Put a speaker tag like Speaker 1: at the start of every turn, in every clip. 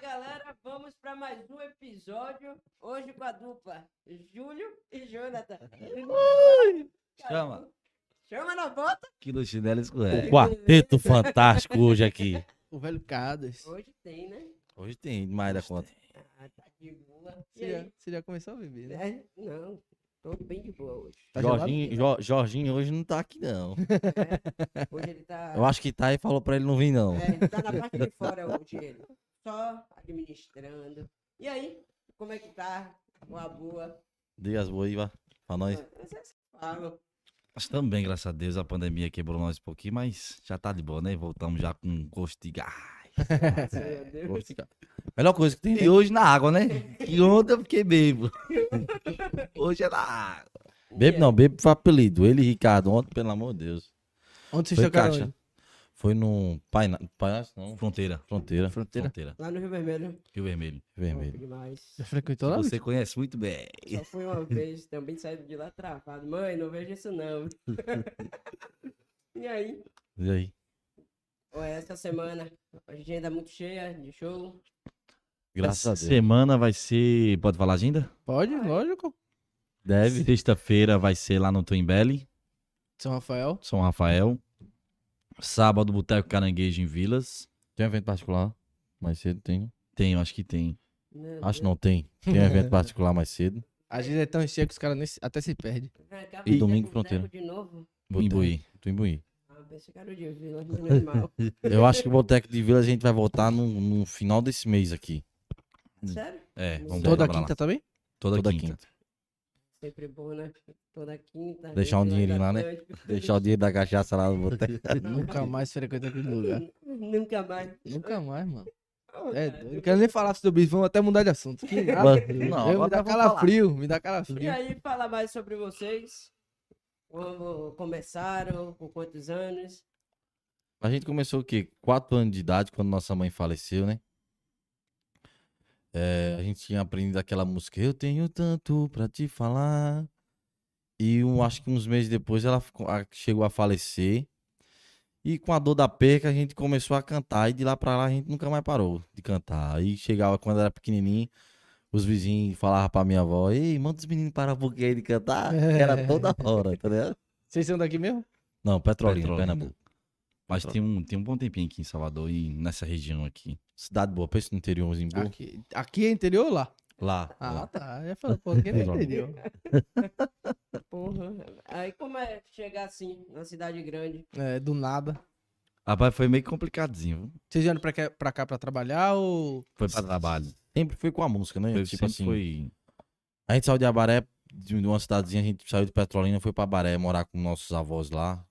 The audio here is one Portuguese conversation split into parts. Speaker 1: galera, vamos para mais um episódio. Hoje com a dupla Júlio e Jonathan.
Speaker 2: Chama.
Speaker 1: Chama na volta.
Speaker 2: Quilo chinelo escorrega.
Speaker 3: O quarteto fantástico hoje aqui.
Speaker 4: O velho Cadas.
Speaker 1: Hoje tem, né?
Speaker 3: Hoje tem mais da conta.
Speaker 1: Ah, tá de boa. E
Speaker 2: é.
Speaker 4: Você já,
Speaker 1: aí?
Speaker 4: você já começou a beber, né?
Speaker 1: É, não, tô bem de boa hoje.
Speaker 4: Tá gelado?
Speaker 3: Jorginho, Jo- Jorginho hoje não tá aqui, não.
Speaker 1: Hoje ele tá.
Speaker 3: Eu acho que tá e falou pra ele não vir, não.
Speaker 1: É, ele tá na parte de fora hoje, ele. Só administrando. E aí, como é que tá? Uma boa. é assim
Speaker 3: Diga as boas aí, vá. Pra nós.
Speaker 1: Vocês falam.
Speaker 2: Mas também, graças a Deus, a pandemia quebrou nós um pouquinho, mas já tá de boa, né? Voltamos já
Speaker 3: um
Speaker 2: com gosto de gás.
Speaker 1: Meu Deus.
Speaker 3: Gosto de cara. Melhor coisa que tem.
Speaker 2: E hoje na água, né? Que ontem eu fiquei bebo. Hoje é na água.
Speaker 3: Bebe não, bebe foi apelido. Ele e Ricardo, ontem, pelo amor de Deus.
Speaker 4: Onde vocês
Speaker 3: Foi
Speaker 4: tocaram
Speaker 3: caixa.
Speaker 4: hoje?
Speaker 3: Foi no Paina... Paina... não.
Speaker 2: Fronteira.
Speaker 3: Fronteira.
Speaker 4: Fronteira.
Speaker 1: Lá no Rio Vermelho.
Speaker 2: Rio Vermelho.
Speaker 1: Bom
Speaker 3: Vermelho.
Speaker 1: Demais.
Speaker 4: Já frequentou lá?
Speaker 2: Você conhece muito bem.
Speaker 1: Só fui uma vez, também saí de lá travado. Mãe, não vejo isso não. e aí?
Speaker 3: E aí?
Speaker 1: ó, Essa semana, agenda muito cheia de show.
Speaker 3: Graças a
Speaker 2: Essa
Speaker 3: Deus.
Speaker 2: Semana vai ser. Pode falar agenda?
Speaker 4: Pode, lógico.
Speaker 3: Deve.
Speaker 2: Sexta-feira vai ser lá no Twin Belly,
Speaker 4: São Rafael.
Speaker 2: São Rafael. Sábado, Boteco Caranguejo em Vilas.
Speaker 3: Tem um evento particular mais cedo, tem.
Speaker 2: Tem, eu acho que tem.
Speaker 1: Meu
Speaker 3: Acho não tem. Tem um evento particular mais cedo.
Speaker 4: Às vezes é tão cheio que os caras nem se- até se perdem.
Speaker 1: Deus. Ah, acaba
Speaker 3: e
Speaker 1: de
Speaker 3: domingo
Speaker 1: ter boteco
Speaker 3: fronteira.
Speaker 1: De novo.
Speaker 2: Em Imbuí.
Speaker 3: Tem Imbuí.
Speaker 1: Ah, pensei que era o de Vila, mas não é mal.
Speaker 3: Eu acho que o Boteco de Vila a gente vai voltar no, no final desse mês aqui.
Speaker 1: Sério?
Speaker 2: É, vamos
Speaker 4: Toda
Speaker 2: voltar pra lá.
Speaker 4: quinta também?
Speaker 2: Toda,
Speaker 3: Toda
Speaker 2: quinta.
Speaker 3: quinta.
Speaker 1: Sempre bom, né? Toda quinta.
Speaker 3: Deixar um
Speaker 1: gente,
Speaker 3: dinheirinho lá, né?
Speaker 1: Atlântico.
Speaker 3: Deixar o dinheiro da cachaça lá no boteco.
Speaker 4: Nunca mais frequenta aquele lugar.
Speaker 3: um-
Speaker 1: Nunca mais.
Speaker 4: Nunca mais, mano.
Speaker 1: Oh, cara,
Speaker 4: É, doido. não quero nem falar sobre isso, vamos até mudar de assunto. Que
Speaker 2: Tá
Speaker 4: nada.
Speaker 3: Não,
Speaker 4: Eu- me
Speaker 3: agora
Speaker 4: dá
Speaker 3: vamos falar.
Speaker 4: calafrio, me dá calafrio.
Speaker 1: E aí, falar mais sobre vocês. Como começaram, com quantos anos.
Speaker 3: A gente começou o quê? Quatro anos de idade, quando nossa mãe faleceu, né? É, a gente tinha aprendido aquela música Eu Tenho Tanto Pra Te Falar. E um, acho que uns meses depois ela ficou- a- chegou a falecer. E com a dor da perca a gente começou a cantar. E de lá pra lá a gente nunca mais parou de cantar. Aí chegava quando era pequenininho, os vizinhos falavam pra minha avó: Ei, manda os meninos parar um pouquinho aí de cantar. Era toda hora, tá ligado?
Speaker 4: Vocês são daqui mesmo?
Speaker 3: Não, Petrolina,
Speaker 2: Petrolina.
Speaker 3: Pernambuco.
Speaker 2: né? Mas tem um, tem um bom tempinho aqui em Salvador e nessa região aqui.
Speaker 3: Cidade boa, pensa no interiorzinho bom.
Speaker 4: Aqui, aqui é interior ou lá?
Speaker 3: Lá.
Speaker 4: Ah,
Speaker 3: lá.
Speaker 4: tá. Já falou, pô, aqui é
Speaker 3: Droga.
Speaker 4: interior.
Speaker 1: Porra. Aí como é chegar assim, na cidade grande?
Speaker 4: É, do nada.
Speaker 2: Rapaz, foi meio complicadozinho. viu?
Speaker 4: Vocês vieram pra cá pra, cá pra trabalhar ou.
Speaker 2: Foi pra trabalho.
Speaker 3: Sempre foi com a música, né?
Speaker 2: Foi,
Speaker 3: tipo
Speaker 2: sempre
Speaker 3: assim,
Speaker 2: foi.
Speaker 3: a gente saiu de Abaré, de uma cidadezinha, a gente saiu de Petrolina, foi pra Abaré morar com nossos avós lá,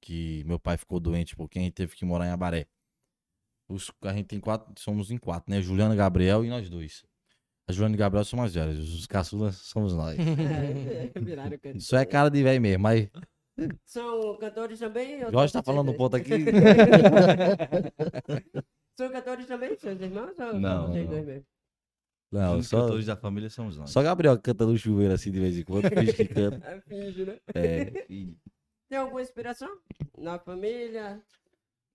Speaker 3: que meu pai ficou doente um pouquinho, a gente teve que morar em Abaré. Os, a gente tem quatro, somos em quatro, né? Juliana, Gabriel e nós dois. A Juliana e o Gabriel são mais velhos, os caçulas somos nós.
Speaker 1: É, viraram cantores.
Speaker 3: Isso é cara de velho mesmo, mas
Speaker 1: São cantores também? ou
Speaker 3: Jorge
Speaker 1: são
Speaker 3: tá falando um
Speaker 1: vocês dois?
Speaker 3: ponto aqui.
Speaker 1: São cantores também? Seus irmãos? Ou só
Speaker 2: Não,
Speaker 1: vocês
Speaker 3: não.
Speaker 1: dois mesmo?
Speaker 3: Não,
Speaker 2: os
Speaker 3: só,
Speaker 2: cantores da família somos nós.
Speaker 3: só Gabriel que canta no chuveiro assim de vez em quando, finge que canta.
Speaker 1: É, finge, né?
Speaker 3: É, e-
Speaker 1: Tem alguma inspiração? Na família?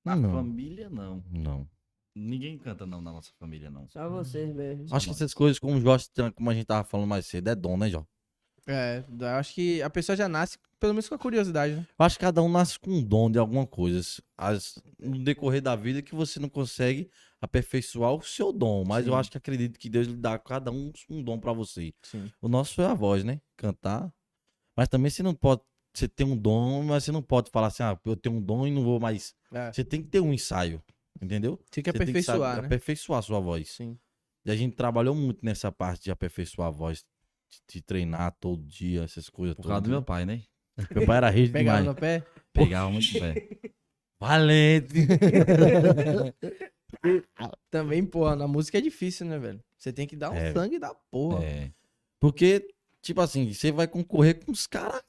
Speaker 2: Na
Speaker 3: Não.
Speaker 2: família, não.
Speaker 3: Não.
Speaker 2: Ninguém canta, não, na nossa família, não.
Speaker 1: Só vocês mesmo.
Speaker 3: Acho que essas coisas, como o Jorge, tem- como a gente tava falando mais cedo, é dom, né, Jorge?
Speaker 4: É, eu acho que a pessoa já nasce, pelo menos com a curiosidade, né?
Speaker 3: Eu acho que cada um nasce com um dom de alguma coisa. As- no decorrer da vida que você não consegue aperfeiçoar o seu dom. Mas eu
Speaker 2: Sim.
Speaker 3: acho que acredito que Deus lhe dá a cada um um dom pra você.
Speaker 4: Sim.
Speaker 3: O nosso é a voz, né? Cantar. Mas também você não pode. Você tem um dom, mas você não pode falar assim, ah, eu tenho um dom e não vou mais.
Speaker 4: É,
Speaker 3: Você tem que ter um ensaio. Entendeu?
Speaker 4: tem que
Speaker 3: Você tem saber
Speaker 4: aperfeiçoar, né?
Speaker 3: Aperfeiçoar a sua voz.
Speaker 4: Sim.
Speaker 3: E a gente trabalhou muito nessa parte de aperfeiçoar a voz, de, de treinar todo dia, essas coisas
Speaker 2: Por causa do meu pai, né?
Speaker 3: Meu pai era rígido
Speaker 4: Pegar
Speaker 3: demais.
Speaker 4: no pé.
Speaker 2: Pegava muito pé.
Speaker 3: Valente!
Speaker 4: Também, porra, na música é difícil, né, velho? Você tem que dar um
Speaker 3: É.
Speaker 4: sangue da porra.
Speaker 2: É.
Speaker 3: Porque, tipo assim, você vai concorrer com os caras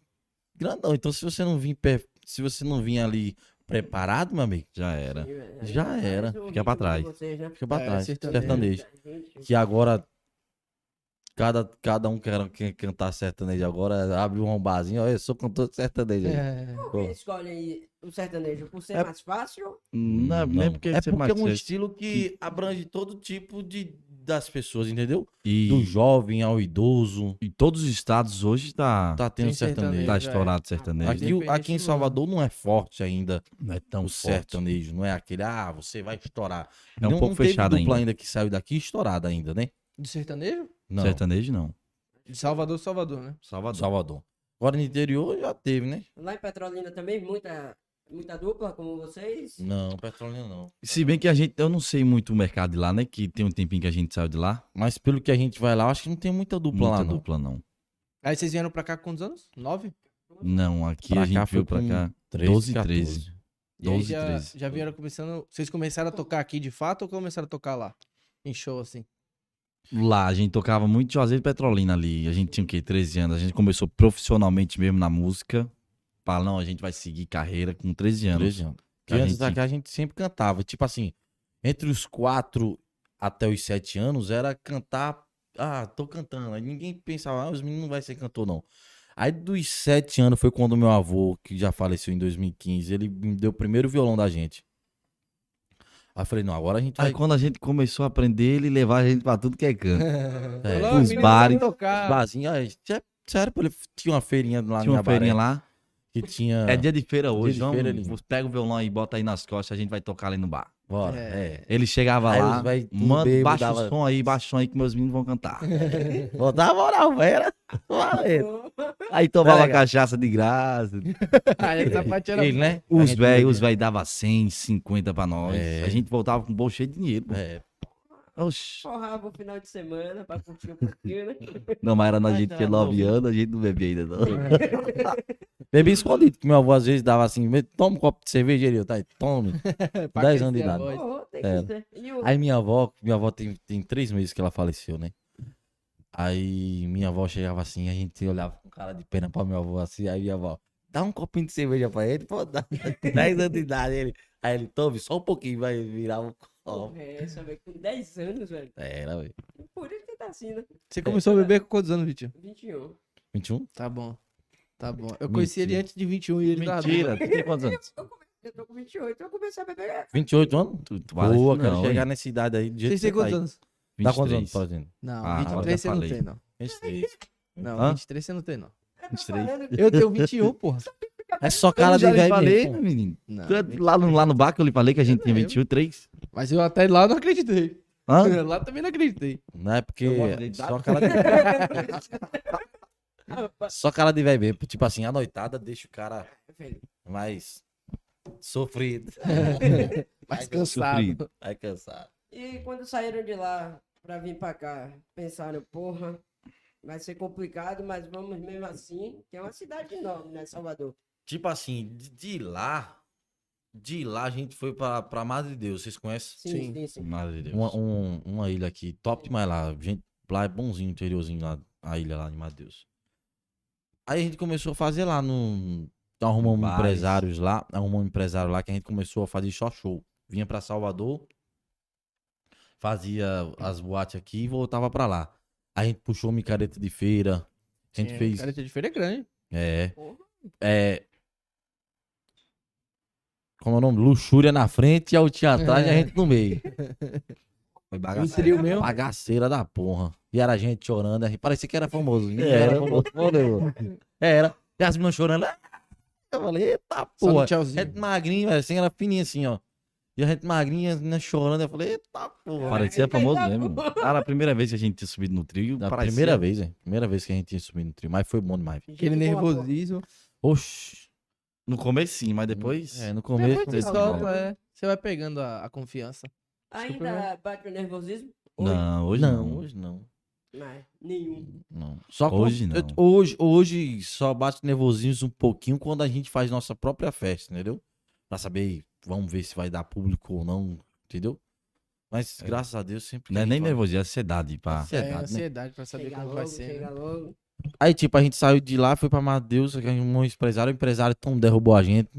Speaker 3: grandão. Então, se você não vir, pe- se você não vir ali preparado, meu amigo,
Speaker 2: Já era.
Speaker 1: É,
Speaker 3: já era.
Speaker 1: Mas o
Speaker 2: Fica
Speaker 1: ritmo
Speaker 2: pra
Speaker 1: um de
Speaker 2: trás.
Speaker 1: Vocês, né?
Speaker 3: fica pra
Speaker 4: É,
Speaker 3: trás.
Speaker 4: sertanejo.
Speaker 3: Sertanejo.
Speaker 1: Gente,
Speaker 3: Que agora Cada, cada um que era- que cantar sertanejo agora abre um barzinho. ó, Eu sou cantor de sertanejo. aí.
Speaker 4: É.
Speaker 1: Por que eles escolhem o sertanejo? Por ser
Speaker 3: É-
Speaker 1: mais fácil?
Speaker 2: Não, é
Speaker 3: Não.
Speaker 2: nem porque
Speaker 3: é
Speaker 2: você
Speaker 3: porque é um
Speaker 2: machista.
Speaker 3: estilo que, abrange todo tipo de, das pessoas, entendeu?
Speaker 2: E,
Speaker 3: Do jovem ao idoso.
Speaker 2: e todos os estados hoje tá, tá,
Speaker 3: Tá tendo
Speaker 4: Tem sertanejo.
Speaker 3: sertanejo.
Speaker 4: já é.
Speaker 2: estourado Tá, sertanejo.
Speaker 3: Aqui,
Speaker 4: Independente
Speaker 3: aqui em
Speaker 4: do-
Speaker 3: Salvador não é forte ainda
Speaker 2: não é tão
Speaker 3: o
Speaker 2: certo.
Speaker 3: sertanejo, não é aquele, ah, você vai estourar.
Speaker 2: É um
Speaker 3: não,
Speaker 2: pouco
Speaker 3: não teve
Speaker 2: fechado ainda.
Speaker 3: dupla ainda. que saiu daqui estourada ainda, né?
Speaker 4: Do sertanejo?
Speaker 3: Não,
Speaker 2: Sertanejo não.
Speaker 4: De Salvador, Salvador, né?
Speaker 2: Salvador.
Speaker 3: Salvador. Agora no interior já teve, né?
Speaker 1: Lá em Petrolina também, muita, muita dupla como vocês.
Speaker 3: Não, Petrolina não.
Speaker 2: Se bem que a gente, eu não sei muito o mercado de lá, né? Que tem um tempinho que a gente saiu de lá.
Speaker 3: Mas pelo que a gente vai lá, eu acho que não tem muita dupla
Speaker 2: Muita
Speaker 3: lá, não.
Speaker 2: dupla não.
Speaker 4: Aí vocês vieram pra cá com quantos anos? Nove?
Speaker 2: Não, aqui
Speaker 3: Pra
Speaker 2: a gente
Speaker 3: cá foi
Speaker 2: veio pra
Speaker 3: com
Speaker 2: cá.
Speaker 3: 13,
Speaker 2: 12, 13.
Speaker 4: E aí
Speaker 2: 12,
Speaker 4: já,
Speaker 2: 13.
Speaker 4: já vieram começando. Vocês começaram a tocar aqui de fato ou começaram a tocar lá? Em show, assim.
Speaker 2: Lá a gente tocava muito Juazeiro e Petrolina ali. A gente tinha o quê? 13 anos. A gente começou profissionalmente mesmo na música. Fala, não, a gente vai seguir carreira com 13 anos.
Speaker 3: 13 anos.
Speaker 2: Que
Speaker 3: Porque
Speaker 2: a
Speaker 3: antes
Speaker 2: gente-
Speaker 3: daqui a gente sempre cantava. Tipo assim, entre os 4 até os 7 anos era cantar. Ah, tô cantando. Aí ninguém pensava, ah, os meninos não vai ser cantor, não. Aí dos 7 anos foi quando meu avô, que já faleceu em 2015, ele me deu o primeiro violão da gente. Aí eu falei, não, agora a gente vai.
Speaker 2: Aí quando a gente começou a aprender, ele levava a gente pra tudo que é canto.
Speaker 4: Falou,
Speaker 2: os
Speaker 4: menino,
Speaker 2: bares,
Speaker 4: vamos tocar.
Speaker 3: Bazinho, aí, sé- sério, pô, ele tinha uma feirinha lá
Speaker 2: Tinha
Speaker 3: na
Speaker 2: uma feirinha lá.
Speaker 3: Que tinha.
Speaker 2: É dia de feira hoje,
Speaker 3: Ah. de
Speaker 2: vamos.
Speaker 3: feira, Linho.
Speaker 2: pega o violão aí, bota aí nas costas, a gente vai tocar ali no bar.
Speaker 3: Bora,
Speaker 4: É.
Speaker 3: é.
Speaker 2: Ele chegava
Speaker 3: Aí
Speaker 2: lá,
Speaker 3: os véi tudo
Speaker 2: manda,
Speaker 3: bêbado,
Speaker 2: baixa
Speaker 3: dava-
Speaker 2: o som aí, baixa o som aí que meus meninos vão cantar.
Speaker 3: Vou dar moral, velho. Valeu.
Speaker 2: Aí tomava
Speaker 3: Pega.
Speaker 2: cachaça de graça.
Speaker 4: Aí Ah, essa parte era.
Speaker 3: Ele, né? A
Speaker 2: Os
Speaker 3: gente
Speaker 2: velhos,
Speaker 3: bebia.
Speaker 2: os velhos dava 100, 50 pra nós.
Speaker 3: É.
Speaker 2: A gente voltava com o bolso cheio de dinheiro. pô.
Speaker 3: É,
Speaker 2: Oxi.
Speaker 1: Forrava o final de semana pra curtir um pouquinho, né?
Speaker 2: Não, mas era na
Speaker 3: Ai,
Speaker 2: gente
Speaker 3: tá
Speaker 2: tinha 9
Speaker 3: bom.
Speaker 2: anos, a gente não bebia ainda não.
Speaker 3: Bebia escondido, que meu avô às vezes dava assim, toma um copo de cerveja, ele, tá, tome.
Speaker 4: pra
Speaker 3: 10 anos de
Speaker 4: aquecer a
Speaker 3: idade.
Speaker 4: voz.
Speaker 1: Pô, tem
Speaker 3: É.
Speaker 1: que ser. E o-
Speaker 3: Aí minha avó, minha avó tem, tem três meses que ela faleceu, né? Aí minha avó chegava assim, a gente olhava com cara de pena pra minha avó assim, aí minha avó, dá um copinho de cerveja pra ele, pô, dá 10 anos de idade, ele, aí ele, tome só um pouquinho, vai virar um copo. É,
Speaker 1: Porra, é essa, velho, com 10 anos, velho.
Speaker 3: Era, velho.
Speaker 1: Por isso que tá assim, né?
Speaker 4: Você começou a beber com quantos anos, Vitinho?
Speaker 1: 21.
Speaker 3: 21?
Speaker 4: Tá bom. Tá bom. Eu conheci ele
Speaker 3: Mentira.
Speaker 4: antes de 21 e ele tava
Speaker 2: Mentira, tu tem quantos anos?
Speaker 1: Eu tô com 28, eu comecei a beber. é,
Speaker 3: 28 anos?
Speaker 2: Tu, tu parece
Speaker 3: Boa,
Speaker 2: que
Speaker 3: cara,
Speaker 2: não,
Speaker 3: chegar
Speaker 2: hein?
Speaker 3: nessa idade aí, do jeito
Speaker 4: Vocês
Speaker 3: que
Speaker 4: têm
Speaker 3: você tá
Speaker 4: quantos
Speaker 3: aí.
Speaker 4: anos?
Speaker 3: Dá quantos
Speaker 2: 23.
Speaker 3: anos, tá dizendo?
Speaker 4: Não,
Speaker 2: Ah,
Speaker 4: 23 você
Speaker 2: agora
Speaker 4: não
Speaker 2: já
Speaker 4: tem, não.
Speaker 3: 23.
Speaker 4: Não,
Speaker 2: Hã?
Speaker 4: 23 você não tem, não.
Speaker 1: é,
Speaker 2: Estrela.
Speaker 1: falando
Speaker 4: Eu tenho 21, porra.
Speaker 3: É só
Speaker 2: Eu
Speaker 3: cara de
Speaker 2: já lhe
Speaker 3: velho
Speaker 2: falei, né,
Speaker 3: mesmo, Ah, É pô.
Speaker 2: menino.
Speaker 4: Não.
Speaker 2: Tu- é Lá no, lá no bar que eu lhe falei que a gente tinha
Speaker 4: Eu lembro.
Speaker 2: 21, 3.
Speaker 4: Mas eu até lá não acreditei.
Speaker 2: Hã?
Speaker 4: Lá também não acreditei.
Speaker 3: Não é porque
Speaker 2: Eu gosto de dar-
Speaker 3: só cara de Só cara de velho mesmo. Tipo assim, a noitada deixa o cara
Speaker 1: velho,
Speaker 3: mais sofrido.
Speaker 4: Mas
Speaker 3: Mas
Speaker 4: cansado.
Speaker 2: sofrido.
Speaker 3: Vai cansado.
Speaker 1: E quando saíram de lá pra vir pra cá, pensaram, porra, vai ser complicado, mas vamos mesmo assim, que é uma cidade enorme, né, Salvador?
Speaker 3: Tipo assim, de, de lá, de lá a gente foi pra, pra Madre de Deus. Vocês conhecem?
Speaker 1: Sim,
Speaker 4: Sim.
Speaker 1: sim, sim.
Speaker 2: Madre de Deus.
Speaker 3: Uma, um- uma ilha aqui, top demais lá. Gente, lá é bonzinho, interiorzinho lá, a ilha lá em Madre de Deus. Aí a gente começou a fazer lá no. Arrumamos
Speaker 2: Bares.
Speaker 3: empresários lá, arrumamos um empresário lá que a gente começou a fazer só show. Vinha pra Salvador, fazia as boates aqui e voltava pra lá. A gente puxou micareta de feira, a gente fez.
Speaker 4: Cara, né? tinha diferença grande.
Speaker 3: É.
Speaker 1: Porra.
Speaker 3: É. Como é o nome? Luxúria na frente e a Altinha atrás e a gente no meio.
Speaker 2: Foi
Speaker 4: Um
Speaker 2: bagaceiro.
Speaker 4: trio mesmo.
Speaker 3: Bagaceira da porra. E era gente chorando. a gente- Parecia que era famoso. né?
Speaker 2: Era,
Speaker 3: Era famoso. Era. E as meninas chorando. ah! Eu falei, eita
Speaker 4: Só no
Speaker 3: porra.
Speaker 4: tchauzinho.
Speaker 2: é
Speaker 3: Gente magrinha, velho, assim, era fininha assim, ó. E a gente magrinha, as meninas chorando. Eu falei, eita porra.
Speaker 2: Parecia famoso mesmo. Era a primeira vez que a gente tinha subido no trio.
Speaker 3: Da
Speaker 2: parecia-
Speaker 3: tá primeira vez, hein? Primeira vez que a gente tinha subido no trio. Mas foi bom demais. velho.
Speaker 4: Aquele
Speaker 1: Gente boa, porra.
Speaker 4: nervosismo.
Speaker 3: Oxi.
Speaker 2: No começo sim, mas depois.
Speaker 3: É, no começo.
Speaker 4: Depois você
Speaker 1: não,
Speaker 4: solta,
Speaker 1: não.
Speaker 2: né?
Speaker 4: é. Você vai pegando a, a confiança. né?
Speaker 1: Ainda bate o nervosismo?
Speaker 2: Não, hoje não.
Speaker 3: Não, hoje não.
Speaker 1: Mas nenhum.
Speaker 3: Não. Só
Speaker 2: Hoje
Speaker 3: quando- eu-
Speaker 2: não.
Speaker 3: hoje, hoje só bate nervosinhos um pouquinho quando a gente faz nossa própria festa, entendeu? Pra saber, vamos ver se vai dar público ou não, entendeu? Mas
Speaker 2: É.
Speaker 3: graças a Deus sempre. que
Speaker 2: Não
Speaker 3: a
Speaker 2: é
Speaker 3: gente
Speaker 2: nem
Speaker 3: faz-
Speaker 2: nervosinho, é ansiedade, pá.
Speaker 4: É,
Speaker 3: Ansiedade, né?
Speaker 4: ansiedade pra saber
Speaker 1: Chega
Speaker 4: como
Speaker 1: logo,
Speaker 4: vai ser.
Speaker 1: chega
Speaker 4: né?
Speaker 1: logo.
Speaker 3: Aí, tipo, a gente saiu de lá, foi pra Madeus, um empresário, o empresário tão derrubou a gente.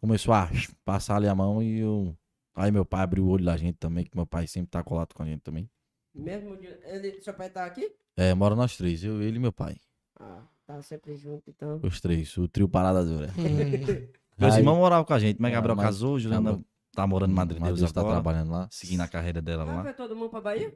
Speaker 3: Começou a passar ali a mão e eu. Aí meu pai abriu o olho da gente também, que meu pai sempre tá colado com a gente também.
Speaker 1: Mesmo dia. Ele, seu pai tá aqui?
Speaker 3: É, mora nós três, eu, ele e meu pai.
Speaker 1: Ah, tá sempre junto, então.
Speaker 3: Os três, o trio Parada Dura.
Speaker 2: Meus
Speaker 3: Aí-
Speaker 2: irmãos moravam com a gente, mas
Speaker 3: Ah,
Speaker 2: Gabriel
Speaker 3: mas-
Speaker 2: casou, Juliana
Speaker 3: Gabriel-
Speaker 2: tá morando em Madrid,
Speaker 3: Madrid
Speaker 2: Deus
Speaker 3: tá
Speaker 2: agora,
Speaker 3: trabalhando lá.
Speaker 2: seguindo a carreira dela
Speaker 4: é
Speaker 1: Ah,
Speaker 2: tá lá.
Speaker 1: foi todo mundo pra Bahia?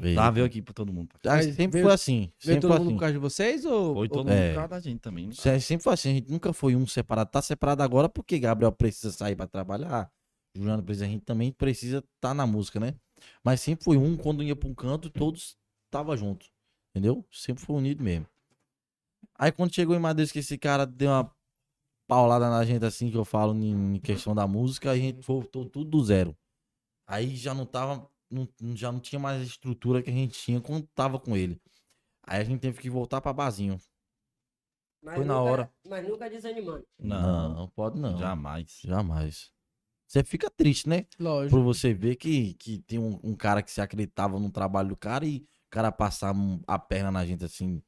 Speaker 3: Veio.
Speaker 2: Tá, veio aqui pra todo mundo.
Speaker 3: Ah,
Speaker 4: Mas
Speaker 3: sempre
Speaker 4: veio-
Speaker 3: foi assim.
Speaker 4: Veio
Speaker 3: Sempre
Speaker 4: todo
Speaker 3: foi
Speaker 4: mundo
Speaker 3: assim.
Speaker 4: por causa de vocês ou...
Speaker 2: Foi todo
Speaker 4: ou-
Speaker 2: mundo
Speaker 3: É.
Speaker 2: por causa da gente também. né?
Speaker 3: Se- Sempre foi assim, a gente nunca foi um separado. Tá separado agora porque Gabriel precisa sair pra trabalhar. Juliano precisa, a gente também precisa estar na música, né? Mas sempre foi um, quando ia pra um canto, todos tava junto. Entendeu? Sempre foi unido mesmo. Aí quando chegou em Madrid, que esse cara deu uma paulada na gente assim, que eu falo em em questão da música, a gente voltou tudo do zero. Aí já não tava. não- já não tinha mais a estrutura que a gente tinha quando tava com ele. Aí a gente teve que voltar pra Bazinho.
Speaker 1: Mas
Speaker 3: Foi na
Speaker 1: nunca-
Speaker 3: hora.
Speaker 1: Mas nunca desanimando.
Speaker 2: Não,
Speaker 3: pode não.
Speaker 2: jamais.
Speaker 3: Jamais. Você fica triste, né?
Speaker 4: Lógico.
Speaker 3: Por você ver que, que tem um, um cara que se acreditava no trabalho do cara e o cara passar um- a perna na gente assim.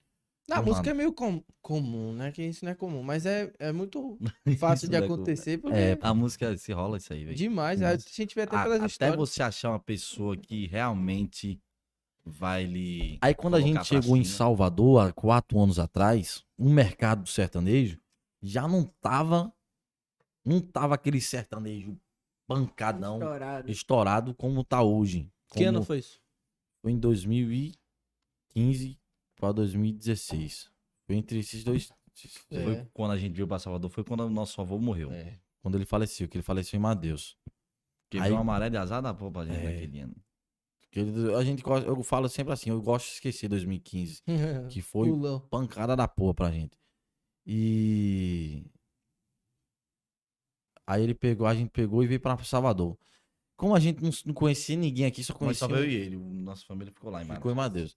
Speaker 4: Na
Speaker 3: Mano.
Speaker 4: música é meio com- comum, né? Que isso não é comum. Mas é, é muito fácil
Speaker 2: Isso
Speaker 4: de
Speaker 2: não é comum,
Speaker 4: acontecer porque... é
Speaker 2: É, a música se rola isso aí, velho.
Speaker 4: Demais, a gente vê até
Speaker 2: A-
Speaker 4: pelas
Speaker 2: até
Speaker 4: histórias.
Speaker 2: você achar uma pessoa que realmente vai lhe.
Speaker 3: Aí quando a
Speaker 2: Colocar
Speaker 3: gente
Speaker 2: pra
Speaker 3: chegou em
Speaker 2: cima.
Speaker 3: Salvador, há quatro anos atrás, o mercado do sertanejo já não tava. Não tava aquele sertanejo pancadão, estourado,
Speaker 1: Estourado.
Speaker 3: como tá hoje.
Speaker 4: Que ano
Speaker 3: Como
Speaker 4: foi isso?
Speaker 3: Foi em 2015 para 2016. Foi entre esses dois.
Speaker 2: Foi
Speaker 4: É.
Speaker 2: quando a gente veio pra Salvador, foi quando o nosso avô morreu.
Speaker 3: É, Quando ele faleceu, que ele faleceu em Madeus.
Speaker 2: Teve
Speaker 3: Aí-
Speaker 2: uma maré de azar da porra pra gente
Speaker 3: É.
Speaker 2: naquele ano.
Speaker 3: Que ele- a gente, gosta- eu falo sempre assim, eu gosto de esquecer 2015,
Speaker 4: É.
Speaker 3: que foi
Speaker 4: Pulão.
Speaker 3: pancada da porra pra gente. E aí ele pegou, a gente pegou e veio pra Salvador. Como a gente não, não conhecia ninguém aqui, só
Speaker 2: Mas
Speaker 3: conhecia
Speaker 4: um
Speaker 3: um
Speaker 2: só eu e ele, o- nossa família ficou lá em
Speaker 3: Ficou
Speaker 2: Manaus.
Speaker 3: em Madeus.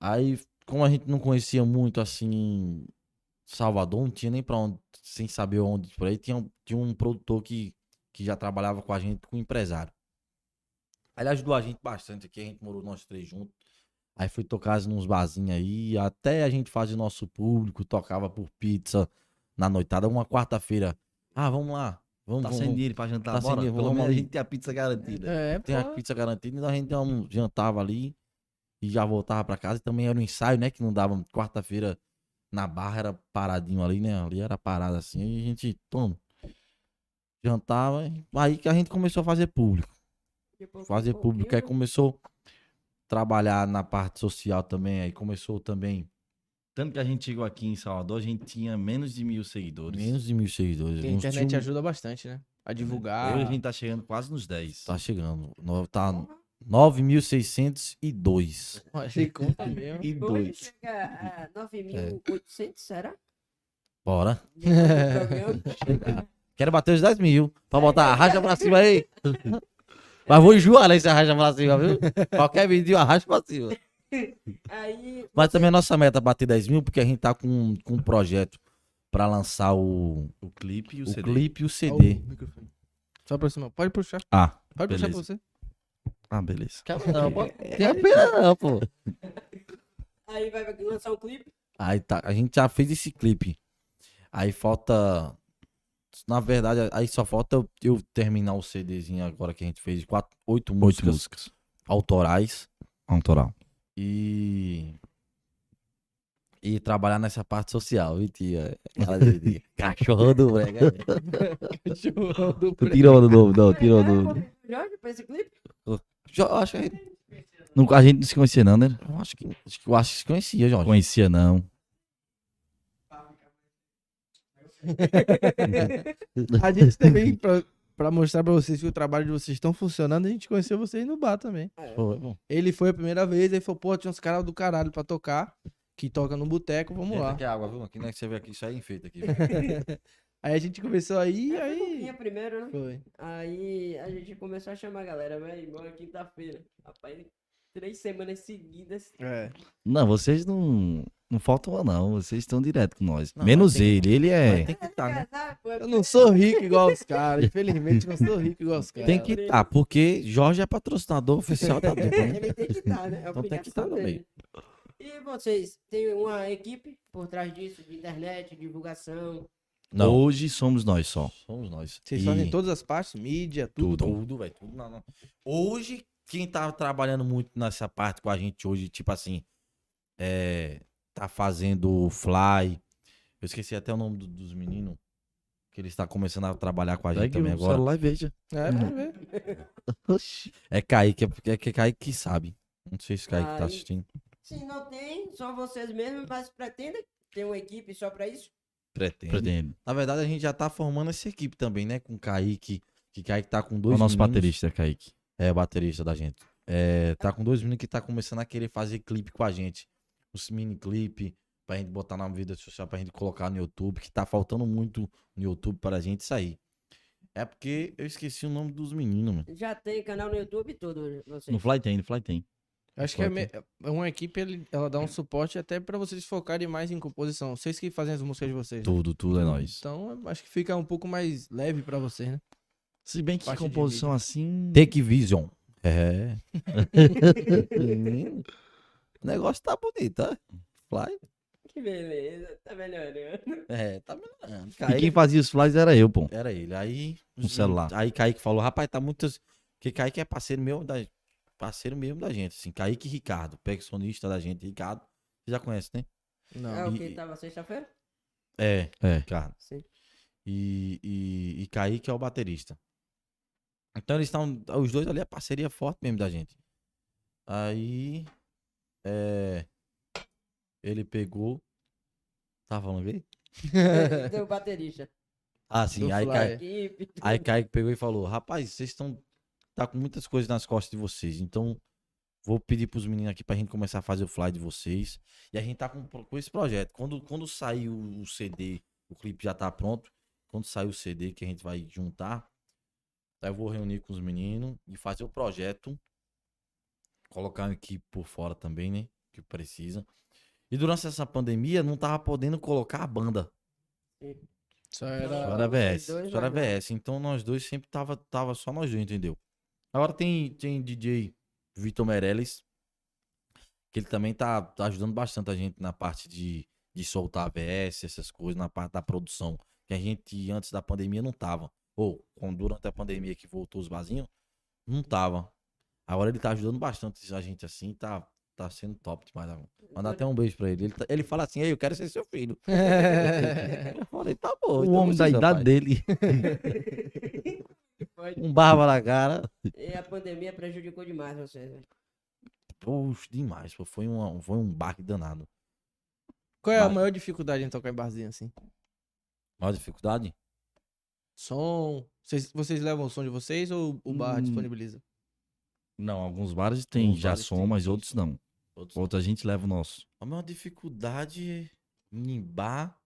Speaker 3: Aí, como a gente não conhecia muito assim Salvador, não tinha nem pra onde, sem saber onde por aí, tinha, um- tinha um produtor que, que já trabalhava com a gente, com um empresário. Aí ele ajudou a gente bastante aqui, a gente morou nós três juntos. Aí foi tocar nos barzinhos aí, até a gente fazer nosso público, tocava por pizza na noitada, uma quarta-feira. Ah, vamos lá, vamos,
Speaker 2: Tá
Speaker 3: vamos,
Speaker 2: sem dinheiro pra jantar,
Speaker 3: Tá sem
Speaker 2: bora.
Speaker 3: dinheiro,
Speaker 2: Pelo
Speaker 3: vamos
Speaker 2: menos a
Speaker 3: ali.
Speaker 2: gente tem a pizza garantida.
Speaker 4: É,
Speaker 3: tem a
Speaker 4: pô.
Speaker 3: pizza garantida, então a gente dava um- jantava ali e já voltava pra casa. E também era um ensaio, né? Que não dava quarta-feira na barra, era paradinho ali, né? Ali era parado assim, e a gente, toma. Jantava, e aí que a gente começou a fazer público.
Speaker 1: Tipo,
Speaker 3: Fazer
Speaker 1: um
Speaker 3: público, é aí
Speaker 1: pouquinho,
Speaker 3: começou a trabalhar na parte social também, aí começou também
Speaker 2: Tanto que a gente chegou aqui em Salvador, a gente tinha menos de mil seguidores.
Speaker 3: menos de mil seguidores.
Speaker 4: Porque a
Speaker 3: Uns
Speaker 4: internet
Speaker 3: tinha um-
Speaker 4: ajuda bastante, né? A divulgar.
Speaker 2: Hoje a gente tá chegando quase nos 10.
Speaker 3: Tá chegando, no- tá 9.602.
Speaker 4: Achei conta mesmo.
Speaker 2: E
Speaker 1: Hoje
Speaker 2: dois.
Speaker 1: chega é, a
Speaker 3: É.
Speaker 1: 9.800, será?
Speaker 3: Bora.
Speaker 1: Depois do programa.
Speaker 3: Quero bater os 10 mil. Pra botar arrasta pra cima aí. Mas vou enjoar nesse arrasta pra cima, viu? Qualquer vídeo arrasta pra cima.
Speaker 1: Aí,
Speaker 3: Mas também a nossa meta é bater 10 mil, porque a gente tá com, com um projeto pra lançar o,
Speaker 2: O clipe e o,
Speaker 3: o,
Speaker 2: CD.
Speaker 3: clipe e o
Speaker 4: Ó,
Speaker 3: CD.
Speaker 4: o microfone. Só aproximar. Pode puxar.
Speaker 2: Ah,
Speaker 4: Pode puxar
Speaker 2: Beleza.
Speaker 4: pra você.
Speaker 2: ah, beleza.
Speaker 3: Não, pô, tem a pena não, pô.
Speaker 1: aí vai lançar um clipe.
Speaker 3: Aí tá, a gente já fez esse clipe. Aí falta. Na verdade, aí só falta eu- eu terminar o CDzinho agora que a gente fez. Quatro, oito
Speaker 2: Oito
Speaker 3: músicas
Speaker 2: músicas.
Speaker 3: autorais.
Speaker 2: Autoral.
Speaker 3: e e trabalhar nessa parte social, mentira. Ela dizia, Cachorro do brega.
Speaker 4: Cachorro do Brega.
Speaker 3: Tirou do novo, não, tirou do
Speaker 1: Vai, né? Jorge, é pra esse clipe.
Speaker 3: Jo- Eu acho que a gente-
Speaker 2: Não- a gente não se conhecia, não, né?
Speaker 3: eu acho que acho que- eu acho que se conhecia, Jorge.
Speaker 2: Conhecia, não.
Speaker 4: A gente também, pra, pra mostrar pra vocês que o trabalho de vocês estão funcionando, a gente conheceu vocês no bar também.
Speaker 2: é
Speaker 3: Foi, bom.
Speaker 4: Ele foi a primeira vez, aí falou, pô, tinha uns caras do caralho pra tocar, que toca no boteco, vamos
Speaker 3: Entra
Speaker 4: lá.
Speaker 3: aqui a água, viu? Aqui não é que você vê aqui, isso aí é enfeite aqui.
Speaker 4: Aí a gente começou aí,
Speaker 1: Essa não
Speaker 4: aí...
Speaker 1: vinha primeiro, né?
Speaker 4: Foi.
Speaker 1: Aí a gente começou a chamar a galera, velho, embora quinta-feira. Rapaz, três semanas seguidas.
Speaker 4: É.
Speaker 2: Não, vocês não. Não faltam, não. Vocês estão direto com nós.
Speaker 3: Não,
Speaker 2: Menos
Speaker 3: tem-
Speaker 2: ele. Ele é.
Speaker 3: Tem que estar, né?
Speaker 1: Casar, pô, é
Speaker 4: Eu não sou rico igual os caras, infelizmente não sou rico igual os caras.
Speaker 3: Tem que estar, porque Jorge é patrocinador oficial da dupla, né?
Speaker 1: Ele tem que estar, né? É
Speaker 3: Então tem que
Speaker 1: obrigação
Speaker 3: estar no
Speaker 1: dele. E vocês têm uma equipe por trás disso, de internet, divulgação.
Speaker 3: Não,
Speaker 2: Hoje somos nós só.
Speaker 3: somos nós.
Speaker 4: Vocês
Speaker 3: E-
Speaker 4: fazem todas as partes, mídia, tudo.
Speaker 2: Tudo.
Speaker 3: Tudo, velho, tudo na- na- Hoje, quem tá trabalhando muito nessa parte com a gente hoje, tipo assim, é, tá fazendo fly. Eu esqueci até o nome do- dos meninos. Que eles estão começando a trabalhar com a gente
Speaker 2: Pega
Speaker 3: também
Speaker 2: o
Speaker 3: agora.
Speaker 2: celular e veja.
Speaker 4: É, vai ver.
Speaker 2: Oxi.
Speaker 3: É Kaique, é porque é que é Kaique que sabe. Não sei se Kaique tá
Speaker 1: Aí-
Speaker 3: assistindo.
Speaker 1: Se não tem, só vocês mesmos, mas pretendem ter uma equipe só pra isso?
Speaker 3: Pretende.
Speaker 2: Pretendo.
Speaker 3: Na verdade, a gente já tá formando essa equipe também, né? Com Kaique. Que Kaique tá com
Speaker 2: É
Speaker 3: dois
Speaker 2: o nosso
Speaker 3: meninos.
Speaker 2: baterista, Kaique.
Speaker 3: É, o baterista da gente. É, tá com dois meninos que tá começando a querer fazer clipe com a gente. Os mini clipe pra gente botar na vida social, pra gente colocar no YouTube, que tá faltando muito no YouTube pra gente sair. É porque eu esqueci o nome dos meninos, mano.
Speaker 1: Já tem canal no YouTube e tudo, né? vocês.
Speaker 2: No Fly tem, no Fly tem.
Speaker 4: Acho que é me- uma equipe, ele- ela dá um suporte até pra vocês focarem mais em composição. Vocês que fazem as músicas de vocês. né?
Speaker 2: Tudo, tudo é nós.
Speaker 4: Então, eu acho que fica um pouco mais leve pra vocês, né?
Speaker 2: Se bem que
Speaker 4: Parte de
Speaker 2: composição assim.
Speaker 3: Take Vision. É. Menino, o negócio tá bonito, tá? Fly.
Speaker 1: Que beleza, tá melhorando.
Speaker 3: É, tá melhorando.
Speaker 2: E quem fazia os flies era eu, pô.
Speaker 3: Era ele. Aí.
Speaker 2: No celular.
Speaker 3: Aí Kaique falou, rapaz, tá muito. Porque Kaique é parceiro meu da. Parceiro mesmo da gente, assim. Kaique e Ricardo, percussionista da gente. Ricardo, você já conhece, né?
Speaker 1: É
Speaker 4: Não.
Speaker 1: o
Speaker 3: e-
Speaker 1: que tava sexta-feira?
Speaker 3: É,
Speaker 2: É.
Speaker 3: Ricardo.
Speaker 1: Sim.
Speaker 3: E, e, e Kaique é o baterista. Então eles estão. Os dois ali é parceria forte mesmo da gente. Aí. É. Ele pegou. Tá falando gay?
Speaker 1: Deu baterista.
Speaker 3: Ah, sim.
Speaker 4: Do
Speaker 3: Aí,
Speaker 4: Fly.
Speaker 3: Kaique,
Speaker 1: Equipe.
Speaker 3: Aí Kaique pegou e falou: Rapaz, vocês estão. Tá com muitas coisas nas costas de vocês. Então, vou pedir pros meninos aqui pra gente começar a fazer o fly de vocês. E a gente tá com, com esse projeto. Quando, quando sair o, o CD, o clipe já tá pronto. Quando sair o CD que a gente vai juntar, aí eu vou reunir com os meninos e fazer o projeto. Colocar uma equipe por fora também, né? Que precisa. E durante essa pandemia, não tava podendo colocar a banda.
Speaker 4: Só
Speaker 1: Só
Speaker 4: era.
Speaker 3: Só era
Speaker 1: vocês
Speaker 3: VS.
Speaker 1: dois
Speaker 3: Só era
Speaker 1: vai
Speaker 3: VS. Então nós dois sempre tava, tava só nós dois, entendeu? Agora tem, tem DJ Vitor Meirelles, que ele também tá, tá ajudando bastante a gente na parte de, de soltar VS, essas coisas, na parte da produção. Que a gente antes da pandemia não tava. Ou quando- durante a pandemia que voltou os barzinhos, não tava. Agora ele tá ajudando bastante a gente assim, tá, tá sendo top demais. né? Mandar até um beijo pra ele. Ele, tá- ele fala assim, Ei, eu quero ser seu filho. Eu falei, tá bom.
Speaker 2: O
Speaker 3: então
Speaker 2: homem da
Speaker 3: vocês,
Speaker 2: idade
Speaker 3: rapaz."
Speaker 2: dele.
Speaker 1: Pode.
Speaker 3: Um barba na cara.
Speaker 1: E a pandemia prejudicou demais vocês. né?
Speaker 3: Poxa, demais. pô. Foi, uma, foi um barco danado.
Speaker 4: Qual é a
Speaker 3: Baixo.
Speaker 4: maior dificuldade em tocar em barzinho assim?
Speaker 3: Maior dificuldade?
Speaker 4: Som. Vocês, vocês levam o som de vocês ou o bar
Speaker 2: Hum.
Speaker 4: disponibiliza?
Speaker 2: Não, alguns bares tem
Speaker 3: Alguns
Speaker 2: já
Speaker 3: bares
Speaker 2: som,
Speaker 3: tem.
Speaker 2: mas outros não.
Speaker 3: Outros-
Speaker 2: Outros a gente leva o nosso.
Speaker 3: A maior dificuldade em bar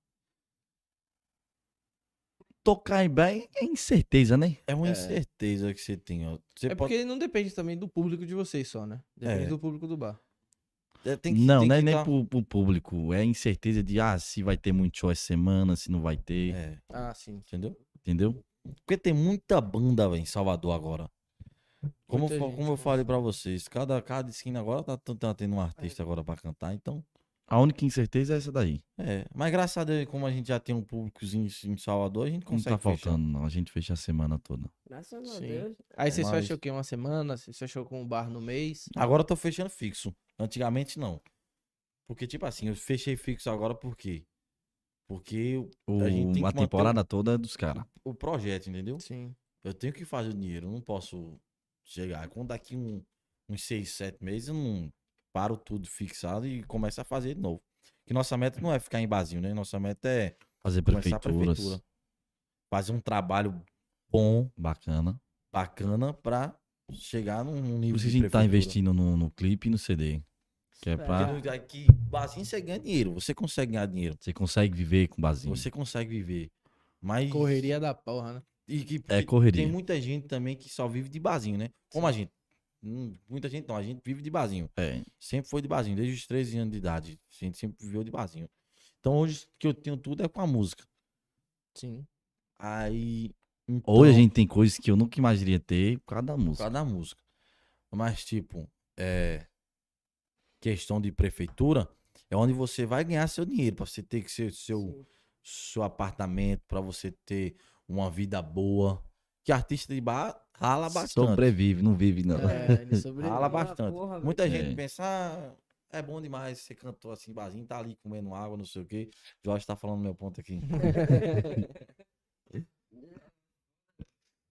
Speaker 2: Tocar em bar é incerteza, né?
Speaker 3: é uma
Speaker 4: É.
Speaker 3: incerteza que você tem. Ó. Você
Speaker 4: É porque não depende também do público de vocês só, né? Depende
Speaker 3: É.
Speaker 4: do público do bar.
Speaker 3: pode... é, tem que-
Speaker 2: não,
Speaker 3: tem
Speaker 2: não é
Speaker 3: que
Speaker 2: nem
Speaker 3: tá-
Speaker 2: pro, pro público. É incerteza de ah, se vai ter muito show essa semana, se não vai ter.
Speaker 3: É,
Speaker 4: Ah, sim.
Speaker 3: entendeu?
Speaker 2: Entendeu?
Speaker 3: Porque tem muita banda véi, em Salvador agora. Como, eu
Speaker 4: Muita
Speaker 3: fa-
Speaker 4: gente,
Speaker 3: como eu
Speaker 4: né?
Speaker 3: falei pra vocês, cada, cada esquina agora tá, tá tendo um artista agora pra cantar, então
Speaker 2: A única incerteza é essa daí.
Speaker 3: É, mas graças a Deus, como a gente já tem um públicozinho em Salvador, a gente
Speaker 2: Não
Speaker 3: consegue
Speaker 2: tá
Speaker 3: fechar.
Speaker 2: faltando, não. A gente fecha a semana toda.
Speaker 1: Graças a
Speaker 4: Sim.
Speaker 1: Deus.
Speaker 4: Aí vocês
Speaker 3: Mas-
Speaker 4: fecham o quê? Uma semana? Vocês fecham com um bar no mês?
Speaker 3: Agora eu tô fechando fixo. Antigamente não. Porque, tipo assim, eu fechei fixo agora por quê? Porque eu-
Speaker 2: O,
Speaker 3: A gente tem que
Speaker 2: a
Speaker 3: manter o-
Speaker 2: temporada toda é dos caras.
Speaker 3: o projeto, entendeu?
Speaker 4: Sim.
Speaker 3: Eu tenho que fazer o dinheiro, eu não posso chegar. Quando daqui um, uns seis, sete meses, eu não paro tudo fixado e começo a fazer de novo. Que nossa meta não é ficar em barzinho, né? Nossa meta é
Speaker 2: Fazer
Speaker 3: começar a
Speaker 2: prefeituras.
Speaker 3: prefeitura. Fazer um trabalho bom,
Speaker 2: Bacana.
Speaker 3: bacana, pra chegar num num
Speaker 2: Por
Speaker 3: nível
Speaker 2: isso que a
Speaker 3: de
Speaker 2: gente tá
Speaker 3: prefeitura.
Speaker 2: investindo no, no clipe e no CD. Que é pra-
Speaker 1: Espera.
Speaker 3: Porque aqui, barzinho você ganha dinheiro, você consegue ganhar dinheiro,
Speaker 2: Você consegue viver com basinho.
Speaker 3: você consegue viver. Mas.
Speaker 4: Correria da porra, né?
Speaker 3: E que,
Speaker 2: É
Speaker 3: que
Speaker 2: correria.
Speaker 3: Tem muita gente também que só vive de barzinho, né? Como a gente. Hum, Muita gente não, a gente vive de barzinho.
Speaker 2: É.
Speaker 3: Sempre foi de barzinho, desde os 13 anos de idade. A gente sempre viveu de barzinho. Então hoje que eu tenho tudo é com a música.
Speaker 4: Sim.
Speaker 3: Aí. Então,
Speaker 2: Hoje a gente tem coisas que eu nunca imaginaria ter por causa da
Speaker 3: Por
Speaker 2: música.
Speaker 3: causa da música. Mas, tipo, é. Questão de prefeitura é onde você vai ganhar seu dinheiro, pra você ter que ser seu.
Speaker 1: Sim.
Speaker 3: seu apartamento pra você ter uma vida boa. Que artista de bar rala bastante.
Speaker 2: Sobrevive, não vive, não.
Speaker 4: É, ele sobrevive.
Speaker 3: Rala
Speaker 1: Fala
Speaker 3: bastante.
Speaker 1: porra, velho.
Speaker 3: Muita gente
Speaker 2: É.
Speaker 3: pensa, ah, É bom demais, você cantou assim, barzinho, tá ali comendo água, não sei o quê. Jorge tá falando meu ponto aqui.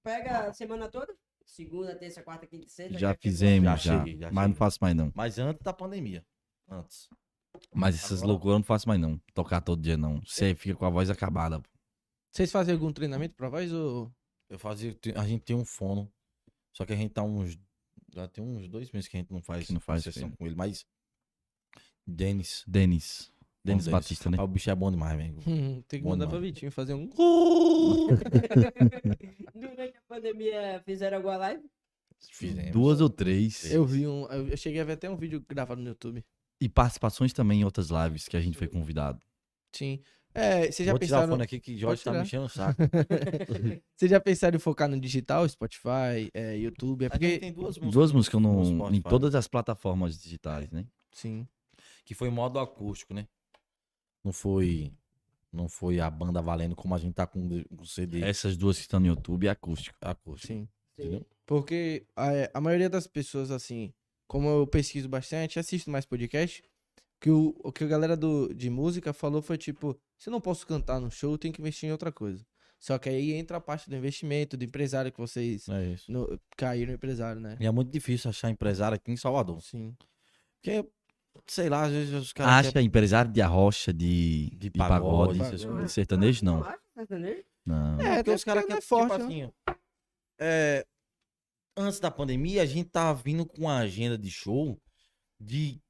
Speaker 1: Pega a semana toda? Segunda, terça, quarta, quinta, e sexta. que
Speaker 2: Já
Speaker 1: é que-
Speaker 2: fizemos, já.
Speaker 3: já cheguei, já
Speaker 2: mas não
Speaker 3: cheguei.
Speaker 2: faço mais não.
Speaker 3: Mas antes da pandemia. Antes.
Speaker 2: Mas essas
Speaker 3: Agora- É.
Speaker 2: loucuras eu não faço mais não. Tocar todo dia não. Você fica com a voz acabada. pô.
Speaker 4: Vocês fazem algum treinamento pra voz ou.
Speaker 3: Eu fazia. A gente tem um fono. Só que a gente tá uns. Já tem uns dois meses que a gente não faz,
Speaker 2: Que não faz,
Speaker 3: sessão
Speaker 2: filho.
Speaker 3: com ele, mas. Denis.
Speaker 2: Denis. Denis
Speaker 3: Ô,
Speaker 2: Batista, né?
Speaker 3: rapaz, O bicho é bom demais, amigo.
Speaker 4: Tem que
Speaker 3: Bom
Speaker 4: mandar
Speaker 3: demais.
Speaker 4: pra Vitinho fazer um.
Speaker 1: Durante a pandemia fizeram alguma live?
Speaker 3: Fizemos.
Speaker 2: Duas ou três.
Speaker 4: Eu vi um. Eu cheguei a ver até um vídeo gravado no YouTube.
Speaker 2: E participações também em outras lives que a gente foi convidado.
Speaker 4: Sim. É, vocês já
Speaker 3: Vou tirar o
Speaker 4: pensaram.
Speaker 3: fone aqui que Jorge tá me enchendo
Speaker 4: tirar.
Speaker 3: o saco.
Speaker 4: Vocês já pensaram em focar no digital, Spotify, é, YouTube? É
Speaker 3: A gente
Speaker 4: porque.
Speaker 3: tem duas músicas.
Speaker 2: Duas músicas
Speaker 3: no
Speaker 2: no, em
Speaker 3: Spotify.
Speaker 2: todas as plataformas digitais, né?
Speaker 4: Sim.
Speaker 3: que foi modo acústico, né? Não foi não foi a banda valendo como a gente tá com o- com o CD
Speaker 2: Essas duas que estão no YouTube é acústico.
Speaker 3: acústico.
Speaker 4: Sim.
Speaker 3: Entendeu?
Speaker 4: Porque a, a maioria das pessoas, assim, como eu pesquiso bastante, assisto mais podcast, que o, o que a galera do, de música falou foi tipo, se eu não posso cantar no show, eu tenho que investir em outra coisa. Só que aí entra a parte do investimento, do empresário que vocês
Speaker 3: É isso.
Speaker 4: no, caíram no empresário, né?
Speaker 3: E é muito difícil achar empresário aqui em Salvador.
Speaker 4: Sim.
Speaker 3: Porque, sei lá, às vezes os caras.
Speaker 2: Acha empresário de arrocha, de,
Speaker 3: é- De
Speaker 2: de pagode,
Speaker 3: pagode,
Speaker 2: essas
Speaker 1: pagode.
Speaker 2: coisas. sertanejo não.
Speaker 1: Ah, sertanejo?
Speaker 2: Não.
Speaker 3: querem- porque
Speaker 4: É,
Speaker 3: os caras
Speaker 4: porque
Speaker 3: querem tipo assim,
Speaker 4: não é
Speaker 3: forte. né?
Speaker 4: forte, É,
Speaker 3: antes da pandemia, a gente tava vindo com uma agenda de show de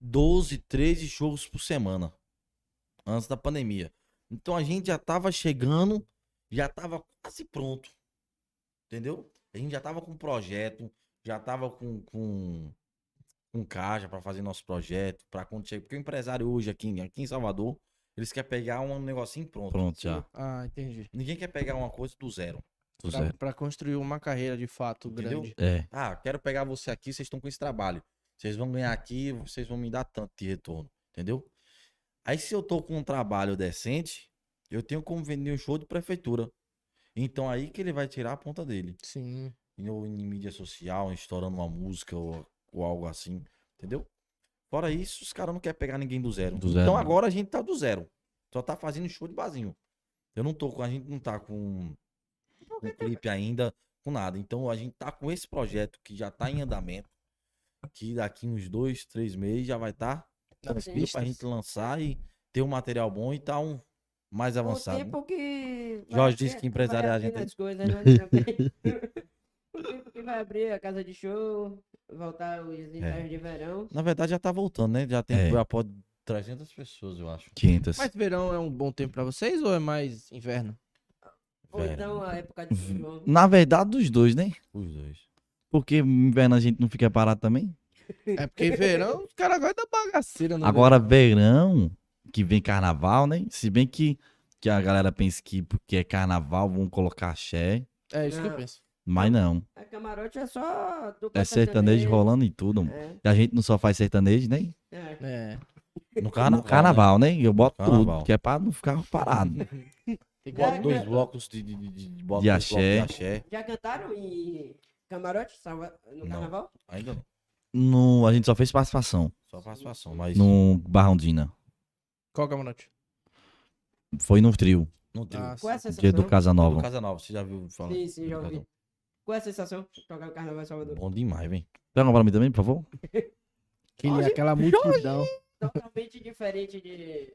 Speaker 3: 12, 13 shows por semana. Antes da pandemia. Então a gente já tava chegando, já tava quase pronto. Entendeu? A gente já tava com projeto, já tava com, com, com caixa pra fazer nosso projeto, para acontecer. Porque o empresário hoje aqui, aqui em Salvador, eles querem pegar um negocinho pronto.
Speaker 2: Pronto, já.
Speaker 4: Ah, entendi.
Speaker 3: Ninguém quer pegar uma coisa do zero.
Speaker 2: Tô
Speaker 4: Pra,
Speaker 2: certo.
Speaker 4: pra construir uma carreira de fato
Speaker 3: Entendeu?
Speaker 4: grande.
Speaker 2: É.
Speaker 3: Ah, quero pegar você aqui, vocês estão com esse trabalho. Vocês vão ganhar aqui, vocês vão me dar tanto de retorno, entendeu? Aí se eu tô com um trabalho decente, eu tenho como vender um show de prefeitura. Então aí que ele vai tirar a ponta dele.
Speaker 4: Sim.
Speaker 3: Ou em mídia social, estourando uma música ou, ou algo assim, entendeu? Fora isso, os caras não querem pegar ninguém do zero.
Speaker 2: Do zero,
Speaker 3: Então
Speaker 2: né?
Speaker 3: agora a gente tá do zero. Só tá fazendo show de barzinho. Eu não tô com, a gente não tá com um clipe ainda, com nada. Então a gente tá com esse projeto que já tá em andamento, que daqui uns dois, três meses já vai estar tá
Speaker 1: Nas
Speaker 3: tranquilo pra
Speaker 4: pistas.
Speaker 3: gente lançar e ter um material bom e tá um mais avançado.
Speaker 1: O
Speaker 3: né?
Speaker 1: tempo que. vai
Speaker 3: Jorge disse
Speaker 1: abrir-
Speaker 3: que empresário
Speaker 1: vai
Speaker 3: é a
Speaker 1: abrir
Speaker 3: gente, hein?
Speaker 1: nas coisas, né? Também. o tempo que vai abrir a casa de show, voltar
Speaker 3: É.
Speaker 1: os ensaios de verão.
Speaker 3: Na verdade já tá voltando, né? Já tem
Speaker 2: É.
Speaker 3: já pode 300 pessoas, eu acho.
Speaker 2: 500.
Speaker 4: Mas verão é um bom tempo pra vocês ou é mais inverno?
Speaker 1: Ou
Speaker 3: Velho,
Speaker 1: então a época de São João.
Speaker 2: Na verdade, dos dois, né?
Speaker 3: Os dois.
Speaker 2: Porque inverno a gente não fica parado também.
Speaker 4: É porque verão, os caras gostam da bagaceira. né? no
Speaker 2: Agora, verão, que vem carnaval, né? Se bem que, que a galera pensa que porque é carnaval vão colocar axé,
Speaker 4: verão. É isso que eu penso.
Speaker 2: mas não.
Speaker 1: A camarote é só. dupla
Speaker 2: É sertanejo rolando e tudo.
Speaker 1: É,
Speaker 2: E a gente não só faz sertanejo, né?
Speaker 1: é.
Speaker 4: É.
Speaker 3: No
Speaker 2: No
Speaker 3: carnaval.
Speaker 2: carnaval, né? Eu boto
Speaker 3: Carnaval.
Speaker 2: tudo, que é pra não ficar parado.
Speaker 1: Bota
Speaker 4: Tem que
Speaker 3: Bota
Speaker 4: botar-
Speaker 3: dois blocos de, de, de, de, de, bota
Speaker 2: De
Speaker 3: dois blocos
Speaker 2: axé.
Speaker 3: de axé.
Speaker 1: Já cantaram em camarote Salva- no
Speaker 3: Não.
Speaker 1: carnaval?
Speaker 3: Ainda não.
Speaker 2: No, a gente só fez participação
Speaker 3: Só participação, mas
Speaker 2: no Barrondina.
Speaker 4: Qual camarote?
Speaker 2: Foi no trio,
Speaker 3: não tem.
Speaker 4: Ah,
Speaker 1: Qual é a sensação?
Speaker 2: dia do
Speaker 3: Do
Speaker 2: Casanova.
Speaker 3: Casanova, você já viu falar?
Speaker 1: Sim, sim,
Speaker 3: Do
Speaker 1: já ouvi.
Speaker 3: Casanova.
Speaker 1: Qual é a sensação de tocar no carnaval em Salvador?
Speaker 3: Bom demais, vem.
Speaker 2: Pega uma pra mim também, por favor.
Speaker 4: Aquele- aquela multidão.
Speaker 1: Totalmente diferente de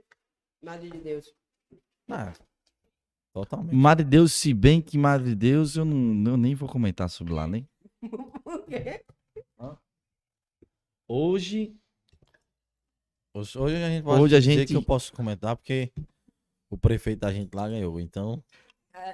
Speaker 1: Madre de Deus.
Speaker 3: Ah, totalmente.
Speaker 2: Madre Deus, se bem que Madre Deus, eu, não, eu nem vou comentar sobre lá, né?
Speaker 1: Por quê?
Speaker 2: Hoje
Speaker 3: Hoje, hoje a gente pode
Speaker 2: Hoje a
Speaker 3: dizer
Speaker 2: gente-
Speaker 3: que eu posso comentar, porque o prefeito da gente lá ganhou. Então,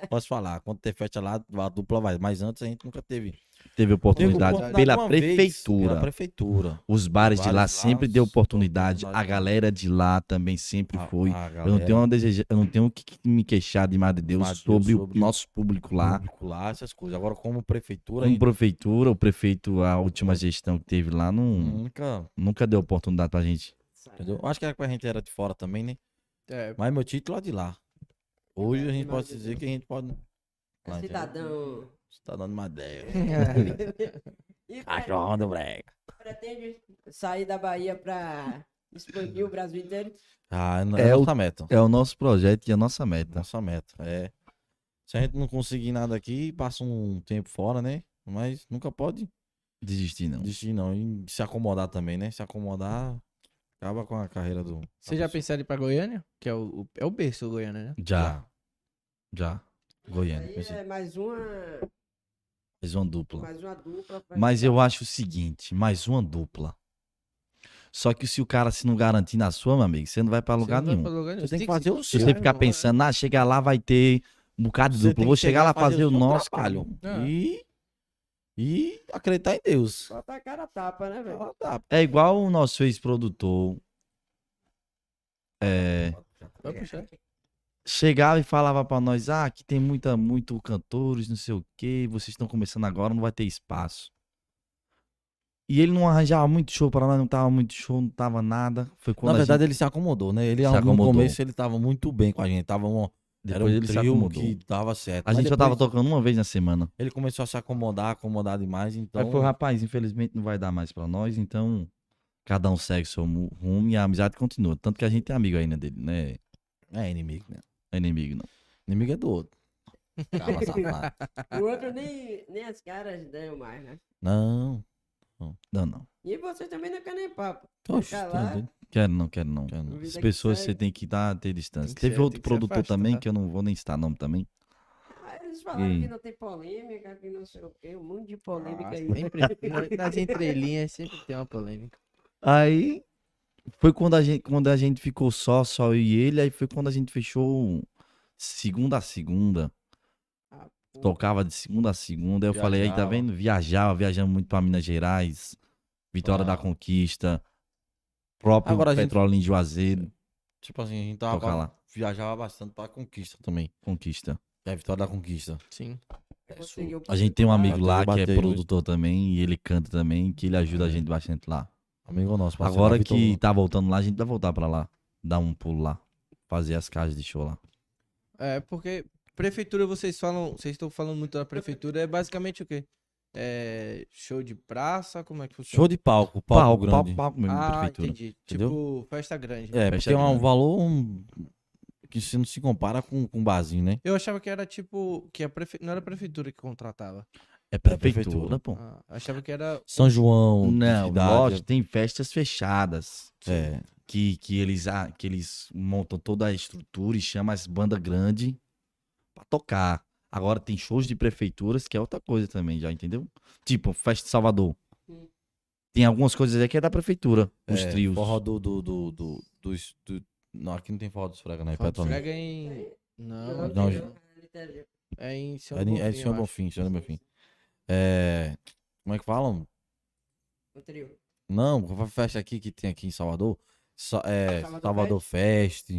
Speaker 3: posso falar. Quando ter festa lá, a dupla vai. Mas antes a gente nunca teve.
Speaker 2: teve um oportunidade
Speaker 3: Teve
Speaker 2: pela
Speaker 3: uma vez,
Speaker 2: prefeitura.
Speaker 3: Pela prefeitura.
Speaker 2: Os bares de
Speaker 3: Bares
Speaker 2: lá
Speaker 3: lá,
Speaker 2: sempre
Speaker 3: os-
Speaker 2: deu oportunidade.
Speaker 3: os-
Speaker 2: A galera de lá também sempre
Speaker 3: A-
Speaker 2: foi.
Speaker 3: a
Speaker 2: eu não
Speaker 3: galera,
Speaker 2: tenho um uma deseja... eu não tenho o que que me queixar de Madre Deus
Speaker 3: Madre Deus,
Speaker 2: sobre,
Speaker 3: sobre
Speaker 2: o
Speaker 3: o
Speaker 2: nosso público lá. Um
Speaker 3: público lá, essas coisas. Agora, como prefeitura,
Speaker 2: Como
Speaker 3: a
Speaker 2: prefeitura, o prefeito, a última gestão que teve lá, não,
Speaker 3: gente nunca.
Speaker 2: nunca deu oportunidade pra gente.
Speaker 3: Entendeu? Acho que era que a gente era de fora também, né?
Speaker 4: É,
Speaker 3: Mas meu título é de lá. Hoje a gente
Speaker 1: Mas-
Speaker 3: pode dizer que a gente pode.
Speaker 1: É cidadão.
Speaker 3: Cidadão de Madeira.
Speaker 1: E
Speaker 2: Cachorrão do brega.
Speaker 1: pretende sair da Bahia pra expandir o Brasil inteiro?
Speaker 3: Ah, não-
Speaker 2: É
Speaker 3: é,
Speaker 2: o-
Speaker 3: nossa meta.
Speaker 2: É o nosso projeto e a nossa meta.
Speaker 3: Nossa meta. É. Se a gente não conseguir nada aqui, passa um tempo fora, né? Mas nunca pode
Speaker 2: Desistir, não.
Speaker 3: desistir, não. E se acomodar também, né? Se acomodar, acaba com a carreira do.
Speaker 4: Você já pensou em ir pra Goiânia? Que é o, o- é o berço do Goiânia, né?
Speaker 2: Já. Já. Goiânia.
Speaker 1: Aí
Speaker 2: pensei.
Speaker 1: é mais uma,
Speaker 2: Mais uma dupla.
Speaker 1: mais uma dupla. pra-
Speaker 2: Mas eu acho o seguinte, mais uma dupla. Só que se o cara se não garantir na sua, meu amigo, você não vai pra lugar
Speaker 4: Você não vai
Speaker 2: nenhum.
Speaker 4: pra lugar nenhum.
Speaker 3: Você tem que
Speaker 4: se-
Speaker 3: fazer o
Speaker 2: Se
Speaker 3: seu. é.
Speaker 2: você ficar pensando, ah, chegar lá vai ter um bocado de
Speaker 3: Você tem
Speaker 2: dupla,
Speaker 3: que
Speaker 2: vou chegar lá
Speaker 3: lá
Speaker 2: fazer o
Speaker 3: seu
Speaker 2: nosso
Speaker 3: trabalho.
Speaker 2: cara.
Speaker 4: cara.
Speaker 3: E. E acreditar em Deus.
Speaker 1: Bota a cara a tapa, né, velho?
Speaker 3: Ah, tá.
Speaker 2: É igual o nosso ex-produtor É,
Speaker 4: Vai puxar.
Speaker 2: chegava e falava pra nós, ah, aqui tem muita, muito cantores, não sei o quê, vocês estão começando agora, não vai ter espaço. E ele não arranjava muito show pra nós, não tava muito show, não tava nada. Foi quando
Speaker 3: Na
Speaker 2: a
Speaker 3: verdade,
Speaker 2: gente-
Speaker 3: ele se acomodou, né? Ele
Speaker 2: Se
Speaker 3: no
Speaker 2: acomodou.
Speaker 3: começo ele tava muito bem com a gente. Tava um, era um
Speaker 2: depois ele se
Speaker 3: trio
Speaker 2: acomodou.
Speaker 3: que tava certo.
Speaker 2: A
Speaker 3: Mas
Speaker 2: gente só tava
Speaker 3: depois
Speaker 2: tocando uma vez na semana.
Speaker 3: Ele começou a se acomodar, acomodar demais, então.
Speaker 2: Aí foi, rapaz, infelizmente não vai dar mais pra nós, então cada um segue seu mu- rumo e a amizade continua. Tanto que a gente é amigo ainda dele, né?
Speaker 3: É inimigo, né?
Speaker 2: É inimigo, não.
Speaker 3: Inimigo é do outro. Calma, safado.
Speaker 1: O outro nem, nem as caras deram mais, né?
Speaker 3: Não.
Speaker 2: Não, não.
Speaker 1: E você também não quer nem papo.
Speaker 3: Oxe,
Speaker 1: Tá
Speaker 3: tá
Speaker 1: lá.
Speaker 3: doido,
Speaker 2: Quero não, quero não.
Speaker 3: cara, não.
Speaker 1: Vida
Speaker 2: As
Speaker 1: que
Speaker 2: pessoas
Speaker 1: segue.
Speaker 2: você tem que dar, ter distância.
Speaker 4: Tem que
Speaker 2: Teve
Speaker 4: ser-
Speaker 2: outro
Speaker 4: tem que se
Speaker 2: produtor
Speaker 4: afastar.
Speaker 2: também, que eu não vou nem citar nome também.
Speaker 1: Aí eles falaram
Speaker 2: Hum.
Speaker 1: que não tem polêmica, que não sei o quê, um monte de polêmica
Speaker 4: Ah,
Speaker 1: aí.
Speaker 4: Sempre- nas entrelinhas sempre tem uma polêmica.
Speaker 2: Aí foi quando a gente, quando a gente ficou só, só eu e ele, aí foi quando a gente fechou um segunda a segunda.
Speaker 1: Ah, pô.
Speaker 2: Tocava de segunda a segunda. Aí eu falei, aí tá
Speaker 3: Viajava.
Speaker 2: vendo? Viajava, viajamos muito pra Minas Gerais, Vitória da
Speaker 3: Ah.
Speaker 2: Conquista, próprio
Speaker 3: Agora a gente-
Speaker 2: Petróleo em Juazeiro,
Speaker 3: Tipo assim, a gente tava.
Speaker 2: Toca lá.
Speaker 3: Viajava bastante pra conquista também.
Speaker 2: Conquista.
Speaker 3: É a vitória da conquista.
Speaker 4: Sim.
Speaker 1: É Conseguiu
Speaker 2: A gente tem um amigo
Speaker 3: Bateu,
Speaker 2: lá que é
Speaker 3: bateu.
Speaker 2: produtor também, e ele canta também, que ele
Speaker 3: Ah,
Speaker 2: ajuda a
Speaker 3: é.
Speaker 2: gente bastante lá.
Speaker 3: Amigo nosso, parceiro,
Speaker 2: Agora
Speaker 3: Vitor
Speaker 2: que
Speaker 3: Luna.
Speaker 2: tá voltando lá, a gente vai voltar pra lá. Dar um pulo lá. Fazer as casas de show lá.
Speaker 4: É, porque prefeitura vocês falam, vocês estão falando muito da prefeitura, é basicamente o quê? É show de praça, como é que funciona?
Speaker 3: Show de palco, palco, grande.
Speaker 2: palco mesmo,
Speaker 4: ah,
Speaker 2: prefeitura.
Speaker 4: entendi.
Speaker 3: entendeu?
Speaker 4: Tipo, festa grande.
Speaker 3: É,
Speaker 2: Festa
Speaker 3: porque é um
Speaker 2: grande.
Speaker 3: valor um, que se não se compara com, com um barzinho, né?
Speaker 4: Eu achava que era tipo, que a prefe... não era a prefeitura que contratava.
Speaker 2: É
Speaker 3: prefeitura.
Speaker 2: prefeitura, pô.
Speaker 4: Ah, achava que era
Speaker 3: São João,
Speaker 2: Não,
Speaker 3: cidade,
Speaker 2: lógico, tem festas fechadas.
Speaker 3: É,
Speaker 2: Que, que, eles, ah, que eles montam toda a estrutura e chamam as bandas grandes pra tocar. Agora tem shows de prefeituras, que é outra coisa também, já entendeu? Tipo, Festa de Salvador.
Speaker 1: Hum.
Speaker 2: Tem algumas coisas aí que é da prefeitura, os
Speaker 3: é,
Speaker 2: trios.
Speaker 3: Forró do, do, do, do, dos- do- Não, aqui não tem forró dos frega, né?
Speaker 4: Fala de
Speaker 3: Petrolina.
Speaker 4: Frega em não,
Speaker 3: Não,
Speaker 4: é-
Speaker 3: gente.
Speaker 4: é em São
Speaker 3: É, em- é em
Speaker 4: Bonfim, eu
Speaker 3: Senhor
Speaker 4: acho.
Speaker 3: Bonfim, Senhor Bonfim. É, como é que falam?
Speaker 1: O trio.
Speaker 3: Não, uma festa aqui que tem aqui em Salvador. Sa- é,
Speaker 1: Salvador
Speaker 3: Salvador Fest.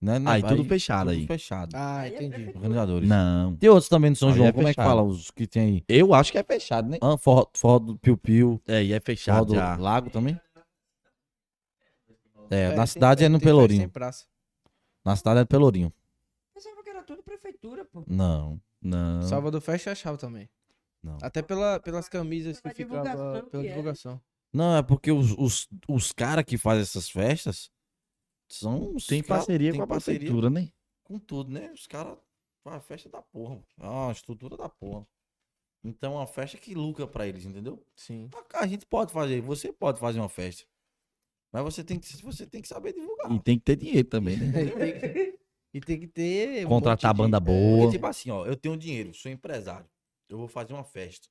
Speaker 3: Né, né,
Speaker 2: Aí tudo fechado
Speaker 3: tudo
Speaker 2: aí.
Speaker 3: fechado.
Speaker 4: Ah,
Speaker 1: Aí é
Speaker 4: entendi.
Speaker 1: prefeitura.
Speaker 3: Organizadores.
Speaker 2: Não.
Speaker 3: Tem outros também no São
Speaker 2: Aí
Speaker 3: João.
Speaker 2: é
Speaker 3: como é que
Speaker 2: fechado.
Speaker 3: fala os que tem aí?
Speaker 2: Eu acho que é fechado, né?
Speaker 3: Ah, forró, forró do Piu Piu.
Speaker 2: É, e é
Speaker 3: Forró
Speaker 2: fechado
Speaker 3: do
Speaker 2: já.
Speaker 3: Lago também? É,
Speaker 4: É,
Speaker 3: na
Speaker 4: tem-
Speaker 3: cidade é no
Speaker 4: tem festa em
Speaker 3: Pelourinho.
Speaker 4: praça.
Speaker 3: Na cidade é no Pelourinho.
Speaker 1: Pensava que era tudo prefeitura, pô.
Speaker 3: Não.
Speaker 2: Não.
Speaker 4: Salvador Fest eu achava também.
Speaker 3: Não.
Speaker 4: Até pela, pelas camisas que
Speaker 1: Pela
Speaker 4: ficava,
Speaker 1: divulgação
Speaker 4: pela
Speaker 1: que é. era.
Speaker 4: divulgação.
Speaker 3: Não, é porque os, os, os caras que fazem essas festas são. os
Speaker 2: Tem
Speaker 3: cara-
Speaker 2: parceria
Speaker 3: tem
Speaker 2: com a
Speaker 3: parceria
Speaker 2: prefeitura, né?
Speaker 3: com tudo, né? Os caras. A festa da porra. mano. É uma estrutura da porra. Então é uma festa que lucra pra eles, entendeu?
Speaker 4: Sim.
Speaker 3: A- A gente pode fazer, você pode fazer uma festa. Mas você tem que, você tem que saber divulgar.
Speaker 2: E tem que ter dinheiro também, né?
Speaker 4: E tem que- e tem que ter. um
Speaker 2: Contratar
Speaker 4: monte de-
Speaker 2: banda
Speaker 4: é,
Speaker 2: boa.
Speaker 3: Porque, tipo assim, ó, eu tenho dinheiro, sou empresário. Eu vou fazer uma festa.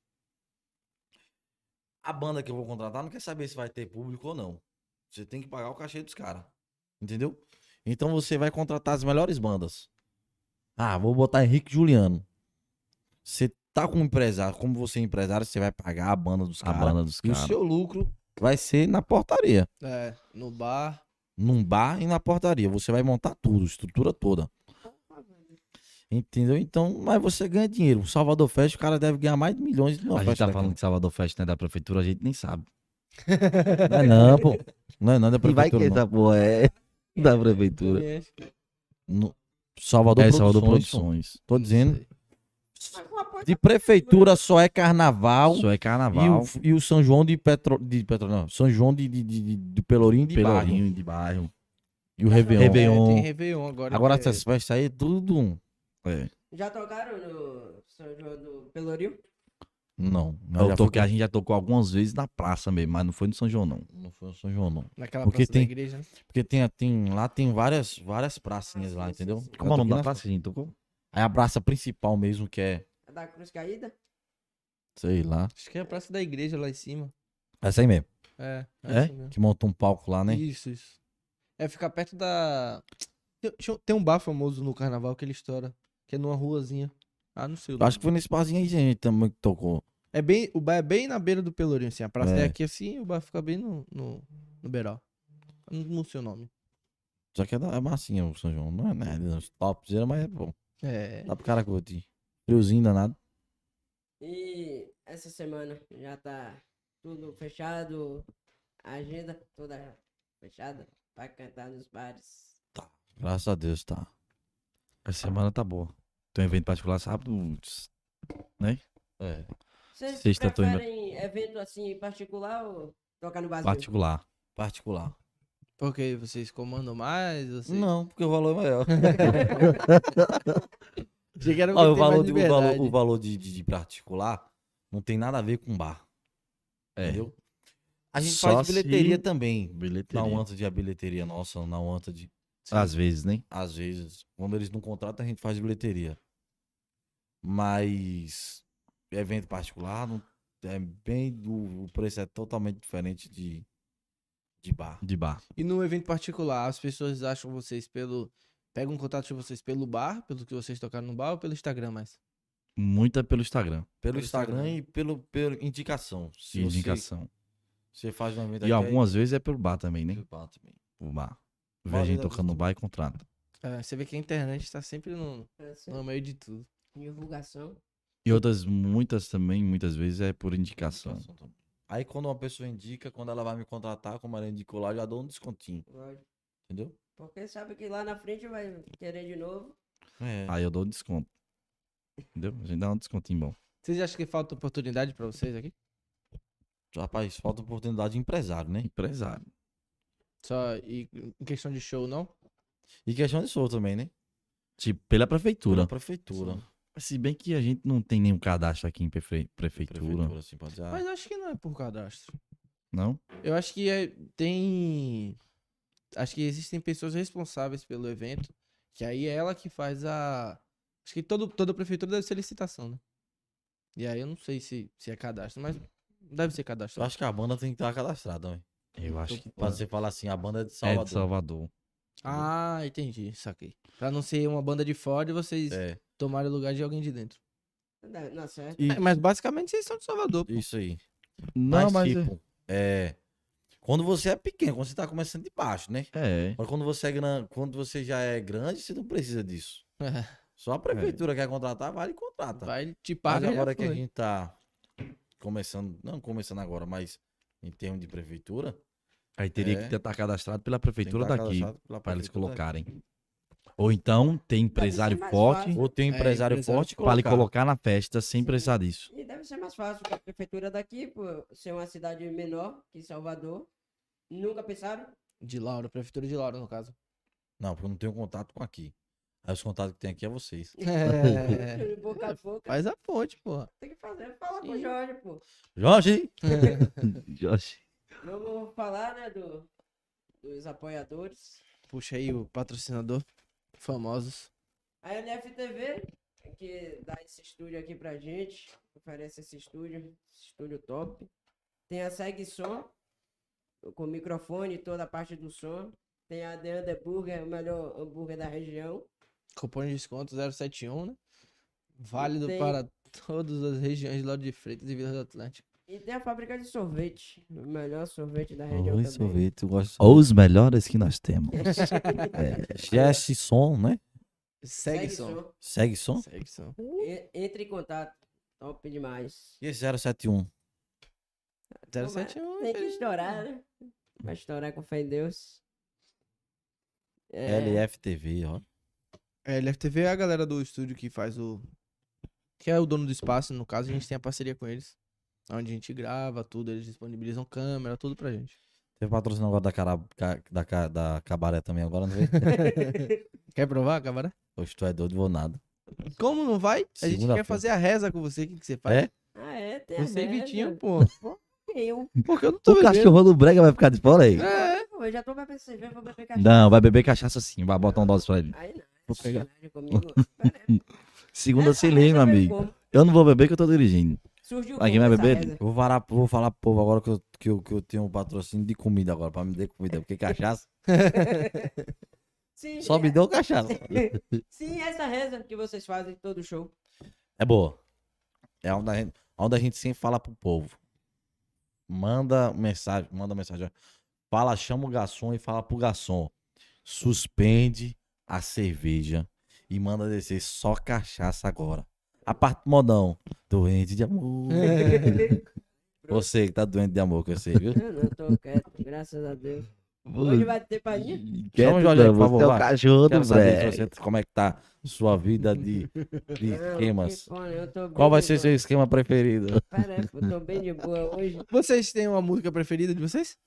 Speaker 3: A banda que eu vou contratar não quer saber se vai ter público ou não. Você tem que pagar o cachê dos caras. Entendeu? Então você vai contratar as melhores bandas. Ah, vou botar Henrique e Juliano. Você tá com um empresário, como você é empresário, você vai pagar a banda dos
Speaker 2: A
Speaker 3: caras.
Speaker 2: banda dos
Speaker 3: E o
Speaker 2: caras.
Speaker 3: seu lucro vai ser na portaria.
Speaker 4: É, no bar.
Speaker 3: Num bar e na portaria. Você vai montar tudo, estrutura toda. Entendeu? Então, mas você ganha dinheiro. O Salvador Fest, o cara deve ganhar mais de milhões de uma
Speaker 2: A gente
Speaker 3: festa
Speaker 2: tá
Speaker 3: daquela.
Speaker 2: falando que Salvador Fest não é da prefeitura, a gente nem sabe.
Speaker 3: Não é não, pô. Não é não, é da
Speaker 2: E vai que
Speaker 3: prefeitura, não.
Speaker 2: essa porra é da prefeitura.
Speaker 4: Ambiente.
Speaker 3: No- Salvador
Speaker 2: é
Speaker 3: Produções.
Speaker 2: Salvador
Speaker 3: pô.
Speaker 2: Produções.
Speaker 3: Tô dizendo.
Speaker 1: Mas com o apoio
Speaker 3: De prefeitura só é carnaval.
Speaker 2: Só é
Speaker 3: E
Speaker 2: carnaval.
Speaker 3: o, e o São João de Petro... de Petro... não, São João de, de, de, de- do Pelourinho de Barro.
Speaker 2: Pelourinho de bairro.
Speaker 3: E o Réveillon.
Speaker 2: Réveillon.
Speaker 4: É, tem Réveillon agora.
Speaker 3: Agora
Speaker 4: que é-
Speaker 3: essas festas aí é tudo um.
Speaker 2: É.
Speaker 1: Já tocaram no São João do Pelourinho?
Speaker 3: Não. nós já
Speaker 2: Eu toquei, a
Speaker 3: fomos-
Speaker 2: gente já tocou algumas vezes na praça mesmo, mas não foi no São João, não.
Speaker 3: Não foi o São João, não.
Speaker 4: Naquela
Speaker 3: Porque
Speaker 4: praça da
Speaker 3: tem-
Speaker 4: igreja. né?
Speaker 3: Porque tem, tem, lá tem várias, várias pracinhas lá, entendeu?
Speaker 2: Como é o
Speaker 3: Eu
Speaker 2: nome
Speaker 3: toquei
Speaker 2: da
Speaker 3: na-
Speaker 2: praça que a gente tocou?
Speaker 3: Aí a praça principal mesmo, que é,
Speaker 1: A Da Cruz Caída?
Speaker 3: sei lá.
Speaker 4: Acho que é a praça da igreja lá em cima.
Speaker 3: Essa aí mesmo.
Speaker 4: É.
Speaker 3: É?
Speaker 4: isso mesmo.
Speaker 3: Que monta um palco lá, né?
Speaker 4: Isso, isso. É ficar perto da. Tem- deixa eu- Tem um bar famoso no carnaval que ele estoura. Que é numa ruazinha. Ah, não sei. o
Speaker 3: Eu Acho que
Speaker 4: nome.
Speaker 3: foi nesse barzinho aí, gente, também que tocou.
Speaker 4: É bem, o bar é bem na beira do Pelourinho, assim. A praça é,
Speaker 3: É.
Speaker 4: aqui assim e o bar fica bem no, no, no Beral. Eu Não, não sei o nome.
Speaker 3: Só que é, da, é massinha o São João. Não é nada, não. Topzera, mas é bom.
Speaker 4: É.
Speaker 3: Dá pro cara curtir. Friozinho danado.
Speaker 1: E essa semana já tá tudo fechado, a agenda toda fechada pra cantar nos bares.
Speaker 3: Graças a Deus, tá.
Speaker 2: Essa semana tá boa. Tem um evento particular sábado. né? tss,
Speaker 3: É.
Speaker 1: Vocês
Speaker 2: Sexta tô indo-
Speaker 1: preferem evento assim particular ou tocar no barzinho?
Speaker 2: Particular.
Speaker 3: Particular.
Speaker 4: Porque vocês comandam mais? Vocês...
Speaker 3: Não, porque o valor é maior.
Speaker 4: Chegaram
Speaker 3: Olha, o valor, de, o valor, o valor de, de- de particular não tem nada a ver com bar.
Speaker 2: É.
Speaker 3: Entendeu? A gente
Speaker 2: Só
Speaker 3: faz bilheteria
Speaker 2: se-
Speaker 3: também. Na
Speaker 2: Bilheteria.
Speaker 3: Wanted, a bilheteria nossa, na Wanted,
Speaker 2: Às vezes, né?
Speaker 3: às vezes, quando eles não contratam, a gente faz bilheteria. Mas evento particular não, é bem o, o preço é totalmente diferente de de bar.
Speaker 2: De bar.
Speaker 4: E no evento particular, as pessoas acham vocês pelo. Pegam um contato de vocês pelo bar, pelo que vocês tocaram no bar ou pelo Instagram mais?
Speaker 2: Muita pelo Instagram. né?
Speaker 3: Pelo
Speaker 4: Pelo
Speaker 3: Instagram
Speaker 4: Instagram.
Speaker 3: e pelo, pelo indicação. Se você-
Speaker 2: indicação.
Speaker 3: Você, faz um evento
Speaker 2: E
Speaker 3: aqui, aí
Speaker 2: algumas vezes é pelo bar também, né?
Speaker 3: pelo bar também.
Speaker 2: O bar. Vê a
Speaker 3: Maioria
Speaker 2: gente
Speaker 3: das
Speaker 2: tocando no bar e contrata.
Speaker 4: É, você vê que a internet tá sempre no,
Speaker 1: Assim,
Speaker 4: no meio de tudo.
Speaker 1: Divulgação.
Speaker 2: E outras, muitas também, muitas vezes é por indicação.
Speaker 3: Indicação também. Aí quando uma pessoa indica, quando ela vai me contratar, como ela indicou lá, eu já dou um descontinho,
Speaker 1: lógico.
Speaker 3: entendeu?
Speaker 1: Porque sabe que lá na frente vai querer de novo.
Speaker 3: É.
Speaker 2: Aí eu dou desconto. Entendeu? A gente dá um descontinho bom.
Speaker 4: Vocês acham que falta oportunidade pra vocês aqui?
Speaker 3: Rapaz, falta oportunidade de empresário, né?
Speaker 2: É Empresário.
Speaker 4: Só e, em questão de show, não?
Speaker 3: E questão de show também, né?
Speaker 2: Tipo, pela
Speaker 3: Pela
Speaker 2: prefeitura.
Speaker 3: prefeitura.
Speaker 2: Se bem que a gente não tem nenhum cadastro aqui em prefe- prefeitura.
Speaker 3: Prefeitura, assim, pode dizer. ah,
Speaker 4: Mas eu acho que não é por cadastro.
Speaker 2: Não?
Speaker 4: Eu acho que é- tem. Acho que existem pessoas responsáveis pelo evento, que aí é ela que faz a. Acho que todo, toda prefeitura deve ser licitação, né? E aí eu não sei se, se é cadastro, mas deve ser
Speaker 3: Eu
Speaker 4: cadastro.
Speaker 3: acho que a banda tem que estar cadastrada, né?
Speaker 2: Eu acho que tá.
Speaker 3: Pra você falar assim, a banda é de
Speaker 2: é
Speaker 3: Salvador.
Speaker 2: de Salvador.
Speaker 4: Ah, entendi, saquei. Pra não ser uma banda de fora e vocês
Speaker 3: É,
Speaker 4: tomarem o lugar de alguém de dentro.
Speaker 1: Não, não certo.
Speaker 3: E-
Speaker 4: É, mas basicamente vocês são de Salvador. pô.
Speaker 3: isso aí.
Speaker 2: Não, mas.
Speaker 3: tipo, é... Quando você é pequeno, quando você tá começando de baixo, né?
Speaker 2: É. é.
Speaker 3: Mas quando você é grande, quando você já é grande, você não precisa disso. Só a prefeitura quer contratar, vale e contrata.
Speaker 4: Vai te
Speaker 3: Mas
Speaker 4: paga. já
Speaker 3: agora que a
Speaker 4: foi.
Speaker 3: gente tá começando, não começando agora, mas em termos de prefeitura,
Speaker 2: Aí teria
Speaker 3: É.
Speaker 2: que estar cadastrado pela
Speaker 3: tem que
Speaker 2: prefeitura
Speaker 3: tá
Speaker 2: daqui.
Speaker 3: cadastrado pela
Speaker 2: Pra eles
Speaker 3: prefeitura daqui.
Speaker 2: colocarem. Ou então tem empresário
Speaker 1: é mais
Speaker 2: forte
Speaker 1: fácil.
Speaker 3: Ou tem um
Speaker 4: É,
Speaker 3: empresário
Speaker 4: empresário
Speaker 3: forte
Speaker 2: pra ele
Speaker 3: colocar.
Speaker 2: colocar na festa sem precisar disso.
Speaker 1: E deve ser mais fácil para a prefeitura daqui, por ser uma cidade menor que Salvador. Nunca pensaram?
Speaker 4: De Laura, prefeitura de Laura, no caso.
Speaker 3: Não, porque eu não tenho contato com aqui. Aí os contatos que tem aqui é vocês.
Speaker 4: É,
Speaker 1: De boca a boca,
Speaker 4: faz a ponte, porra.
Speaker 1: tem que fazer. Fala com o
Speaker 4: Ih.
Speaker 1: Jorge, pô.
Speaker 3: Jorge!
Speaker 2: Jorge.
Speaker 1: Vamos falar, né, do, dos apoiadores.
Speaker 4: Puxa aí o patrocinador. Famosos.
Speaker 1: A NFTV, que dá esse estúdio aqui pra gente, oferece esse estúdio, esse estúdio top. Tem a Seg Som, com microfone e toda a parte do som. Tem a The Under Burger, o melhor hambúrguer da região.
Speaker 4: Cupom de desconto 071, né? Válido
Speaker 1: Tem-
Speaker 4: para todas as regiões de Lauro de Freitas e Vila do Atlântico.
Speaker 1: E tem a fábrica de sorvete, o melhor sorvete da região
Speaker 3: Oi,
Speaker 1: É, também.
Speaker 3: sorvete, eu gosto de
Speaker 2: Ou os melhores que nós temos. É.
Speaker 3: sorvete. Jesse som, né?
Speaker 4: Segue som.
Speaker 3: Segue som.
Speaker 4: Segue som.
Speaker 1: E- Entre em contato, top demais.
Speaker 3: E esse 071?
Speaker 4: 071.
Speaker 1: Tem que
Speaker 4: ele-
Speaker 1: estourar, né? Vai estourar com fé em Deus. É,
Speaker 3: LFTV, ó.
Speaker 4: É, LFTV é a galera do estúdio que faz o que é o dono do espaço, no caso, a gente tem a parceria com eles. Onde a gente grava tudo, eles disponibilizam câmera, tudo pra gente.
Speaker 3: Teve patrocínio agora da, cara, ca- da, ca- da Cabaré também agora, não veio?
Speaker 4: Quer provar, cabaré?
Speaker 3: Poxa, tu é doido, vou nada.
Speaker 4: Como não vai? A gente
Speaker 3: Segunda-feira.
Speaker 4: quer fazer a reza com você. O que, que você faz?
Speaker 3: É?
Speaker 1: Ah, é, tem a
Speaker 4: Você e
Speaker 1: merda. um
Speaker 4: Vitinho, pô.
Speaker 1: Eu,
Speaker 4: Porque eu não tô
Speaker 2: O
Speaker 4: bebendo.
Speaker 2: cachorro do Brega vai ficar de fora aí?
Speaker 4: É,
Speaker 1: eu já tô pra perceber, vou beber cachaça.
Speaker 2: Não, vai beber cachaça sim, vai botar um dose pra ele.
Speaker 1: Aí não,
Speaker 4: Vou pegar.
Speaker 1: sacanagem comigo. Pera,
Speaker 2: Segunda
Speaker 1: essa
Speaker 2: se lê,
Speaker 1: reza
Speaker 2: meu
Speaker 1: veio
Speaker 2: amigo.
Speaker 1: como?
Speaker 2: Eu não vou beber que eu tô dirigindo.
Speaker 1: Surgiu
Speaker 2: Alguém
Speaker 1: como
Speaker 2: vai
Speaker 1: essa
Speaker 2: beber?
Speaker 1: reza?
Speaker 3: Vou, varar, vou falar pro povo agora que eu, que, eu, que eu tenho um patrocínio de comida agora, pra me dar comida. Porque cachaça,
Speaker 1: Sim,
Speaker 3: só me
Speaker 1: é-
Speaker 3: deu cachaça.
Speaker 1: Sim, essa reza que vocês fazem todo show.
Speaker 3: É boa. É onde a gente, onde a gente sempre fala pro povo. Manda mensagem, manda mensagem. ó. Fala, chama o garçom e fala pro garçom. Suspende a cerveja e manda descer só cachaça agora. A parte modão, doente de amor.
Speaker 2: É.
Speaker 4: É.
Speaker 3: Você que tá doente de amor, que eu sei, viu?
Speaker 1: Eu não tô quieto, graças a Deus. Hoje vai ter palhinha?
Speaker 2: Quieto,
Speaker 3: Jorge aí, por
Speaker 2: você
Speaker 3: favor,
Speaker 2: é o
Speaker 3: vai.
Speaker 2: cachorro do
Speaker 3: Quero saber
Speaker 2: Brega.
Speaker 3: se você- como é que tá sua vida de, de
Speaker 2: É,
Speaker 1: Não, que
Speaker 3: esquemas.
Speaker 1: fone, eu tô bem
Speaker 3: Qual vai
Speaker 1: de
Speaker 3: ser
Speaker 1: boa.
Speaker 2: né?
Speaker 3: seu esquema preferido?
Speaker 1: Pera, aí, eu tô bem de boa hoje.
Speaker 4: Vocês têm uma música preferida de vocês?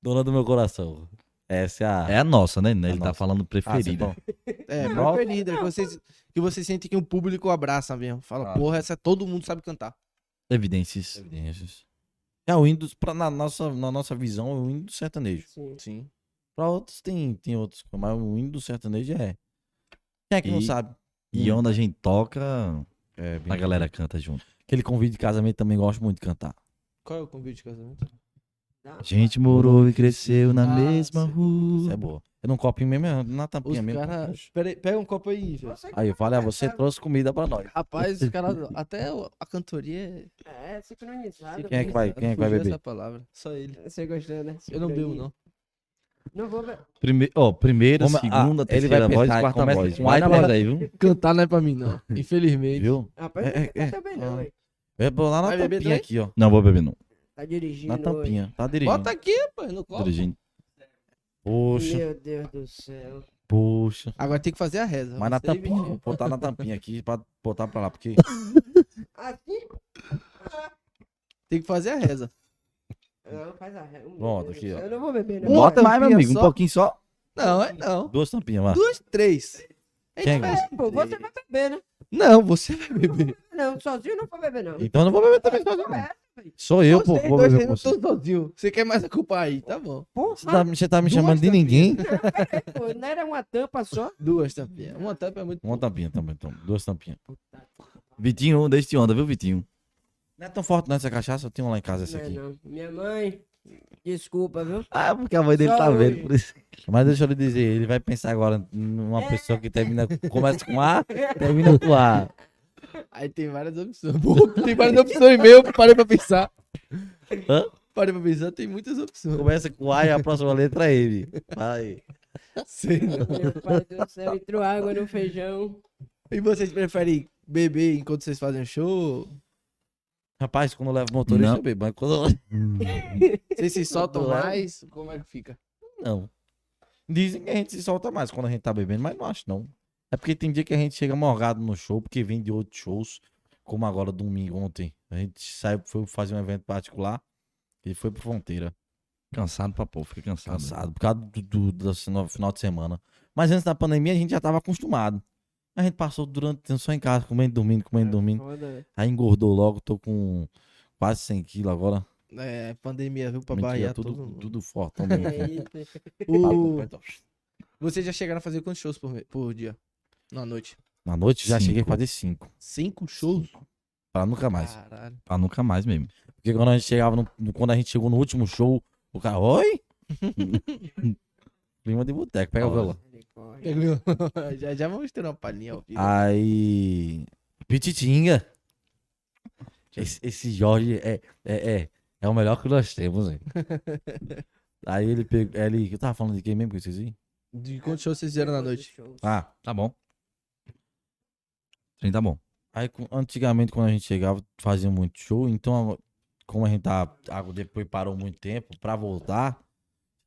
Speaker 3: Dona do meu coração. Essa é a.
Speaker 2: É a nossa, né?
Speaker 3: É a
Speaker 2: Ele tá
Speaker 3: nossa.
Speaker 2: falando
Speaker 3: Ah, você
Speaker 2: preferida.
Speaker 3: tá-
Speaker 4: É,
Speaker 3: Não.
Speaker 4: preferida. Que vocês, que vocês sentem que o público abraça mesmo. Fala,
Speaker 3: Ah.
Speaker 4: porra, essa todo mundo sabe cantar.
Speaker 2: Evidências.
Speaker 3: É, o Windows, pra, na, nossa, na nossa visão, é o hino do sertanejo.
Speaker 1: Sim.
Speaker 4: Sim.
Speaker 3: Pra outros tem, tem outros, mas o hino do sertanejo é. Quem é que não
Speaker 2: E-
Speaker 3: sabe?
Speaker 2: E
Speaker 3: Hum.
Speaker 2: onde a gente toca,
Speaker 3: É,
Speaker 2: a galera canta junto.
Speaker 3: Aquele convite de casamento também gosto muito de cantar.
Speaker 4: Qual é o convite de casamento?
Speaker 1: Tá?
Speaker 2: A gente morou e cresceu na
Speaker 4: Ah,
Speaker 2: mesma
Speaker 4: sim.
Speaker 3: Isso
Speaker 2: rua.
Speaker 3: é boa. É num copinho mesmo, é na tampinha
Speaker 4: Os
Speaker 3: mesmo.
Speaker 4: caras. Pega um copo aí, velho.
Speaker 1: Você que
Speaker 3: Aí eu falei, ah, você
Speaker 1: sabe.
Speaker 3: trouxe comida pra nós.
Speaker 4: Rapaz, os caras. Até o- a cantoria.
Speaker 1: É, sincronizado. né?
Speaker 3: Quem é que vai- quem é que vai
Speaker 4: Fugiu
Speaker 3: beber?
Speaker 4: essa palavra. Só ele.
Speaker 1: Você gostou, né?
Speaker 4: Eu não bebo,
Speaker 1: Sincronia.
Speaker 4: não.
Speaker 1: Não vou beber.
Speaker 2: Prime... ó, primeira,
Speaker 3: Como- ah,
Speaker 2: segunda,
Speaker 3: ele
Speaker 2: terceira
Speaker 3: vai
Speaker 2: voz
Speaker 3: pensar,
Speaker 2: e quarta
Speaker 3: começa
Speaker 2: voz.
Speaker 3: com
Speaker 2: Vai na
Speaker 3: uma-
Speaker 2: voz aí, viu?
Speaker 4: Cantar não é pra mim, não. Infelizmente.
Speaker 3: Viu?
Speaker 1: Rapaz,
Speaker 3: É,
Speaker 1: não
Speaker 3: é,
Speaker 1: tá também não,
Speaker 4: Ah.
Speaker 1: hein?
Speaker 3: É pô, lá na
Speaker 4: Vai beber
Speaker 3: tampinha
Speaker 4: também?
Speaker 3: aqui, ó.
Speaker 2: Não, vou beber não.
Speaker 1: Tá dirigindo.
Speaker 3: Na
Speaker 1: hoje.
Speaker 3: tampinha. Tá dirigindo.
Speaker 4: Bota aqui, rapaz, no copo.
Speaker 2: Dirigindo.
Speaker 3: Poxa,
Speaker 1: Meu Deus do céu.
Speaker 3: poxa.
Speaker 4: Agora tem que fazer a reza.
Speaker 3: Mas na
Speaker 4: Você e
Speaker 3: tampinha,
Speaker 4: Vitinho.
Speaker 3: vou botar na tampinha aqui pra botar pra lá, porque
Speaker 1: Aqui?
Speaker 4: Tem que fazer a reza.
Speaker 1: Não, faz a ré. Meu
Speaker 3: Pronto,
Speaker 1: Deus do
Speaker 3: aqui, ó.
Speaker 1: céu, Eu não vou beber, não.
Speaker 2: Bota mais, meu
Speaker 4: tampinha
Speaker 2: amigo. Um
Speaker 4: só?
Speaker 2: pouquinho só.
Speaker 4: Não, é não.
Speaker 3: duas tampinhas, lá.
Speaker 4: Duas, três. É
Speaker 3: Quem é que
Speaker 4: diferente.
Speaker 1: É, pô, você vai beber, né?
Speaker 4: Não, você vai beber.
Speaker 1: Não, sozinho eu não vou beber, não.
Speaker 3: Então eu não vou beber também.
Speaker 1: Só essa, velho.
Speaker 3: Sou eu, pô.
Speaker 2: é
Speaker 4: Vocês
Speaker 3: que Vou
Speaker 4: dois,
Speaker 3: beber com
Speaker 4: vocês não
Speaker 3: você.
Speaker 4: estão sozinhos. Você quer mais a culpa aí? Tá bom.
Speaker 3: Você tá, você tá me chamando de ninguém?
Speaker 1: Pô, não era uma tampa só?
Speaker 4: Duas tampinhas. Uma tampa é muito.
Speaker 3: Uma tampinha também, então. Duas tampinhas.
Speaker 2: Vitinho, deixa de onda, viu, Vitinho?
Speaker 3: Não é tão forte não essa cachaça, eu tenho lá em casa essa
Speaker 1: Não é,
Speaker 3: aqui.
Speaker 1: não. Minha mãe, desculpa, viu?
Speaker 2: Ah, porque a mãe dele
Speaker 1: Só
Speaker 2: tá
Speaker 1: hoje.
Speaker 2: vendo. Por isso.
Speaker 3: Mas deixa eu lhe dizer, ele vai pensar agora numa
Speaker 1: É.
Speaker 3: pessoa que termina, começa com A, termina com A.
Speaker 4: Aí tem várias opções. Pô, tem várias opções meu, parei pra pensar.
Speaker 3: Hã?
Speaker 4: Parei pra pensar, tem muitas opções.
Speaker 3: Começa com A e a próxima letra é ele. Fala aí.
Speaker 4: Sei não.
Speaker 1: Meu pai do céu, entrou água no feijão.
Speaker 4: E vocês preferem beber enquanto vocês fazem show?
Speaker 3: Rapaz, quando eu levo motorista,
Speaker 2: Não.
Speaker 3: eu bebo. Mas quando eu...
Speaker 4: Vocês se soltam
Speaker 3: Claro.
Speaker 4: mais? Como é que fica?
Speaker 3: Não. Dizem que a gente se solta mais quando a gente tá bebendo, mas não acho não. É porque tem dia que a gente chega morgado no show, porque vem de outros shows, como agora domingo ontem. A gente saiu, foi fazer um evento particular e foi pro Fronteira.
Speaker 2: Cansado pra pô, fica cansado.
Speaker 3: Cansado, por causa do, do- do sino- final de semana. Mas antes da pandemia a gente já tava acostumado. A gente passou durante o tempo só em casa, comendo, dormindo,
Speaker 4: É,
Speaker 3: comendo, dormindo.
Speaker 1: Foda, né?
Speaker 3: Aí engordou logo, tô com quase 100 quilos agora.
Speaker 4: É, pandemia, viu? Pra
Speaker 3: Mentira,
Speaker 4: Bahia,
Speaker 3: tudo,
Speaker 4: todo mundo.
Speaker 3: tudo forte.
Speaker 1: velho. É isso.
Speaker 4: O... Vocês já chegaram a fazer quantos shows por, me- por dia? Na noite?
Speaker 3: Na noite já cheguei a
Speaker 2: Cinco.
Speaker 3: fazer 5.
Speaker 4: Cinco shows?
Speaker 3: Pra nunca
Speaker 4: Ah.
Speaker 3: mais.
Speaker 4: Caralho.
Speaker 2: Pra nunca mais mesmo.
Speaker 3: Porque quando a gente chegava no- no- quando a gente chegou no último show, o cara, oi? Clima de boteco, pega o
Speaker 2: Olha.
Speaker 3: violão.
Speaker 1: Misericórdia.
Speaker 4: Pegou? já, já vamos ter uma palhinha ao
Speaker 3: Ah.
Speaker 4: vivo.
Speaker 3: Aí. Pititinga. Esse, esse Jorge é, é, é, é o melhor que nós temos, hein? Aí ele pegou. Ele, eu tava falando de quem mesmo que eu esqueci?
Speaker 4: De quantos shows vocês fizeram na noite?
Speaker 3: Ah,
Speaker 2: Tá bom. Sim, tá bom.
Speaker 3: aí com- antigamente quando a gente chegava, fazia muito show, então a- como a gente tá, a- depois parou muito tempo, pra voltar,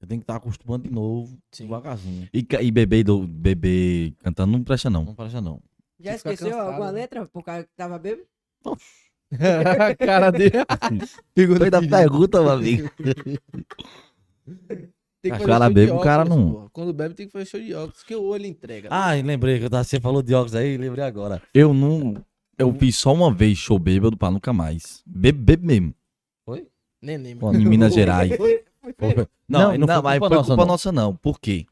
Speaker 3: eu tenho que estar acostumando de novo, devagarzinho.
Speaker 2: E, ca- e beber, do, beber cantando não presta não.
Speaker 3: Não presta não.
Speaker 1: Já
Speaker 4: Você fica
Speaker 1: esqueceu
Speaker 4: cansado,
Speaker 1: alguma
Speaker 4: né?
Speaker 1: letra por causa que tava bêbado?
Speaker 4: A cara dele. Pergunta
Speaker 2: Foi da
Speaker 4: de-
Speaker 2: pergunta, meu amigo.
Speaker 4: Tem
Speaker 2: Ah,
Speaker 4: fazer
Speaker 2: o cara
Speaker 4: show de
Speaker 2: bebe, o cara
Speaker 4: óculos,
Speaker 2: não-
Speaker 4: porra. Quando bebe, tem que fazer show de óculos, que o olho entrega. né?
Speaker 3: Ah, lembrei que eu tava- você falou de óculos aí, lembrei agora.
Speaker 2: Eu não. Eu fiz só uma vez show bêbado pra nunca mais. Bebe, bebe mesmo.
Speaker 4: Nem lembro.
Speaker 2: Em Minas Gerais. Não, não, mas foi culpa
Speaker 3: não.
Speaker 2: nossa, não. Por quê?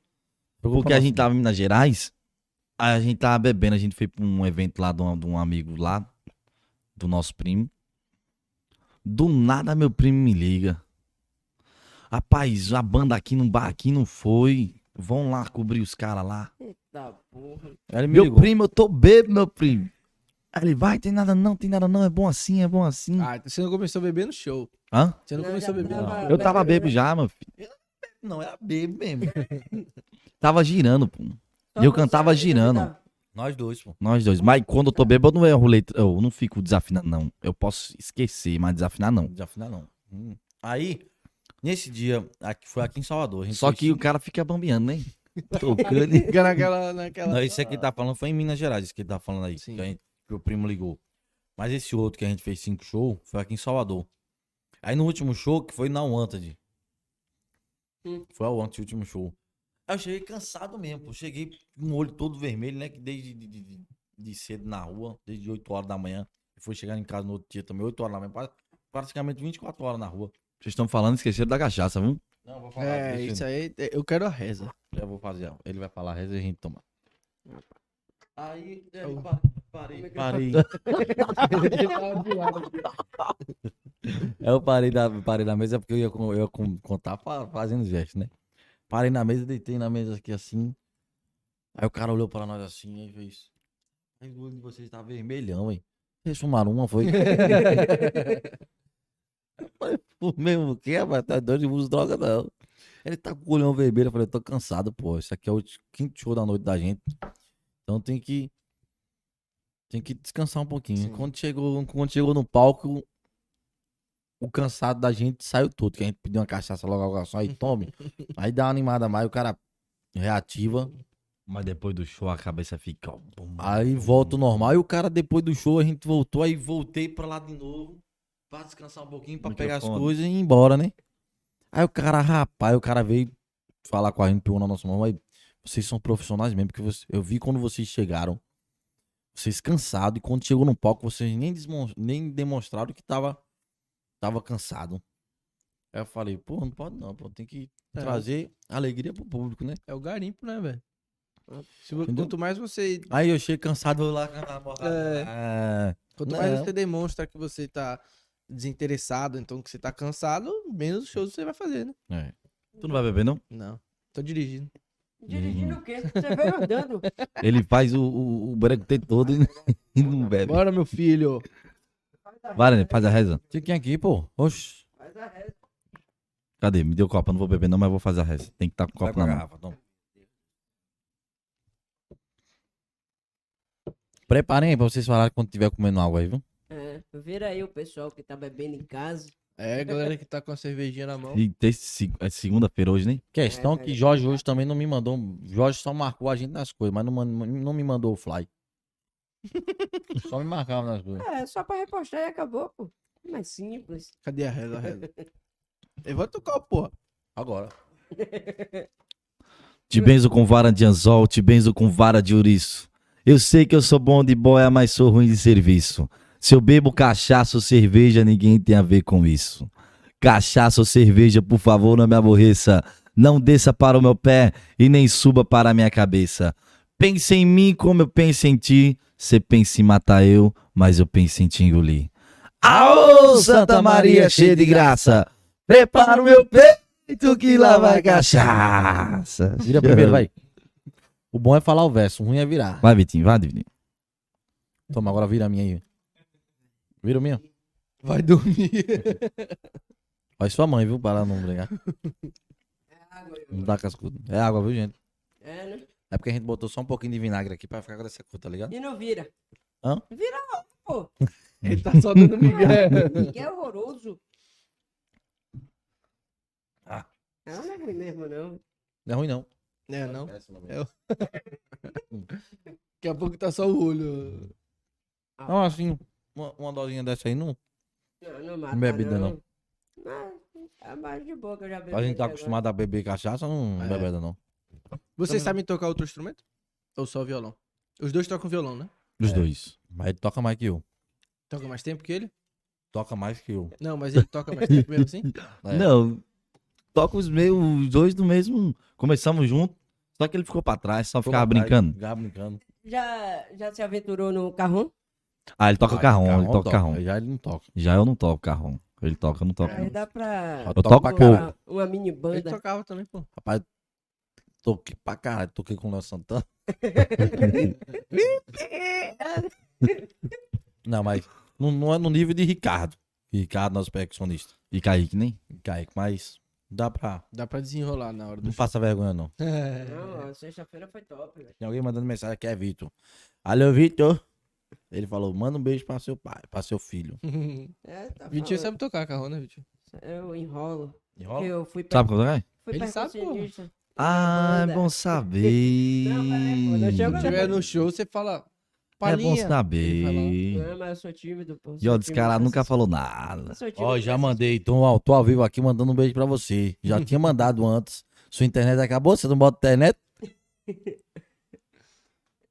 Speaker 3: Foi culpa
Speaker 2: Porque a
Speaker 3: nossa,
Speaker 2: gente tava em Minas Gerais, a gente tava bebendo, a gente foi pra um evento lá de um, de um amigo lá, do nosso primo. Do nada meu primo me liga. Rapaz, a banda aqui no bar aqui não foi. Vão lá cobrir os caras lá.
Speaker 1: Tá porra.
Speaker 3: Aí Ele me
Speaker 2: meu
Speaker 3: ligou.
Speaker 2: primo, eu tô bebo, meu primo. Aí ele vai, tem nada não, tem nada não, é bom assim, é bom assim.
Speaker 4: Ah, você não começou a beber no show.
Speaker 2: Hã?
Speaker 4: Você não,
Speaker 1: Não,
Speaker 4: começou a
Speaker 1: já
Speaker 4: beber.
Speaker 1: tava-
Speaker 4: não.
Speaker 2: Eu tava
Speaker 1: bebe,
Speaker 2: bebo já, meu filho.
Speaker 3: Não, era bebo mesmo.
Speaker 2: Tava girando, pô. E eu cantava
Speaker 1: né?
Speaker 2: girando.
Speaker 3: Nós dois, pô.
Speaker 2: Nós dois. Mas quando eu tô bêbado, eu não erro letra. Eu não fico desafinado, não. Eu posso esquecer, mas desafinar, não.
Speaker 3: Já afinal não. Hum. Aí, nesse dia, aqui, foi aqui em Salvador. a gente
Speaker 2: Só
Speaker 3: foi
Speaker 2: que o cara fica bambeando, né? Tocando. e-
Speaker 4: Fica naquela. naquela...
Speaker 3: Não, esse aqui tá falando foi em Minas Gerais, esse que ele tá falando aí,
Speaker 4: Sim.
Speaker 3: que, a gente- que o primo ligou. Mas esse outro que a gente fez cinco shows foi aqui em Salvador. Aí no último show, que foi na Wanted.
Speaker 1: Hum.
Speaker 3: Foi a Wanted, o último show. Aí eu cheguei cansado mesmo, pô. Cheguei com o olho todo vermelho, né? Que desde de, de- de- de cedo na rua, desde 8 horas da manhã. E foi chegar em casa no outro dia também, 8 horas da manhã. pra- Praticamente 24 horas na rua.
Speaker 2: Vocês estão falando, esqueceram da cachaça, viu?
Speaker 3: Não, vou falar.
Speaker 4: É,
Speaker 3: deixa-
Speaker 4: isso aí. é, Eu quero a reza.
Speaker 3: Eu vou fazer, ó. ele vai falar, a reza e a gente toma. Aí,
Speaker 4: eu
Speaker 3: parei,
Speaker 1: parei.
Speaker 3: Eu parei da, parei na mesa porque eu ia, com- eu ia com- contar fa- fazendo gesto, né? Parei na mesa, deitei na mesa aqui assim. Aí o cara olhou pra nós assim e fez. Mas o olho de vocês tá vermelhão, hein? Vocês fumaram uma, foi? eu falei, pô, mesmo o quê, rapaz? Tá doido de uso de droga, não. Ele tá com o olhão vermelho. Eu falei, eu tô cansado, pô. Isso aqui é o quinto show da noite da gente. Então tem que. Tem que descansar um pouquinho.
Speaker 4: Sim.
Speaker 3: Quando chegou, quando chegou no palco, o cansado da gente saiu todo. Que a gente pediu uma cachaça logo, logo só aí tome. aí dá uma animada a mais, o cara reativa.
Speaker 2: Mas depois do show a cabeça fica. ó, bum,
Speaker 3: Aí
Speaker 2: bum,
Speaker 3: volta o
Speaker 2: bum.
Speaker 3: normal. E o cara, depois do show, a gente voltou. Aí voltei pra lá de novo. Pra descansar um pouquinho, pra pegar as
Speaker 2: Microfone.
Speaker 3: coisas e ir embora, né? Aí o cara, rapaz, o cara veio falar com a gente, pegou na nossa mão. Aí, vocês são profissionais mesmo, porque você- eu vi quando vocês chegaram. Vocês cansados. E quando chegou no palco, vocês nem, desmon- nem demonstraram que tava, tava cansado. Aí eu falei, pô, não pode não, pô. Tem que
Speaker 4: É.
Speaker 3: trazer alegria pro público, né?
Speaker 4: É o garimpo, né, velho? Se vo-
Speaker 3: Entendeu?
Speaker 4: Quanto mais você.
Speaker 3: Aí eu cheguei cansado, vou lá cantar a moda.
Speaker 4: É.
Speaker 3: Ah,
Speaker 4: Quanto
Speaker 3: Não.
Speaker 4: mais você demonstra que você tá desinteressado, então que você tá cansado, menos shows você vai fazer, né?
Speaker 3: é.
Speaker 2: Tu não vai beber, não?
Speaker 4: Não. Tô dirigindo.
Speaker 1: Dirigindo o quê? Você veio andando.
Speaker 2: Ele faz o, o, o brecote todo e, e não
Speaker 3: É.
Speaker 2: bebe.
Speaker 4: Bora, meu filho.
Speaker 1: Faz a
Speaker 2: Vai,
Speaker 1: reza,
Speaker 2: Nenê, faz a reza.
Speaker 3: Fiquem aqui, pô. Oxi.
Speaker 1: Faz a reza.
Speaker 2: Cadê? Me deu copa. Não vou beber, não, mas vou fazer a reza. Tem que estar com
Speaker 3: Vai
Speaker 2: copo
Speaker 3: com a
Speaker 2: na mão.
Speaker 3: garrafa, Tom. Preparem aí pra vocês falarem quando tiver comendo algo aí, viu?
Speaker 1: É, vira aí o pessoal que tá bebendo em casa.
Speaker 4: É, galera que tá com a cervejinha na mão.
Speaker 2: E tem se- é segunda-feira hoje, né?
Speaker 3: Questão
Speaker 1: É,
Speaker 3: que
Speaker 1: é.
Speaker 3: Jorge hoje também não me mandou. Jorge só marcou a gente nas coisas, mas não, man- não me mandou o fly. só me marcava nas coisas.
Speaker 1: É, só pra repostar e acabou, pô. É Mais simples.
Speaker 4: Cadê a reza, a reza? Levanta o copo, porra.
Speaker 3: Agora.
Speaker 2: Te benzo com vara de anzol, te benzo com vara de ouriço. Eu sei que eu sou bom de boia, mas sou ruim de serviço. Se eu bebo cachaça ou cerveja, ninguém tem a ver com isso. Cachaça ou cerveja, por favor, não me aborreça. Não desça para o meu pé e nem suba para a minha cabeça. Pense em mim como eu penso em ti. Você pensa em matar eu, mas eu penso em te engolir. Aô, Santa Maria cheia de graça, prepara o meu peito que lá vai cachaça.
Speaker 3: Vira primeiro, vai. O bom é falar o verso, o ruim é virar.
Speaker 2: Vai, Vitinho, vai, Vitinho.
Speaker 3: Toma, agora vira a minha aí. Vira o minha.
Speaker 4: Vai dormir.
Speaker 3: Olha sua mãe, viu? Para não brigar.
Speaker 1: É água,
Speaker 3: Não dá cascudo. É água, viu, gente?
Speaker 1: É, né?
Speaker 3: É porque a gente botou só um pouquinho de vinagre aqui pra ficar com essa cor, tá ligado?
Speaker 1: E não vira.
Speaker 3: Hã?
Speaker 1: Vira, pô.
Speaker 4: Ele tá só dando migué.
Speaker 1: Que é horroroso.
Speaker 3: Ah.
Speaker 1: Não, não é
Speaker 3: é
Speaker 1: ruim mesmo, não.
Speaker 3: Não é ruim, não.
Speaker 4: É, não? Daqui a pouco tá só o olho.
Speaker 3: Não, assim, uma, uma dosinha dessa aí não.
Speaker 1: Não, não mata,
Speaker 3: Não bebe ainda, não.
Speaker 1: Mas, é mais de boa que eu já bebi.
Speaker 3: A gente tá
Speaker 1: até agora.
Speaker 3: acostumado a beber cachaça, não
Speaker 4: É.
Speaker 3: bebe ainda não.
Speaker 4: Vocês
Speaker 3: Também-
Speaker 4: sabem tocar outro instrumento? Ou só violão? Os dois tocam violão, né?
Speaker 3: Os dois. É. Mas ele toca mais que eu.
Speaker 4: Toca mais tempo que ele?
Speaker 3: Toca mais que eu.
Speaker 4: Não, mas ele toca mais tempo mesmo assim?
Speaker 3: É.
Speaker 2: Não, toca os, meus, os dois do mesmo. um. Começamos junto, só que ele ficou pra trás, só ficava
Speaker 3: Toca mais,
Speaker 2: brincando.
Speaker 3: Ficava brincando.
Speaker 1: Já, já se aventurou no carrão?
Speaker 2: Ah, ele toca
Speaker 3: Ah,
Speaker 2: carrom, ele toca carrom.
Speaker 3: Já ele não toca.
Speaker 2: Já eu não toco carrom. Ele toca, eu não toco.
Speaker 1: Aí dá pra.
Speaker 3: Eu
Speaker 2: Eu
Speaker 3: toco
Speaker 2: toco
Speaker 3: pra
Speaker 1: uma-
Speaker 3: caralho.
Speaker 1: uma, mini
Speaker 4: Ele
Speaker 1: banda.
Speaker 4: tocava também, pô.
Speaker 3: Rapaz, toquei pra caralho. Toquei com o Léo Santana. Não, mas não, não é no nível de Ricardo. Ricardo, nosso percussionista.
Speaker 2: E Kaique, nem?
Speaker 3: Kaique, mas dá pra.
Speaker 4: Dá pra desenrolar na hora do
Speaker 3: Não passa vergonha, não.
Speaker 1: Não, ó, sexta-feira foi top, velho.
Speaker 3: Tem alguém mandando mensagem aqui, é Vitor. Alô, Vitor. Ele falou: manda um beijo pra seu pai, pra seu filho.
Speaker 1: É, tá
Speaker 4: Vitinho
Speaker 1: falando.
Speaker 4: sabe tocar carro, né, Vitinho?
Speaker 1: Eu enrolo.
Speaker 3: Enrola?
Speaker 1: Eu fui
Speaker 2: Sabe qual é?
Speaker 1: Fui
Speaker 4: Ele sabe, pô.
Speaker 1: percussionista.
Speaker 2: Ah, é
Speaker 1: banda.
Speaker 2: bom saber.
Speaker 1: Não, mas é bom, não chega não.
Speaker 4: Se tiver no show, você fala.
Speaker 2: É
Speaker 4: Palinha.
Speaker 2: bom saber.
Speaker 1: Não, mas eu sou tímido, pô. Sou
Speaker 2: E ó,
Speaker 1: tímido,
Speaker 2: descarado
Speaker 1: mas-
Speaker 2: nunca falou nada.
Speaker 1: Eu sou tímido,
Speaker 3: Ó, já
Speaker 1: mas-
Speaker 3: mandei. Então, ó, tô ao vivo aqui mandando um beijo pra você. Já tinha mandado antes. Sua internet acabou, você não bota internet?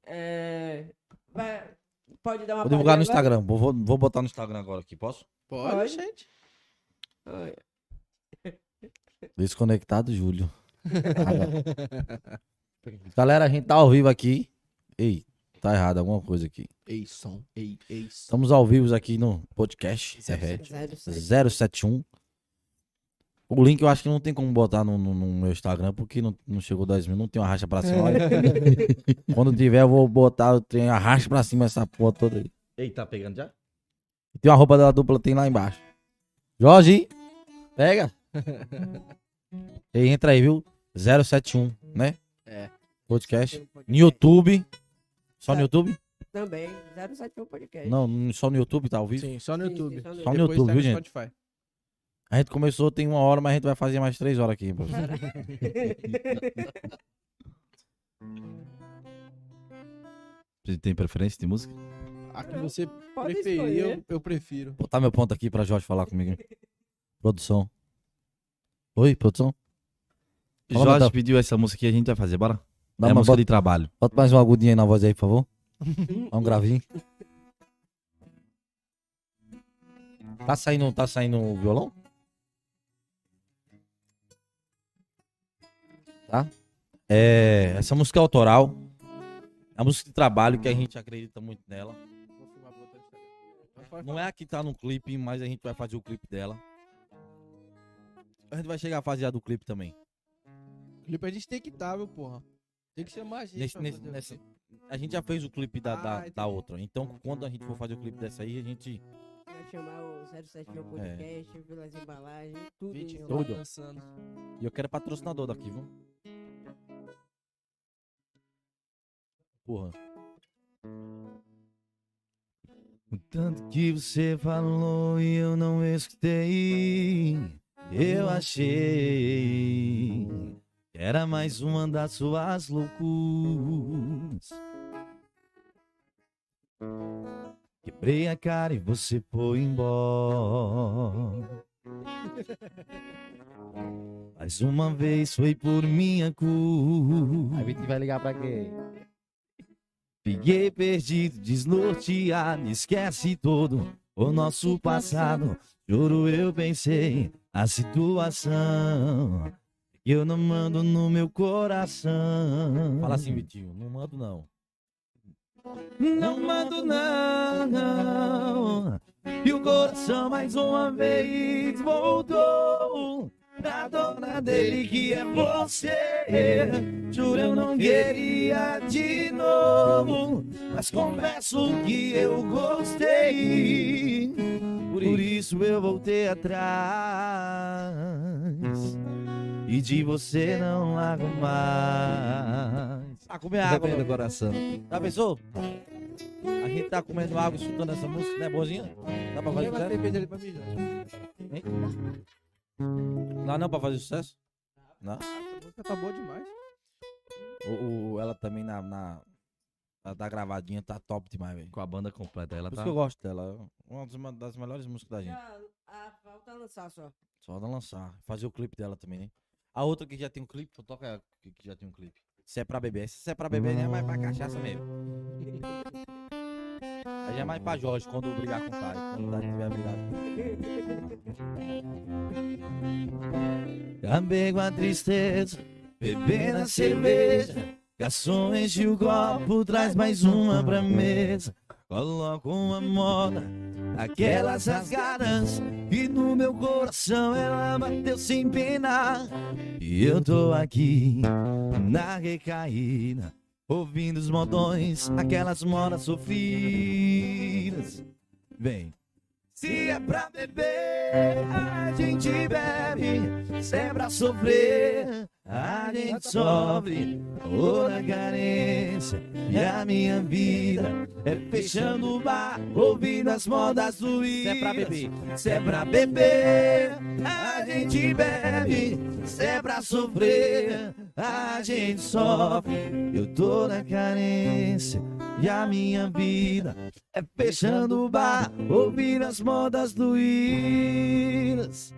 Speaker 1: É, vai- Pode dar uma
Speaker 3: Vou divulgar no
Speaker 1: palhinha agora?
Speaker 3: Instagram. Vou, vou- vou botar no Instagram agora aqui, posso?
Speaker 4: Pode,
Speaker 1: Pode.
Speaker 4: gente.
Speaker 1: Ai,
Speaker 3: Desconectado, Júlio. Galera, a gente tá ao vivo aqui. Ei, tá errado alguma coisa aqui.
Speaker 4: Ei, som. Ei, ei, som.
Speaker 3: Estamos ao vivo aqui no podcast
Speaker 4: Zero,
Speaker 1: zero, seis.
Speaker 3: 071. O link eu acho que não tem como botar no, no- no meu Instagram, porque não, não chegou 10 mil, não tem uma racha pra
Speaker 4: É.
Speaker 3: cima. olha. Quando tiver, eu vou botar, eu tenho a racha pra cima essa porra toda aí.
Speaker 2: Ei, tá pegando já?
Speaker 3: E Tem uma roupa da dupla, tem lá embaixo. Jorge, pega. e entra aí, viu? 071, né?
Speaker 4: É.
Speaker 3: Podcast. No
Speaker 1: um Podcast.
Speaker 3: YouTube. Só no
Speaker 1: Tá.
Speaker 3: YouTube?
Speaker 1: Também, 071 Podcast.
Speaker 3: Não, só no YouTube, tá ao vivo.
Speaker 4: É. Sim, só no
Speaker 1: Sim, sim,
Speaker 4: YouTube.
Speaker 1: só no
Speaker 3: Só
Speaker 1: YouTube.
Speaker 3: no
Speaker 4: Depois
Speaker 3: YouTube,
Speaker 4: tá
Speaker 3: viu, gente?
Speaker 4: Spotify.
Speaker 3: A gente começou tem uma hora, mas a gente vai fazer mais três horas aqui. pra você.
Speaker 2: Você tem preferência de música?
Speaker 4: A que você
Speaker 1: Pode
Speaker 4: preferir,
Speaker 1: escolher.
Speaker 4: eu, eu prefiro.
Speaker 3: Botar meu ponto aqui pra Jorge falar comigo. hein? produção. Oi, produção? Fala,
Speaker 2: Jorge
Speaker 3: Natal.
Speaker 2: pediu essa música aqui, a gente vai fazer, bora?
Speaker 3: Dá
Speaker 2: é
Speaker 3: uma,
Speaker 2: música
Speaker 3: bota,
Speaker 2: de trabalho.
Speaker 3: bota mais uma agudinha aí na voz aí, por favor. Dá um gravinho. Tá saindo, tá saindo o violão? Tá? É, essa música é autoral. É a música de trabalho que a gente acredita muito nela. Não é a que tá no clipe, mas a gente vai fazer o clipe dela. A gente vai chegar a fazer a do clipe também.
Speaker 4: O clipe a gente tem que estar, meu porra. Tem que chamar a gente.
Speaker 3: Nesse-
Speaker 4: pra
Speaker 3: nesse-
Speaker 4: fazer o
Speaker 3: nesse-
Speaker 4: clipe.
Speaker 3: A gente já fez o clipe da, da,
Speaker 4: Ah, entendi.
Speaker 3: da outra. Então, quando a gente for fazer o clipe dessa aí, a gente.
Speaker 1: Vai né, chamar o 071 Podcast, pelas embalagens, tudo.
Speaker 4: Vitinho
Speaker 1: isso.
Speaker 4: lá
Speaker 3: Tudo.
Speaker 4: Tá dançando.
Speaker 3: E eu quero patrocinador daqui, viu? Porra.
Speaker 2: O tanto que você falou e eu não escutei, eu achei que era mais uma das suas loucuras. Quebrei a cara e você foi embora. Mais uma vez foi por minha culpa.
Speaker 3: Vitor vai ligar pra quem?
Speaker 2: Fiquei perdido, desnorteado, esquece todo o nosso passado. Juro, eu pensei a situação que eu não mando no meu coração.
Speaker 3: Fala assim, Vitinho. Não mando, não.
Speaker 2: não mando não. E o coração mais uma vez voltou pra dona dele que é você. Juro, eu não queria de novo, mas confesso que eu gostei. Por isso eu voltei atrás. E de você não largo mais.
Speaker 3: Ah, comer água, meu.
Speaker 2: coração.
Speaker 3: Já pensou? A gente tá comendo água, escutando essa música, né, boazinha? Dá pra fazer
Speaker 4: Leva a
Speaker 3: sucesso?
Speaker 4: cerveja ali pra mijar.
Speaker 3: Dá não pra fazer sucesso? Não.
Speaker 4: Essa música tá boa demais.
Speaker 3: O, o- ela também na, na- Ela tá gravadinha, tá top demais, velho.
Speaker 2: Com a banda completa. Ela
Speaker 3: Por
Speaker 2: tá.
Speaker 3: isso que eu gosto dela. Uma das, uma das melhores músicas da gente.
Speaker 1: Já, ah, falta lançar só.
Speaker 3: Só da lançar. Fazer o clipe dela também, né? A outra que já tem um clipe, pô, toca ela que que já tem um clipe. Se é pra beber. Se é pra beber, né? Mas pra cachaça mesmo. Aí já é mais pra Jorge quando brigar com o Tade. Quando o Tade tiver brigado.
Speaker 2: Acabei com a tristeza, bebendo a cerveja. Garçom enche o copo, traz mais uma pra mesa. Coloco uma moda, aquelas rasgadas. E no meu coração ela bateu sem pena. E eu tô aqui, na recaída. Ouvindo os modões, aquelas modas sofridas. Vem. Se é pra beber, a gente bebe. Se é pra sofrer, a gente sofre. Toda carência e a minha vida é fechando o bar, ouvindo as modas do Se
Speaker 3: é pra beber.
Speaker 2: Se é pra beber, a gente bebe. Se é pra sofrer, a gente sofre. Eu tô na carência e a minha vida é fechando o bar, ouvindo as modas doídas,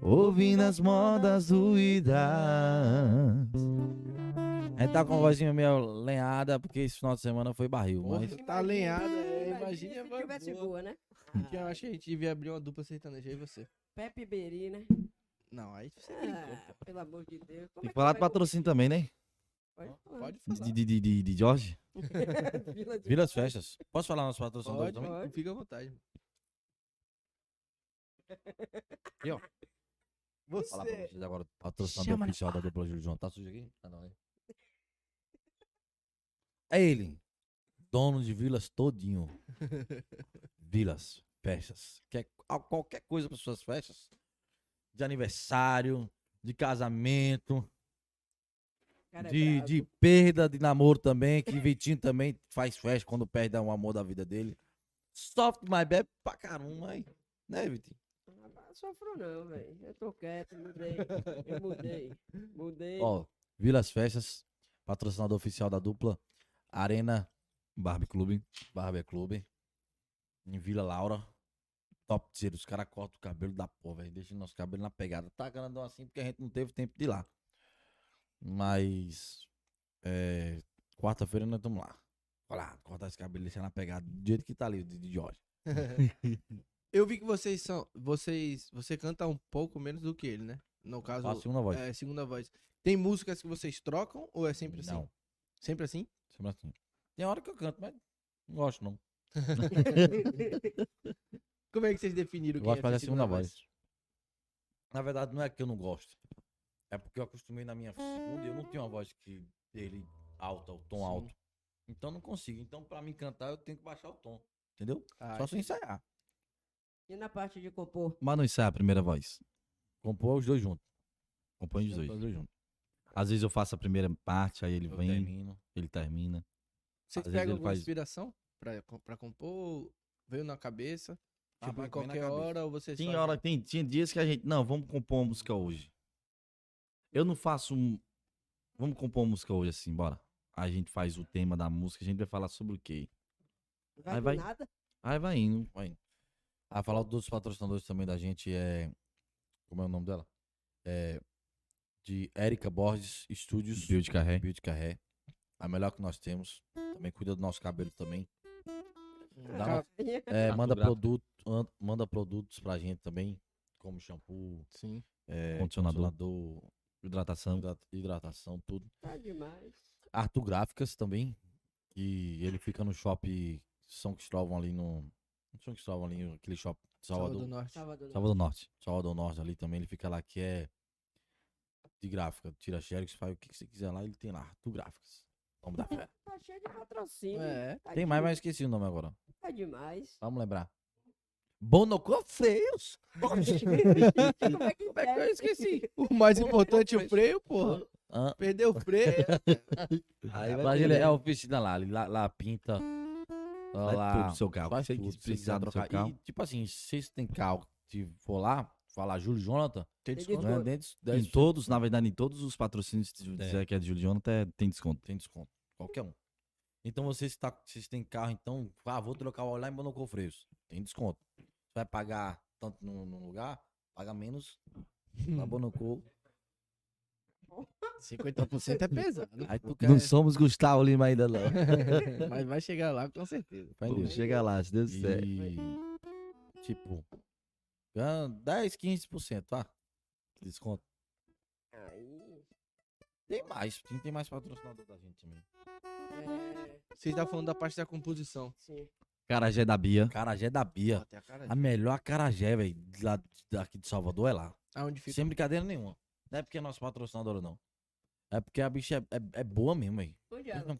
Speaker 2: ouvindo as modas doídas.
Speaker 3: A gente
Speaker 4: Uhum.
Speaker 3: tá com a vozinha meio lenhada, porque esse final de semana foi barril. Mas
Speaker 4: Porra, tá lenhada, é,
Speaker 1: Imagina
Speaker 4: imagina.
Speaker 1: se tivesse
Speaker 4: boa.
Speaker 1: boa, né?
Speaker 4: Que eu acho que a gente devia abrir uma dupla sertaneja e você.
Speaker 1: Pepe Beri, né?
Speaker 4: Não, aí você brincou.
Speaker 1: Ah, pelo amor de Deus. Como é
Speaker 2: Tem que falar
Speaker 1: vai
Speaker 2: do patrocínio também, né?
Speaker 1: com- Pode falar.
Speaker 4: Pode falar.
Speaker 2: De, de, de, de, de Jorge.
Speaker 1: Vila de-
Speaker 3: Vilas Festas. Posso falar nosso patrocinador
Speaker 4: Pode,
Speaker 3: também?
Speaker 4: pode. Fica à vontade. mano.
Speaker 3: Aqui, ó.
Speaker 4: Você.
Speaker 3: Falar pra vocês agora, patrocinador oficial da dupla Júlio João. Tá sujo aqui? Ah, não, é. É ele, dono de Vilas todinho. Vilas, festas. Quer a- qualquer coisa para suas festas. De aniversário, de casamento,
Speaker 1: Cara, é
Speaker 3: de,
Speaker 1: brabo.
Speaker 3: de perda de namoro também, que Vitinho também faz festa quando perde um amor da vida dele. Soft mais bebe pra caramba aí. Né, Vitinho?
Speaker 1: Rapaz, sofro Ah, não, velho. Eu tô quieto, mudei. Eu mudei. Mudei.
Speaker 3: Ó, Vilas Festas, patrocinador oficial da dupla Arena
Speaker 2: Barbie Clube.
Speaker 3: Barber Club, em Vila Laura. Top tiro, os caras cortam o cabelo da porra, velho. Deixa nosso cabelo na pegada. Tá grandão assim porque a gente não teve tempo de ir lá. Mas, é, quarta-feira nós estamos lá. Olha lá, cortar esse cabelo, deixar na pegada do jeito que tá ali, de, de Jorge.
Speaker 4: Eu vi que vocês são. Vocês. Você canta um pouco menos do que ele, né? No caso,
Speaker 3: Faço segunda voz.
Speaker 4: é, segunda voz. Tem músicas que vocês trocam ou é sempre assim?
Speaker 3: Não,
Speaker 4: Sempre assim?
Speaker 3: sempre assim. Tem hora que eu canto, mas não gosto não.
Speaker 4: Como é que vocês definiram
Speaker 3: Eu
Speaker 4: quem
Speaker 3: gosto de fazer
Speaker 4: essa
Speaker 3: a segunda voz. Na verdade, não é que eu não goste. É porque eu acostumei na minha segunda e eu não tenho uma voz que dele alta, o tom
Speaker 4: Sim.
Speaker 3: alto. Então não consigo. Então, pra mim cantar, eu tenho que baixar o tom. Entendeu?
Speaker 4: Ah,
Speaker 3: Só se eu ensaiar.
Speaker 1: E na parte de compor?
Speaker 2: Mas não ensaia a primeira voz.
Speaker 3: Compor os dois juntos.
Speaker 2: Acompanha os dois.
Speaker 3: Compor os dois juntos.
Speaker 2: Às vezes eu faço a primeira parte, aí ele
Speaker 3: é Eu
Speaker 2: vem,
Speaker 3: termino. É
Speaker 2: ele termina. Às vezes
Speaker 4: Vocês
Speaker 2: ele
Speaker 4: pegam alguma
Speaker 2: faz-
Speaker 4: inspiração pra, pra compor? Veio na cabeça?
Speaker 3: Ah,
Speaker 4: tipo,
Speaker 3: vai
Speaker 4: em
Speaker 3: comer na
Speaker 4: qualquer
Speaker 3: cabeça.
Speaker 4: hora ou vocês
Speaker 2: Tem
Speaker 4: só-
Speaker 2: hora, tem, tinha dias que a gente, não, vamos compor uma música hoje. Eu não faço um, vamos compor uma música hoje assim, bora. A gente faz o tema da música, a gente vai falar sobre o quê?
Speaker 1: Vai
Speaker 2: Aí
Speaker 1: do
Speaker 2: vai-
Speaker 1: nada?
Speaker 2: Aí vai indo.
Speaker 3: Vai. Ah, falar dos patrocinadores também da gente é. Como é o nome dela? É. De Erika Borges Studios.
Speaker 2: Build Carré.
Speaker 3: Beauty Carré. A melhor que nós temos. Também cuida do nosso cabelo também. Dá uma- É,
Speaker 2: Arthur
Speaker 3: manda,
Speaker 2: Graça.
Speaker 3: produto, an- manda produtos pra gente também, como shampoo,
Speaker 4: Sim.
Speaker 3: é,
Speaker 2: Condicionador.
Speaker 3: condicionador,
Speaker 2: Hidratação.
Speaker 3: hidra- hidratação, tudo.
Speaker 1: Tá demais.
Speaker 3: Arthur Gráficas também, que ele fica no shopping São Cristóvão ali no... no São Cristóvão ali, aquele shopping de
Speaker 4: Salvador
Speaker 3: Salvador,
Speaker 4: Norte.
Speaker 1: Salvador.
Speaker 2: Salva do Norte.
Speaker 3: Salvador Norte ali também, ele fica lá que é de gráfica, tira xerox, faz o que, que você quiser lá, ele tem lá, Arthur Gráficas. Vamos dar fé.
Speaker 1: Tá cheio de patrocínio.
Speaker 4: É.
Speaker 1: Tá
Speaker 3: Tem mais,
Speaker 1: de-
Speaker 3: mas eu esqueci o nome agora.
Speaker 1: Tá demais.
Speaker 3: Vamos lembrar. Bonocofreios!
Speaker 1: é Como é que,
Speaker 3: Como é que eu esqueci?
Speaker 4: O mais importante é o freio, porra.
Speaker 3: Hã?
Speaker 4: Perdeu o freio.
Speaker 3: Aí
Speaker 4: vai
Speaker 3: mas
Speaker 4: ter,
Speaker 3: ele
Speaker 4: né?
Speaker 3: é a oficina lá, ele lá, lá pinta. Lá,
Speaker 2: Faz tudo pro seu carro.
Speaker 3: faz
Speaker 2: Você que
Speaker 3: tudo, se
Speaker 2: precisar
Speaker 3: quiser
Speaker 2: do seu
Speaker 3: trocar.
Speaker 2: carro.
Speaker 3: E, tipo assim, se vocês têm carro, se for lá, falar Júlio Jonathan,
Speaker 1: Tem
Speaker 4: Tem desconto.
Speaker 1: desconto.
Speaker 3: ganha dentro de
Speaker 2: Em
Speaker 3: 10
Speaker 2: todos, na verdade, em todos os patrocínios, se
Speaker 3: É.
Speaker 2: disser que é de Juliano, até tem desconto.
Speaker 3: tem desconto. Qualquer um. Então vocês, tá, vocês têm carro, então, ah, vou trocar o óleo lá em Monocofreios. Tem desconto. Você vai pagar tanto num, num lugar, paga menos na Bonocô.
Speaker 5: 50% é pesado,
Speaker 3: Aí tu quer.
Speaker 2: Não somos Gustavo Lima ainda, não.
Speaker 5: mas vai chegar lá com certeza.
Speaker 3: Vai Deus.
Speaker 2: Chega lá, se Deus quiser.
Speaker 3: E, tipo, ganha 10, 15%, tá? Desconto.
Speaker 1: Aí.
Speaker 3: Tem mais, tem tem mais patrocinador da gente também.
Speaker 1: É.
Speaker 4: Você tá falando da parte da composição.
Speaker 1: Sim.
Speaker 2: Carajé da Bia.
Speaker 3: Carajé é da Bia.
Speaker 4: Até a cara.
Speaker 3: A melhor Carajé, velho, lá daqui de Salvador é lá.
Speaker 4: Aonde Ah, fica?
Speaker 3: Sem brincadeira nenhuma. Não é porque é nosso patrocinador, não. É porque a bicha é, é- é boa mesmo, velho.
Speaker 1: Onde é? ela?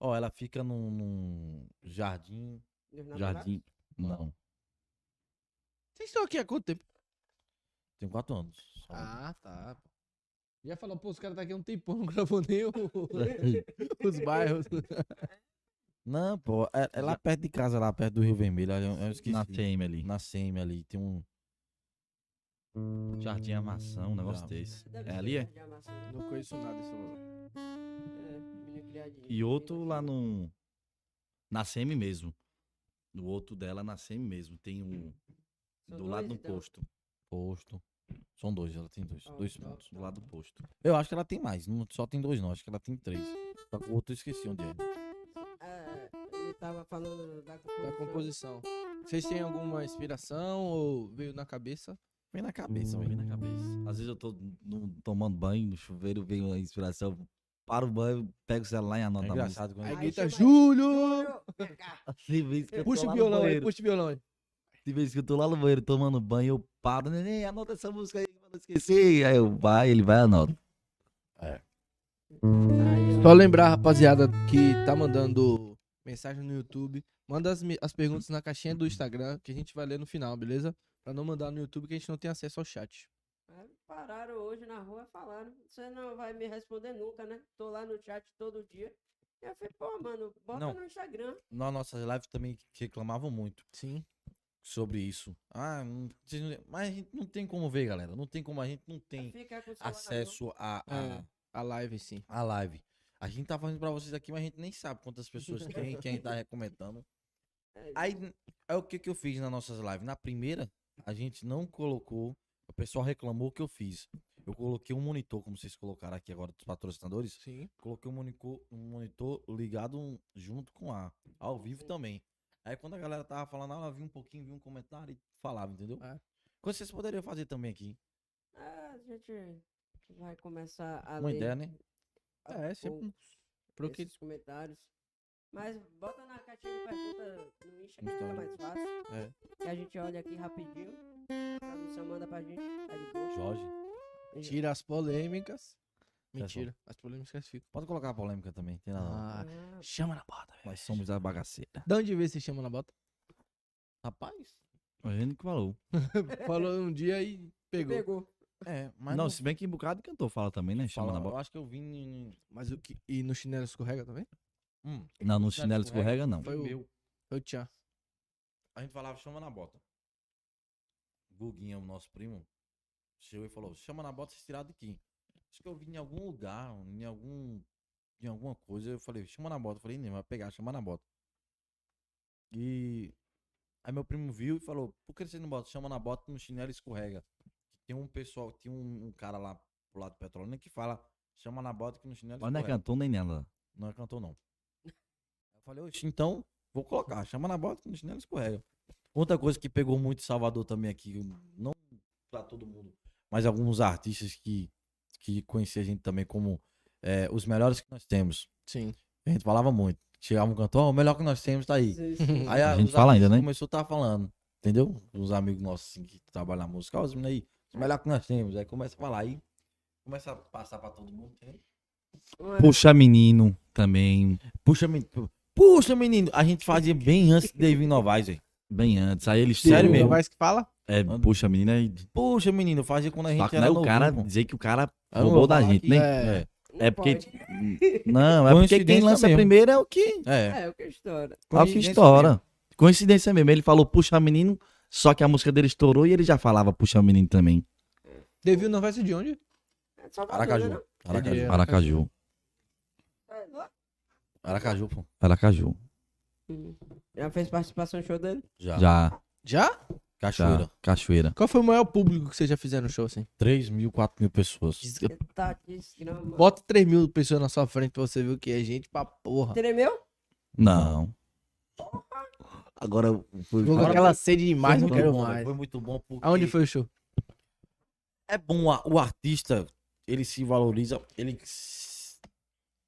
Speaker 3: Ó, ela fica num, num jardim.
Speaker 1: Dos namorados?
Speaker 3: Jardim. Não.
Speaker 4: Vocês estão aqui há quanto tempo?
Speaker 3: Tem quatro anos.
Speaker 5: Ah, tá.
Speaker 4: Já falou, pô, os caras tá aqui há um tempão, não gravou nem o- os bairros.
Speaker 3: Não, pô. É, é lá perto de casa, lá perto do Rio Vermelho. ali, Eu, eu esqueci.
Speaker 2: Na Fame ali.
Speaker 3: Na SEMI ali. Tem um.
Speaker 2: Jardim Amação, um negócio
Speaker 3: Não.
Speaker 2: desse.
Speaker 1: Deve
Speaker 2: É
Speaker 1: ser
Speaker 2: ali, é?
Speaker 1: Jardim Amaçã.
Speaker 4: Não conheço nada desse lugar.
Speaker 1: É, menino criadinho.
Speaker 2: E outro lá no. Na SEMI mesmo. O outro dela é na SEMI mesmo. Tem um.
Speaker 1: São
Speaker 2: do lado do
Speaker 1: dois, então?
Speaker 2: posto.
Speaker 3: Posto. São dois, ela tem dois.
Speaker 1: Ah,
Speaker 3: dois
Speaker 1: tá.
Speaker 3: pontos.
Speaker 2: Do lado do posto.
Speaker 3: Eu acho que ela tem mais. Não, só tem dois, não. Acho que ela tem três. Só que o outro eu esqueci onde é.
Speaker 1: Ah, ele tava falando da composição.
Speaker 4: Da composição. Vocês têm alguma inspiração ou veio na cabeça?
Speaker 3: Vem na cabeça,
Speaker 2: Só
Speaker 3: velho.
Speaker 2: vem na cabeça. Às vezes eu tô no- tomando banho no chuveiro, vem uma inspiração. Para o banho, pego o celular e
Speaker 3: É
Speaker 2: anoto a música.
Speaker 3: engraçado quando.
Speaker 4: Aí
Speaker 1: Aí
Speaker 4: grita,
Speaker 1: chama-
Speaker 4: Júlio!
Speaker 1: Vem cá.
Speaker 2: Tem vezes que eu tô
Speaker 4: Puxa o
Speaker 2: lá no
Speaker 4: violão aí,
Speaker 2: banheiro.
Speaker 4: puxa o violão aí.
Speaker 2: Tem vezes que eu tô lá no banheiro tomando banho, eu paro, neném, anota essa música aí, pra não esquecer. Aí eu vai, ele vai e anota.
Speaker 1: Aí,
Speaker 4: Só lembrar, rapaziada, que tá mandando mensagem no YouTube. Manda as, me- as perguntas na caixinha do Instagram, que a gente vai ler no final, beleza? Pra não mandar no YouTube, que a gente não tem acesso ao chat.
Speaker 1: ó, aí É, Pararam hoje na rua falando. Você não vai me responder nunca, né? Tô lá no chat todo dia. E eu falei, pô, mano, bota
Speaker 3: Não.
Speaker 1: no Instagram.
Speaker 3: Na nossa live também reclamavam muito.
Speaker 4: Sim.
Speaker 3: sobre isso. Ah, não- vocês não- mas a gente não tem como ver, galera. Não tem como, a gente não tem
Speaker 1: Fica com o celular na
Speaker 3: acesso a, a,
Speaker 4: É. A live, sim.
Speaker 3: a live. A gente tá falando pra vocês aqui, mas a gente nem sabe quantas pessoas tem, quem tá recomendando.
Speaker 1: mão. É,
Speaker 3: Aí, aí o que que eu fiz nas nossas lives? Na primeira, a gente não colocou, o pessoal reclamou que eu fiz. Eu coloquei um monitor, como vocês colocaram aqui agora dos patrocinadores.
Speaker 4: Sim.
Speaker 3: Coloquei um monitor, um monitor ligado um- junto com a, ao vivo também. Aí quando a galera tava falando, ela viu um pouquinho, viu um comentário e falava, entendeu?
Speaker 4: É.
Speaker 3: Coisa que vocês poderiam fazer também aqui.
Speaker 1: Ah, a gente vai começar a
Speaker 3: Uma
Speaker 1: ler
Speaker 3: ideia, né?
Speaker 1: a
Speaker 4: É, sempre um-
Speaker 1: poucos
Speaker 4: Pro que...
Speaker 1: esses comentários. Mas bota na caixinha de pergunta no Insta que
Speaker 3: No
Speaker 1: fica
Speaker 3: Instagram.
Speaker 1: mais fácil. Que a gente olha aqui rapidinho. A Luciana manda pra gente. Tá de boa.
Speaker 3: Jorge.
Speaker 4: Tira as polêmicas.
Speaker 3: Pessoal.
Speaker 4: Mentira, as polêmicas ficam.
Speaker 3: Pode colocar a polêmica também, tem nada. não.
Speaker 4: Ah,
Speaker 1: Ah,
Speaker 4: chama na bota, velho.
Speaker 2: Nós somos a bagaceira.
Speaker 4: Da onde vê se chama na bota?
Speaker 3: Rapaz.
Speaker 2: O Henrique que falou.
Speaker 4: Falou um dia e pegou.
Speaker 1: pegou.
Speaker 3: É, mas
Speaker 2: não, se bem que um bocado cantor fala também, né? Chama na
Speaker 3: Fala,
Speaker 2: bola.
Speaker 3: Eu acho que eu vim. em- em-
Speaker 4: Mas o que. E no chinelo escorrega também?
Speaker 3: Hum,
Speaker 2: Não, no chinelo escorrega, não.
Speaker 4: Foi o-
Speaker 3: meu.
Speaker 4: Eu tinha.
Speaker 3: A gente falava chama na bota. Guguinha, o nosso primo, chegou e falou: chama na bota, vocês tiraram de quem? Acho que eu vim em algum lugar, em algum. em alguma coisa. Eu falei: chama na bota. Eu falei: nem vai pegar, chama na bota. E. Aí meu primo viu e falou: por que você não bota? Chama na bota, no chinelo escorrega. Tem um pessoal, tem um, um cara lá pro lado do Petrolina que fala: chama na bota que no chinelo
Speaker 2: Mas não é cantor nem nada.
Speaker 3: Não é cantor, não. Eu falei, oxe, então vou colocar. Chama na bota que no chinelo escorrega. Outra coisa que pegou muito em Salvador também aqui, não pra todo mundo, mas alguns artistas que, que conhecia a gente também como é, os melhores que nós temos.
Speaker 4: Sim.
Speaker 3: A gente falava muito. Chegava um cantor, "Ó, o melhor que nós temos tá aí.
Speaker 1: Sim, sim.
Speaker 3: Aí
Speaker 2: A
Speaker 3: os
Speaker 2: gente fala ainda,
Speaker 3: artistas
Speaker 2: né?
Speaker 3: Começou a estar falando, entendeu? Os amigos nossos assim, que trabalham na música, "Ó, os meninos aí, os melhor que nós temos. Aí começa a falar aí, começa a passar pra todo mundo. entendeu?
Speaker 1: Olha,
Speaker 2: Puxa menino também.
Speaker 3: Puxa, menino. Puxa, menino. A gente fazia bem antes de David Novaes, velho.
Speaker 2: Bem antes. Aí ele
Speaker 3: Sério
Speaker 2: estourou.
Speaker 3: mesmo?
Speaker 4: Mas que fala?
Speaker 2: É, puxa menino aí.
Speaker 3: Puxa, menino, fazia quando a gente
Speaker 2: Só que
Speaker 3: era
Speaker 2: não é o
Speaker 3: novinho,
Speaker 2: cara
Speaker 3: pô.
Speaker 2: dizer que o cara
Speaker 3: Eu não
Speaker 2: roubou
Speaker 3: vou
Speaker 2: da
Speaker 3: falar
Speaker 2: gente,
Speaker 3: que-
Speaker 2: né?
Speaker 3: É,
Speaker 1: não
Speaker 2: É porque.
Speaker 1: pode.
Speaker 2: Não, é porque quem
Speaker 3: Coincidência
Speaker 2: lança
Speaker 3: mesmo.
Speaker 2: primeiro é o que.
Speaker 3: é.
Speaker 1: É, o que estoura.
Speaker 2: É o que
Speaker 3: Coincidência
Speaker 2: estoura. Coincidência mesmo. Ele falou puxa menino, só que a música dele estourou e ele já falava puxa menino também.
Speaker 4: Devil não vai ser de onde?
Speaker 1: É só
Speaker 3: Aracaju.
Speaker 1: Né?
Speaker 3: Aracaju.
Speaker 4: É,
Speaker 2: Aracaju.
Speaker 1: não? É, lá-
Speaker 3: Aracaju, pô.
Speaker 2: Aracaju.
Speaker 1: Já fez participação no show dele?
Speaker 3: Já.
Speaker 2: Já. tá.
Speaker 4: Já?
Speaker 3: Cachoeira.
Speaker 2: Já. Tá. Cachoeira.
Speaker 4: Qual foi o maior público que vocês já fizeram no show, assim?
Speaker 3: 3 mil, 4 mil pessoas.
Speaker 1: Ele tá desgramado.
Speaker 4: Bota 3 mil pessoas na sua frente pra você ver o que é gente pra porra.
Speaker 1: Tremeu?
Speaker 2: Não.
Speaker 3: Agora foi.
Speaker 5: Tô com aquela sede demais, não
Speaker 3: muito
Speaker 5: quero
Speaker 3: bom, velho,
Speaker 5: mais.
Speaker 3: Foi muito bom porque
Speaker 4: Aonde foi o show?
Speaker 3: é bom a- o artista, ele se valoriza, ele s-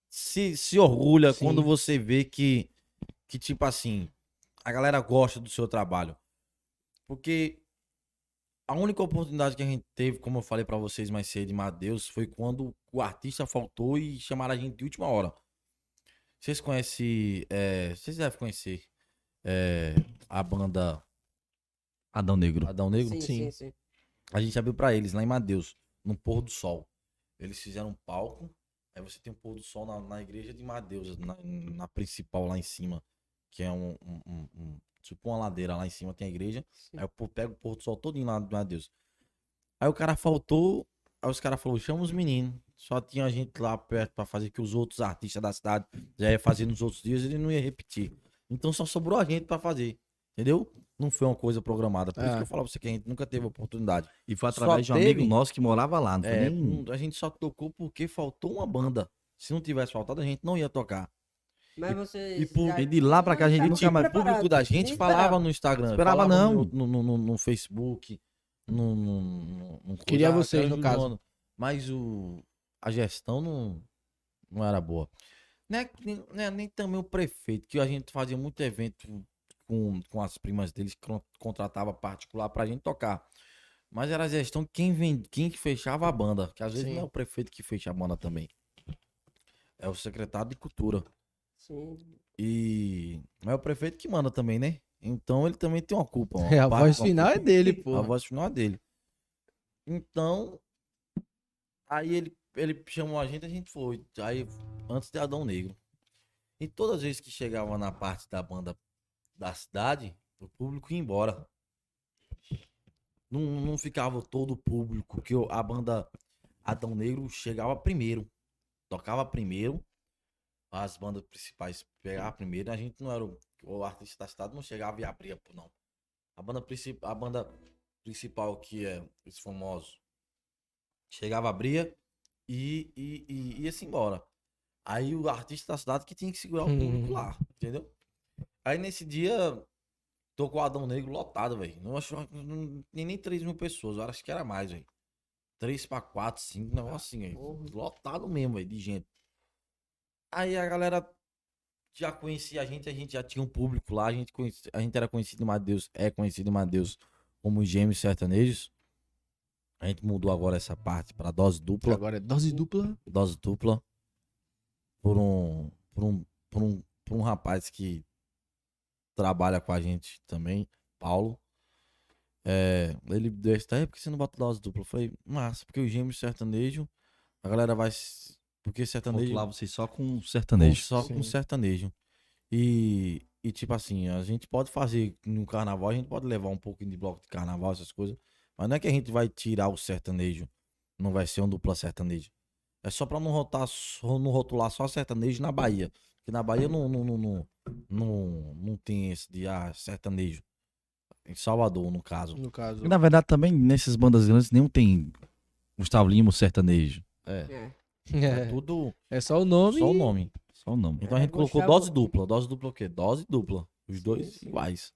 Speaker 3: se, se orgulha
Speaker 4: Sim.
Speaker 3: quando você vê que que tipo assim, a galera gosta do seu trabalho. Porque a única oportunidade que a gente teve, como eu falei pra vocês mais cedo em Madeus, foi quando o artista faltou e chamaram a gente de última hora. Vocês conhecem, é, vocês devem conhecer é, a banda
Speaker 2: Adão Negro.
Speaker 3: Adão Negro?
Speaker 1: Sim, sim, sim.
Speaker 3: A gente abriu pra eles lá em Madeus, no pôr do sol. Eles fizeram um palco, aí você tem um pôr do sol na, na igreja de Madeus, na, na principal lá em cima, que é um, um- um- um- tipo uma ladeira lá em cima tem a igreja.
Speaker 1: Sim.
Speaker 3: Aí eu pô- pego o pôr do sol todinho lá de Madeus. Aí o cara faltou, aí os caras falaram, chama os meninos. Só tinha gente lá perto pra fazer que os outros artistas da cidade já ia fazer nos outros dias, ele não ia repetir. Então só sobrou a gente pra fazer, entendeu? Não foi uma coisa programada. Por isso
Speaker 4: É.
Speaker 3: que eu falo pra você que a gente nunca teve oportunidade.
Speaker 2: E foi
Speaker 3: Só
Speaker 2: através de um
Speaker 3: teve-
Speaker 2: amigo nosso que morava lá. Não foi
Speaker 3: É,
Speaker 2: nem...
Speaker 3: a gente só tocou porque faltou uma banda. Se não tivesse faltado, a gente não ia tocar.
Speaker 1: Mas vocês.
Speaker 3: e por-
Speaker 1: já-
Speaker 2: e de lá pra cá a gente
Speaker 1: Vocês
Speaker 3: E
Speaker 2: nunca
Speaker 1: estavam
Speaker 3: tipo,
Speaker 2: mais-
Speaker 3: o público da
Speaker 1: preparados,
Speaker 3: gente
Speaker 1: Tá nem
Speaker 3: falava
Speaker 1: esperava.
Speaker 3: no Instagram,
Speaker 2: Esperava
Speaker 3: falava
Speaker 2: não.
Speaker 3: No, no- no- no Facebook, no, no- no- no-
Speaker 4: Queria
Speaker 3: coisa,
Speaker 4: vocês,
Speaker 3: quero
Speaker 4: no caso.
Speaker 3: dono. Mas o, a gestão não, não era boa. Né, nem, né, nem também o prefeito, que a gente fazia muito evento com, com as primas deles, que con- contratava particular pra gente tocar. Mas era a gestão quem vem, quem que fechava a banda, que às vezes
Speaker 4: Sim.
Speaker 3: não é o prefeito que fecha a banda também. É o secretário de cultura.
Speaker 1: Sim.
Speaker 3: E. Mas é o prefeito que manda também, né? Então ele também tem uma culpa. uma
Speaker 4: É, a
Speaker 3: parte,
Speaker 4: voz
Speaker 3: uma
Speaker 4: final é
Speaker 3: culpa.
Speaker 4: dele,
Speaker 3: A
Speaker 4: pô.
Speaker 3: voz final é dele. Então. Aí ele, ele chamou a gente, a gente foi. Aí, antes de Adão Negro. E todas as vezes que chegava na parte da banda da cidade, o público ia embora. Não, não ficava todo o público, porque o- a banda Adão Negro chegava primeiro. Tocava primeiro. As bandas principais pegavam primeiro. A gente não era. O, o artista da cidade não chegava e abria, pô, não. A banda, princi- a banda principal, que é os famosos, chegava, abria e, e, e ia-se embora. Aí o artista da cidade que tinha que segurar o público
Speaker 4: Uhum.
Speaker 3: lá, entendeu? Aí nesse dia, tocou o Adão Negro lotado, velho. Não achou não- nem, nem 3 mil pessoas, eu acho que era mais, velho. 3 pra 4, 5, negócio assim, velho. Lotado mesmo, velho, de gente. Aí a galera já conhecia a gente, a gente já tinha um público lá, a gente, conhece- a gente era conhecido em Madeus, é conhecido em Madeus como Gêmeos Sertanejos. A gente mudou agora essa parte pra dose dupla
Speaker 5: Agora é dose dupla.
Speaker 3: dose dupla por um por um, por um por um rapaz que trabalha com a gente também, Paulo. É, ele deu esse aí, por que você não bota dose dupla? Eu falei, massa, porque o gêmeo sertanejo, a galera vai. s- Porque sertanejo
Speaker 2: Lá vocês só com um
Speaker 3: com
Speaker 2: sertanejo.
Speaker 3: só com sertanejo. E, e tipo assim, a gente pode fazer no carnaval, a gente pode levar um pouquinho de bloco de carnaval, essas coisas. Mas não é que a gente vai tirar o sertanejo. Não vai ser um dupla sertanejo. É só pra não, rotar, só- não rotular só sertanejo na Bahia. Porque na Bahia não, não, não, não, não, não tem esse de ah, sertanejo. Em Salvador, no caso.
Speaker 4: No caso.
Speaker 2: E, Na verdade, também nessas bandas grandes nenhum tem Gustavo Lima, sertanejo.
Speaker 1: É.
Speaker 3: É
Speaker 4: É,
Speaker 3: tudo
Speaker 4: é só o nome.
Speaker 3: só o nome.
Speaker 2: Só o nome.
Speaker 3: Então
Speaker 1: É,
Speaker 3: a gente colocou
Speaker 1: Gustavo-
Speaker 3: dose dupla. Dose dupla é o quê? Dose dupla. Os dois
Speaker 1: sim.
Speaker 3: iguais.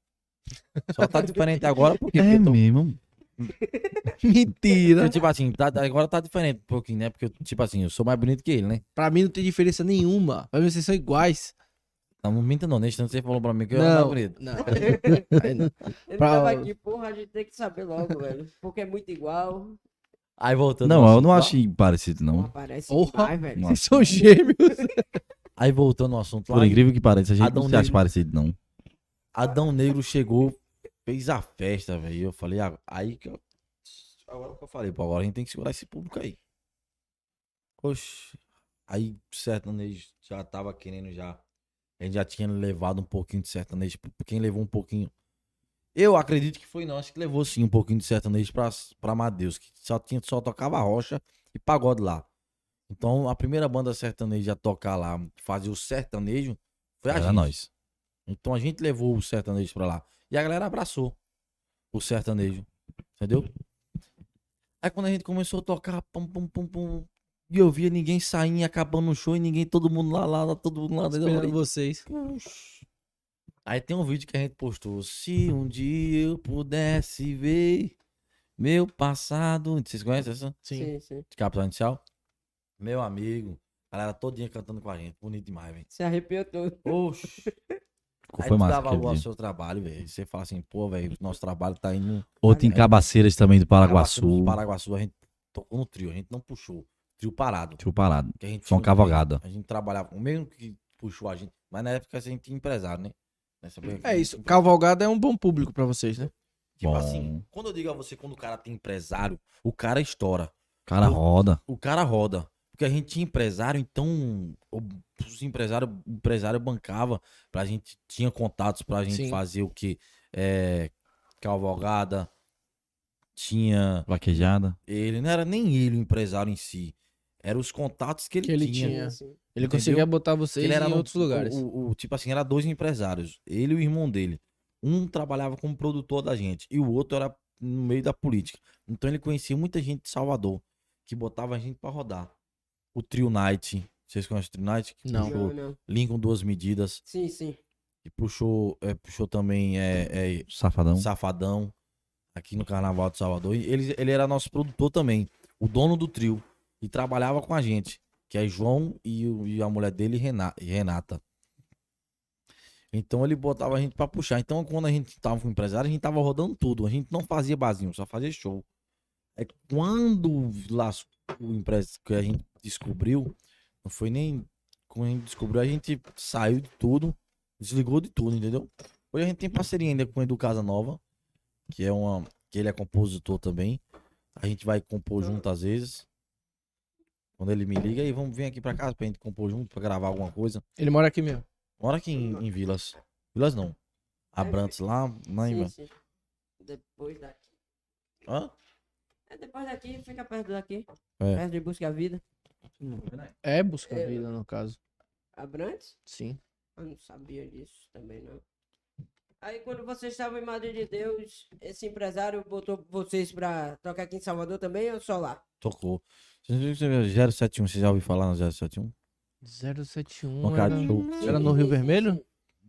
Speaker 3: Só tá diferente agora porque,
Speaker 2: É
Speaker 3: porque tô-
Speaker 2: mesmo.
Speaker 3: porque,
Speaker 2: Mentira.
Speaker 3: tipo assim, tá- agora tá diferente um pouquinho, né? Porque, tipo assim, eu sou mais bonito que ele, né?
Speaker 4: Pra mim não tem diferença nenhuma. Pra mim vocês são iguais.
Speaker 3: Então, Não, não minta não, nesse tanto você falou pra mim que eu era mais
Speaker 4: não,
Speaker 3: bonito.
Speaker 4: não. Aí não.
Speaker 1: Ele
Speaker 4: Pra-
Speaker 1: tava aqui, porra, a gente tem que saber logo, velho. Porque é muito igual.
Speaker 3: Aí voltando. ao
Speaker 2: Não, eu não
Speaker 3: assunto lá-
Speaker 2: acho parecido,
Speaker 1: Não
Speaker 2: não.
Speaker 1: aparece
Speaker 4: Porra.
Speaker 1: demais, velho.
Speaker 2: Não.
Speaker 4: Vocês são gêmeos.
Speaker 3: Aí voltando ao assunto lá.
Speaker 2: Por incrível que pareça, a gente
Speaker 3: Adão
Speaker 2: não se acha
Speaker 3: Negro.
Speaker 2: parecido, não.
Speaker 3: Adão Negro chegou, fez a festa, velho. Eu falei, ah, aí que eu. Agora que eu falei, pô, agora a gente tem que segurar esse público aí. Oxe. Aí o sertanejo já tava querendo já. A gente já tinha levado um pouquinho de sertanejo. Quem levou um pouquinho. Eu acredito que foi nós que levou sim um pouquinho de sertanejo pra, pra Madeus, que só, tinha, só tocava rocha e pagode lá. Então, a primeira banda sertaneja a tocar lá, fazer o sertanejo, foi a
Speaker 2: Era
Speaker 3: gente.
Speaker 2: nós.
Speaker 3: Então a gente levou o sertanejo pra lá. E a galera abraçou o sertanejo. Entendeu? Aí quando a gente começou a tocar, pum, pum, pum, pum. E eu via ninguém saindo, acabando o show, e ninguém, todo mundo lá, lá, lá, todo mundo lá. dentro. Eu
Speaker 4: Esperando
Speaker 3: falei,
Speaker 4: vocês.
Speaker 3: Puxa. Aí tem um vídeo que a gente postou. Se um dia eu pudesse ver meu passado. Vocês conhecem essa?
Speaker 1: Sim, sim.
Speaker 3: De Capital Inicial? Meu amigo. A galera todinha cantando com a gente. Bonito demais, velho.
Speaker 1: Se arrepiou todo.
Speaker 3: Oxi.
Speaker 2: Foi
Speaker 3: Aí tu
Speaker 2: é massa
Speaker 3: dá
Speaker 2: aquele
Speaker 3: valor ao
Speaker 2: dia.
Speaker 3: seu trabalho, velho. Você fala assim, pô, velho, nosso trabalho tá indo.
Speaker 2: Outro em Cabaceiras também do Paraguaçu.
Speaker 3: Paraguaçu. Paraguaçu, a gente tocou no trio, a gente não puxou. Trio parado.
Speaker 2: Tio Parado.
Speaker 3: Que a gente
Speaker 2: Foi uma
Speaker 3: tinha um-
Speaker 2: cavalgada.
Speaker 3: A gente trabalhava, o mesmo que puxou a gente. Mas na época a gente tinha empresário, né? Nessa época que a
Speaker 4: É
Speaker 3: gente
Speaker 4: isso.
Speaker 3: tinha empresário.
Speaker 4: Cavalgada é um bom público pra vocês, né?
Speaker 3: Tipo
Speaker 2: Bom.
Speaker 3: assim, quando eu digo a você, quando o cara tem empresário, o cara estoura.
Speaker 2: Cara
Speaker 3: Pô.
Speaker 2: roda.
Speaker 3: O cara roda. Porque a gente tinha empresário, então o- os empresários, o empresário bancava pra gente, tinha contatos pra gente
Speaker 4: Sim.
Speaker 3: fazer o que? É, cavalgada, tinha
Speaker 2: Vaquejada.
Speaker 3: ele, não era nem ele o empresário em si, eram os contatos que ele,
Speaker 4: Que ele
Speaker 3: tinha.
Speaker 4: tinha.
Speaker 1: Sim.
Speaker 4: Ele
Speaker 3: Entendeu?
Speaker 4: conseguia botar vocês
Speaker 3: Ele era
Speaker 4: em
Speaker 3: no-
Speaker 4: outros lugares.
Speaker 3: O, o- o- tipo assim, era dois empresários, ele e o irmão dele. Um trabalhava como produtor da gente e o outro era no meio da política. Então ele conhecia muita gente de Salvador que botava a gente pra rodar. O Trio Night, vocês conhecem o Trio Night? Que
Speaker 4: Não.
Speaker 3: Puxou
Speaker 1: Não, não.
Speaker 3: Lincoln Duas Medidas,
Speaker 1: Sim, sim.
Speaker 3: e puxou, é, puxou também é, é,
Speaker 2: Safadão.
Speaker 3: Safadão aqui no Carnaval de Salvador. E ele, ele era nosso produtor também, o dono do trio. E trabalhava com a gente, que é João e, o- e a mulher dele, Rena- Renata. Então ele botava a gente pra puxar. Então quando a gente tava com o empresário, a gente tava rodando tudo. A gente não fazia barzinho, só fazia show. É quando lascou o empresário que a gente descobriu, não foi nem quando a gente descobriu, a gente saiu de tudo, desligou de tudo, entendeu? Hoje a gente tem parceria ainda com o Edu Casanova, que é uma. que ele é compositor também. A gente vai compor junto às vezes. Quando ele me liga, aí vamos vir aqui pra casa pra gente compor junto, pra gravar alguma coisa.
Speaker 4: Ele mora aqui mesmo.
Speaker 3: Mora aqui em, em Vilas. Vilas não. Abrantes lá, lá em.
Speaker 1: Sim, sim. Depois daqui.
Speaker 3: Hã?
Speaker 1: É depois daqui, fica perto daqui.
Speaker 3: É.
Speaker 1: Perto de Busca a Vida.
Speaker 4: É busca
Speaker 1: É.
Speaker 4: vida, no caso.
Speaker 1: Abrantes?
Speaker 4: Sim.
Speaker 1: Eu não sabia disso também, não. Aí quando vocês estavam em Madre de Deus, esse empresário botou vocês pra tocar aqui em Salvador também ou só lá?
Speaker 3: Tocou. Vocês viram que você viu 071, você já ouviu falar no 071?
Speaker 4: 071.
Speaker 3: Uma cara de show.
Speaker 4: Era no Rio Vermelho?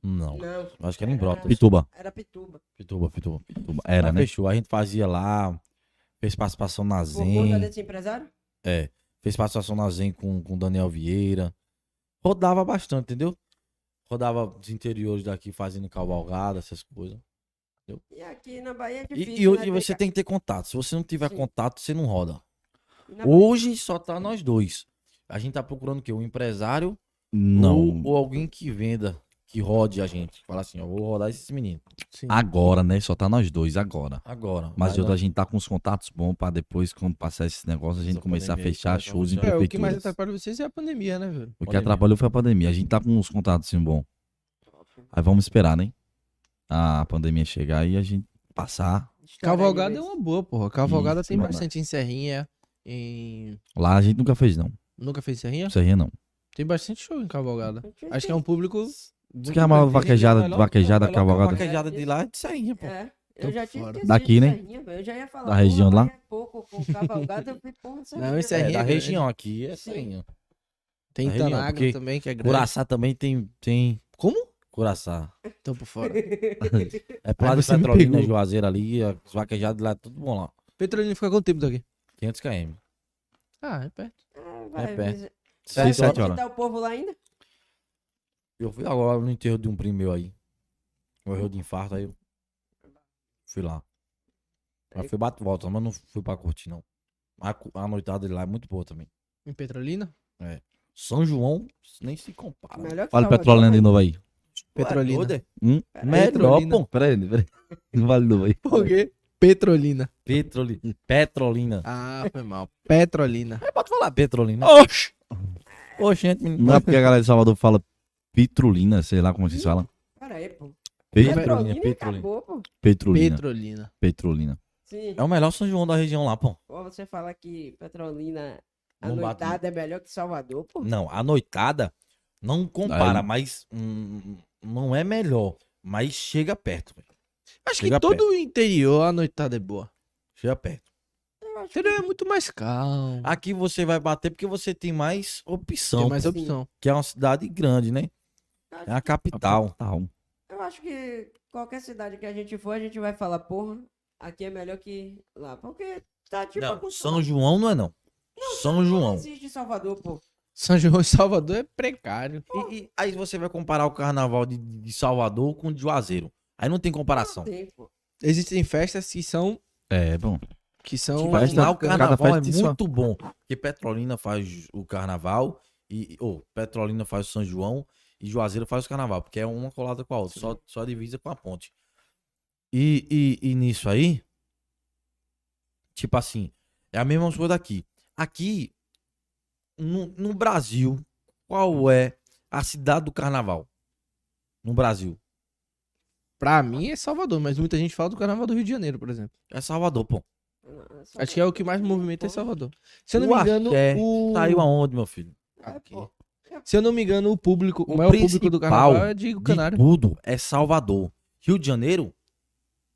Speaker 3: Não.
Speaker 1: Não,
Speaker 3: Acho que era em Brotas.
Speaker 2: Pituba.
Speaker 1: era Pituba.
Speaker 3: Pituba, Pituba.
Speaker 2: Pituba. Era,
Speaker 3: Mas
Speaker 2: né?
Speaker 3: Ah, Fechou. A gente fazia lá. Fez participação na
Speaker 1: Por conta
Speaker 3: Zen.
Speaker 1: desse empresário?
Speaker 3: É. Fez participação na Zen com o Daniel Vieira. Rodava bastante, entendeu? Rodava os interiores daqui fazendo cavalgada, essas coisas.
Speaker 1: E aqui na Bahia é
Speaker 3: E,
Speaker 1: difícil.
Speaker 3: e o-
Speaker 1: né,
Speaker 3: e você
Speaker 1: Drica?
Speaker 3: tem que ter contato. Se você não tiver
Speaker 1: Sim.
Speaker 3: contato, você não roda.
Speaker 1: Na Bahia-
Speaker 3: Hoje só tá nós dois. A gente tá procurando o quê? Um empresário
Speaker 2: Não.
Speaker 3: Ou, ou alguém que venda, que rode a gente. Fala assim, ó, vou rodar esses meninos.
Speaker 4: Sim.
Speaker 2: Agora, né? Só tá nós dois agora.
Speaker 3: Agora.
Speaker 2: Mas
Speaker 3: Vai
Speaker 2: outra,
Speaker 3: dar-
Speaker 2: a gente tá com os contatos bons pra depois, quando passar esse negócio, a gente
Speaker 3: Essa
Speaker 2: começar a
Speaker 3: pandemia aí,
Speaker 2: fechar
Speaker 3: começar a
Speaker 2: shows em
Speaker 3: fechar.
Speaker 4: É, o que mais
Speaker 2: prefeituras.
Speaker 4: atrapalha vocês é a pandemia, né, velho?
Speaker 2: O que
Speaker 3: Pandemia.
Speaker 2: atrapalhou foi a pandemia. A gente tá com uns contatos assim bom. Aí vamos esperar, né? A pandemia chegar e a gente passar.
Speaker 1: História de
Speaker 4: Cavalgada é
Speaker 1: vez.
Speaker 4: uma boa, porra. Cavalgada
Speaker 2: Isso,
Speaker 4: tem
Speaker 2: mano.
Speaker 4: bastante em Serrinha, em...
Speaker 2: Lá a gente nunca fez, não.
Speaker 4: Nunca fez Serrinha?
Speaker 2: Serrinha não.
Speaker 4: Tem bastante show em Cavalgada. Acho que é um público...
Speaker 2: Isso que é uma vaquejada, vaquejada, cavalgada.
Speaker 3: vaquejada de lá é de sainha, pô.
Speaker 1: É,
Speaker 4: Tô
Speaker 1: eu já tinha
Speaker 4: fora.
Speaker 1: esquecido
Speaker 2: Daqui,
Speaker 1: de
Speaker 2: né?
Speaker 1: Serrinha, velho. Eu já ia falar.
Speaker 2: Da região
Speaker 1: porra,
Speaker 2: lá?
Speaker 1: Bahia é pouco com cavalgada, eu fui porra,
Speaker 4: Não, em
Speaker 1: né?"
Speaker 3: É,
Speaker 4: Serrinha
Speaker 3: da
Speaker 4: é grande.
Speaker 3: região aqui é sainha.
Speaker 4: Tem
Speaker 3: Da região,
Speaker 4: Tanagra
Speaker 3: porque
Speaker 4: também, que é grande.
Speaker 3: Curaçá também tem. tem...
Speaker 4: Como?
Speaker 3: Curaçá.
Speaker 4: Então por
Speaker 1: Ah,
Speaker 4: fora.
Speaker 3: É pro lado de
Speaker 4: você me
Speaker 3: Petrolina,
Speaker 4: pegou.
Speaker 3: Juazeiro ali, as vaquejadas de lá, é tudo bom lá.
Speaker 4: Petrolina fica quanto tempo daqui?
Speaker 3: 500 km.
Speaker 4: Ah, é perto.
Speaker 3: É perto.
Speaker 1: Vai
Speaker 2: Seis,
Speaker 3: Sete
Speaker 2: sete
Speaker 3: horas.
Speaker 2: horas.
Speaker 1: visitar o povo lá ainda?
Speaker 3: Eu fui agora no enterro de um primo meu aí. Morreu de infarto, aí eu fui lá. Mas fui bate e volta, mas não fui pra curtir, não. A, cu- a noitada de lá é muito boa também.
Speaker 4: Em Petrolina?
Speaker 3: São João nem se compara. é?
Speaker 1: Melhor que
Speaker 2: Fala
Speaker 1: Salvador,
Speaker 3: né,
Speaker 2: Petrolina de
Speaker 1: mas-
Speaker 2: novo aí.
Speaker 4: Petrolina.
Speaker 2: Hum?
Speaker 3: Melhor,
Speaker 4: Petrolina.
Speaker 3: pô.
Speaker 2: Peraí, peraí. Não vale novo aí.
Speaker 4: Por quê? Petrolina.
Speaker 3: Petroli... Petrolina.
Speaker 4: Ah, foi mal. Petrolina.
Speaker 3: Aí pode falar Petrolina.
Speaker 2: Oxi!
Speaker 3: Oxe, gente, menino.
Speaker 2: Não é porque a galera de Salvador fala Petrolina, sei lá como vocês falam.
Speaker 1: Pera aí, pô.
Speaker 2: Pe-
Speaker 1: Petrolina,
Speaker 3: Petrolina.
Speaker 1: acabou, pô.
Speaker 2: Petrolina.
Speaker 4: Petrolina.
Speaker 2: Petrolina.
Speaker 1: Sim.
Speaker 3: Então- É o melhor São João da região lá, pô.
Speaker 1: Ou você fala que Petrolina A
Speaker 3: Não bate-
Speaker 1: noitada é melhor que Salvador, pô.
Speaker 3: Não, a noitada não compara,
Speaker 2: Aí-
Speaker 3: mas hum, não é melhor. Mas chega perto, velho.
Speaker 4: Acho
Speaker 3: Chega
Speaker 4: que todo o interior a noitada é boa.
Speaker 3: Chega perto.
Speaker 4: O interior é muito mais calmo.
Speaker 3: Aqui você vai bater porque você tem mais opção,
Speaker 4: tem mais
Speaker 3: pô,
Speaker 4: opção.
Speaker 3: que é uma cidade grande, né? É a capital.
Speaker 2: Tal.
Speaker 1: Eu acho que qualquer cidade que a gente for, a gente vai falar, porra, aqui é melhor que lá. Porque tá tipo
Speaker 3: Não,
Speaker 1: acostumado.
Speaker 3: São João não é não. São João.
Speaker 1: Existe em Salvador, pô.
Speaker 4: São João e Salvador é precário.
Speaker 3: E, e aí você vai comparar o carnaval de, de Salvador com o de Juazeiro. Aí não tem comparação.
Speaker 1: Não tem, pô.
Speaker 4: Existem festas que são.
Speaker 2: É, bom.
Speaker 4: Que são.
Speaker 2: Faz Tipo,
Speaker 3: Lá
Speaker 2: Festa-
Speaker 3: o carnaval
Speaker 2: cada festa
Speaker 3: é
Speaker 2: tem sua-
Speaker 3: muito bom. Porque Petrolina faz o carnaval e ou Petrolina faz o São João e Juazeiro faz o carnaval, porque é uma colada com a outra, só, só divisa com a ponte. E, e, e nisso aí, tipo assim, é a mesma coisa daqui. Aqui, no, no Brasil, qual é a cidade do carnaval? No Brasil.
Speaker 4: Pra mim é Salvador, mas muita gente fala do carnaval do Rio de Janeiro, por exemplo.
Speaker 3: É Salvador, pô.
Speaker 4: Acho que é o que mais movimenta é Salvador. Se eu não
Speaker 3: O
Speaker 4: me engano,
Speaker 3: axé
Speaker 4: o.
Speaker 3: Saiu Tá aonde, meu filho?
Speaker 1: Aqui.
Speaker 4: Se eu não me engano, o público, o,
Speaker 3: O
Speaker 4: maior público
Speaker 3: principal
Speaker 4: do carnaval é de
Speaker 3: De
Speaker 4: Canário.
Speaker 3: tudo é Salvador. Rio de Janeiro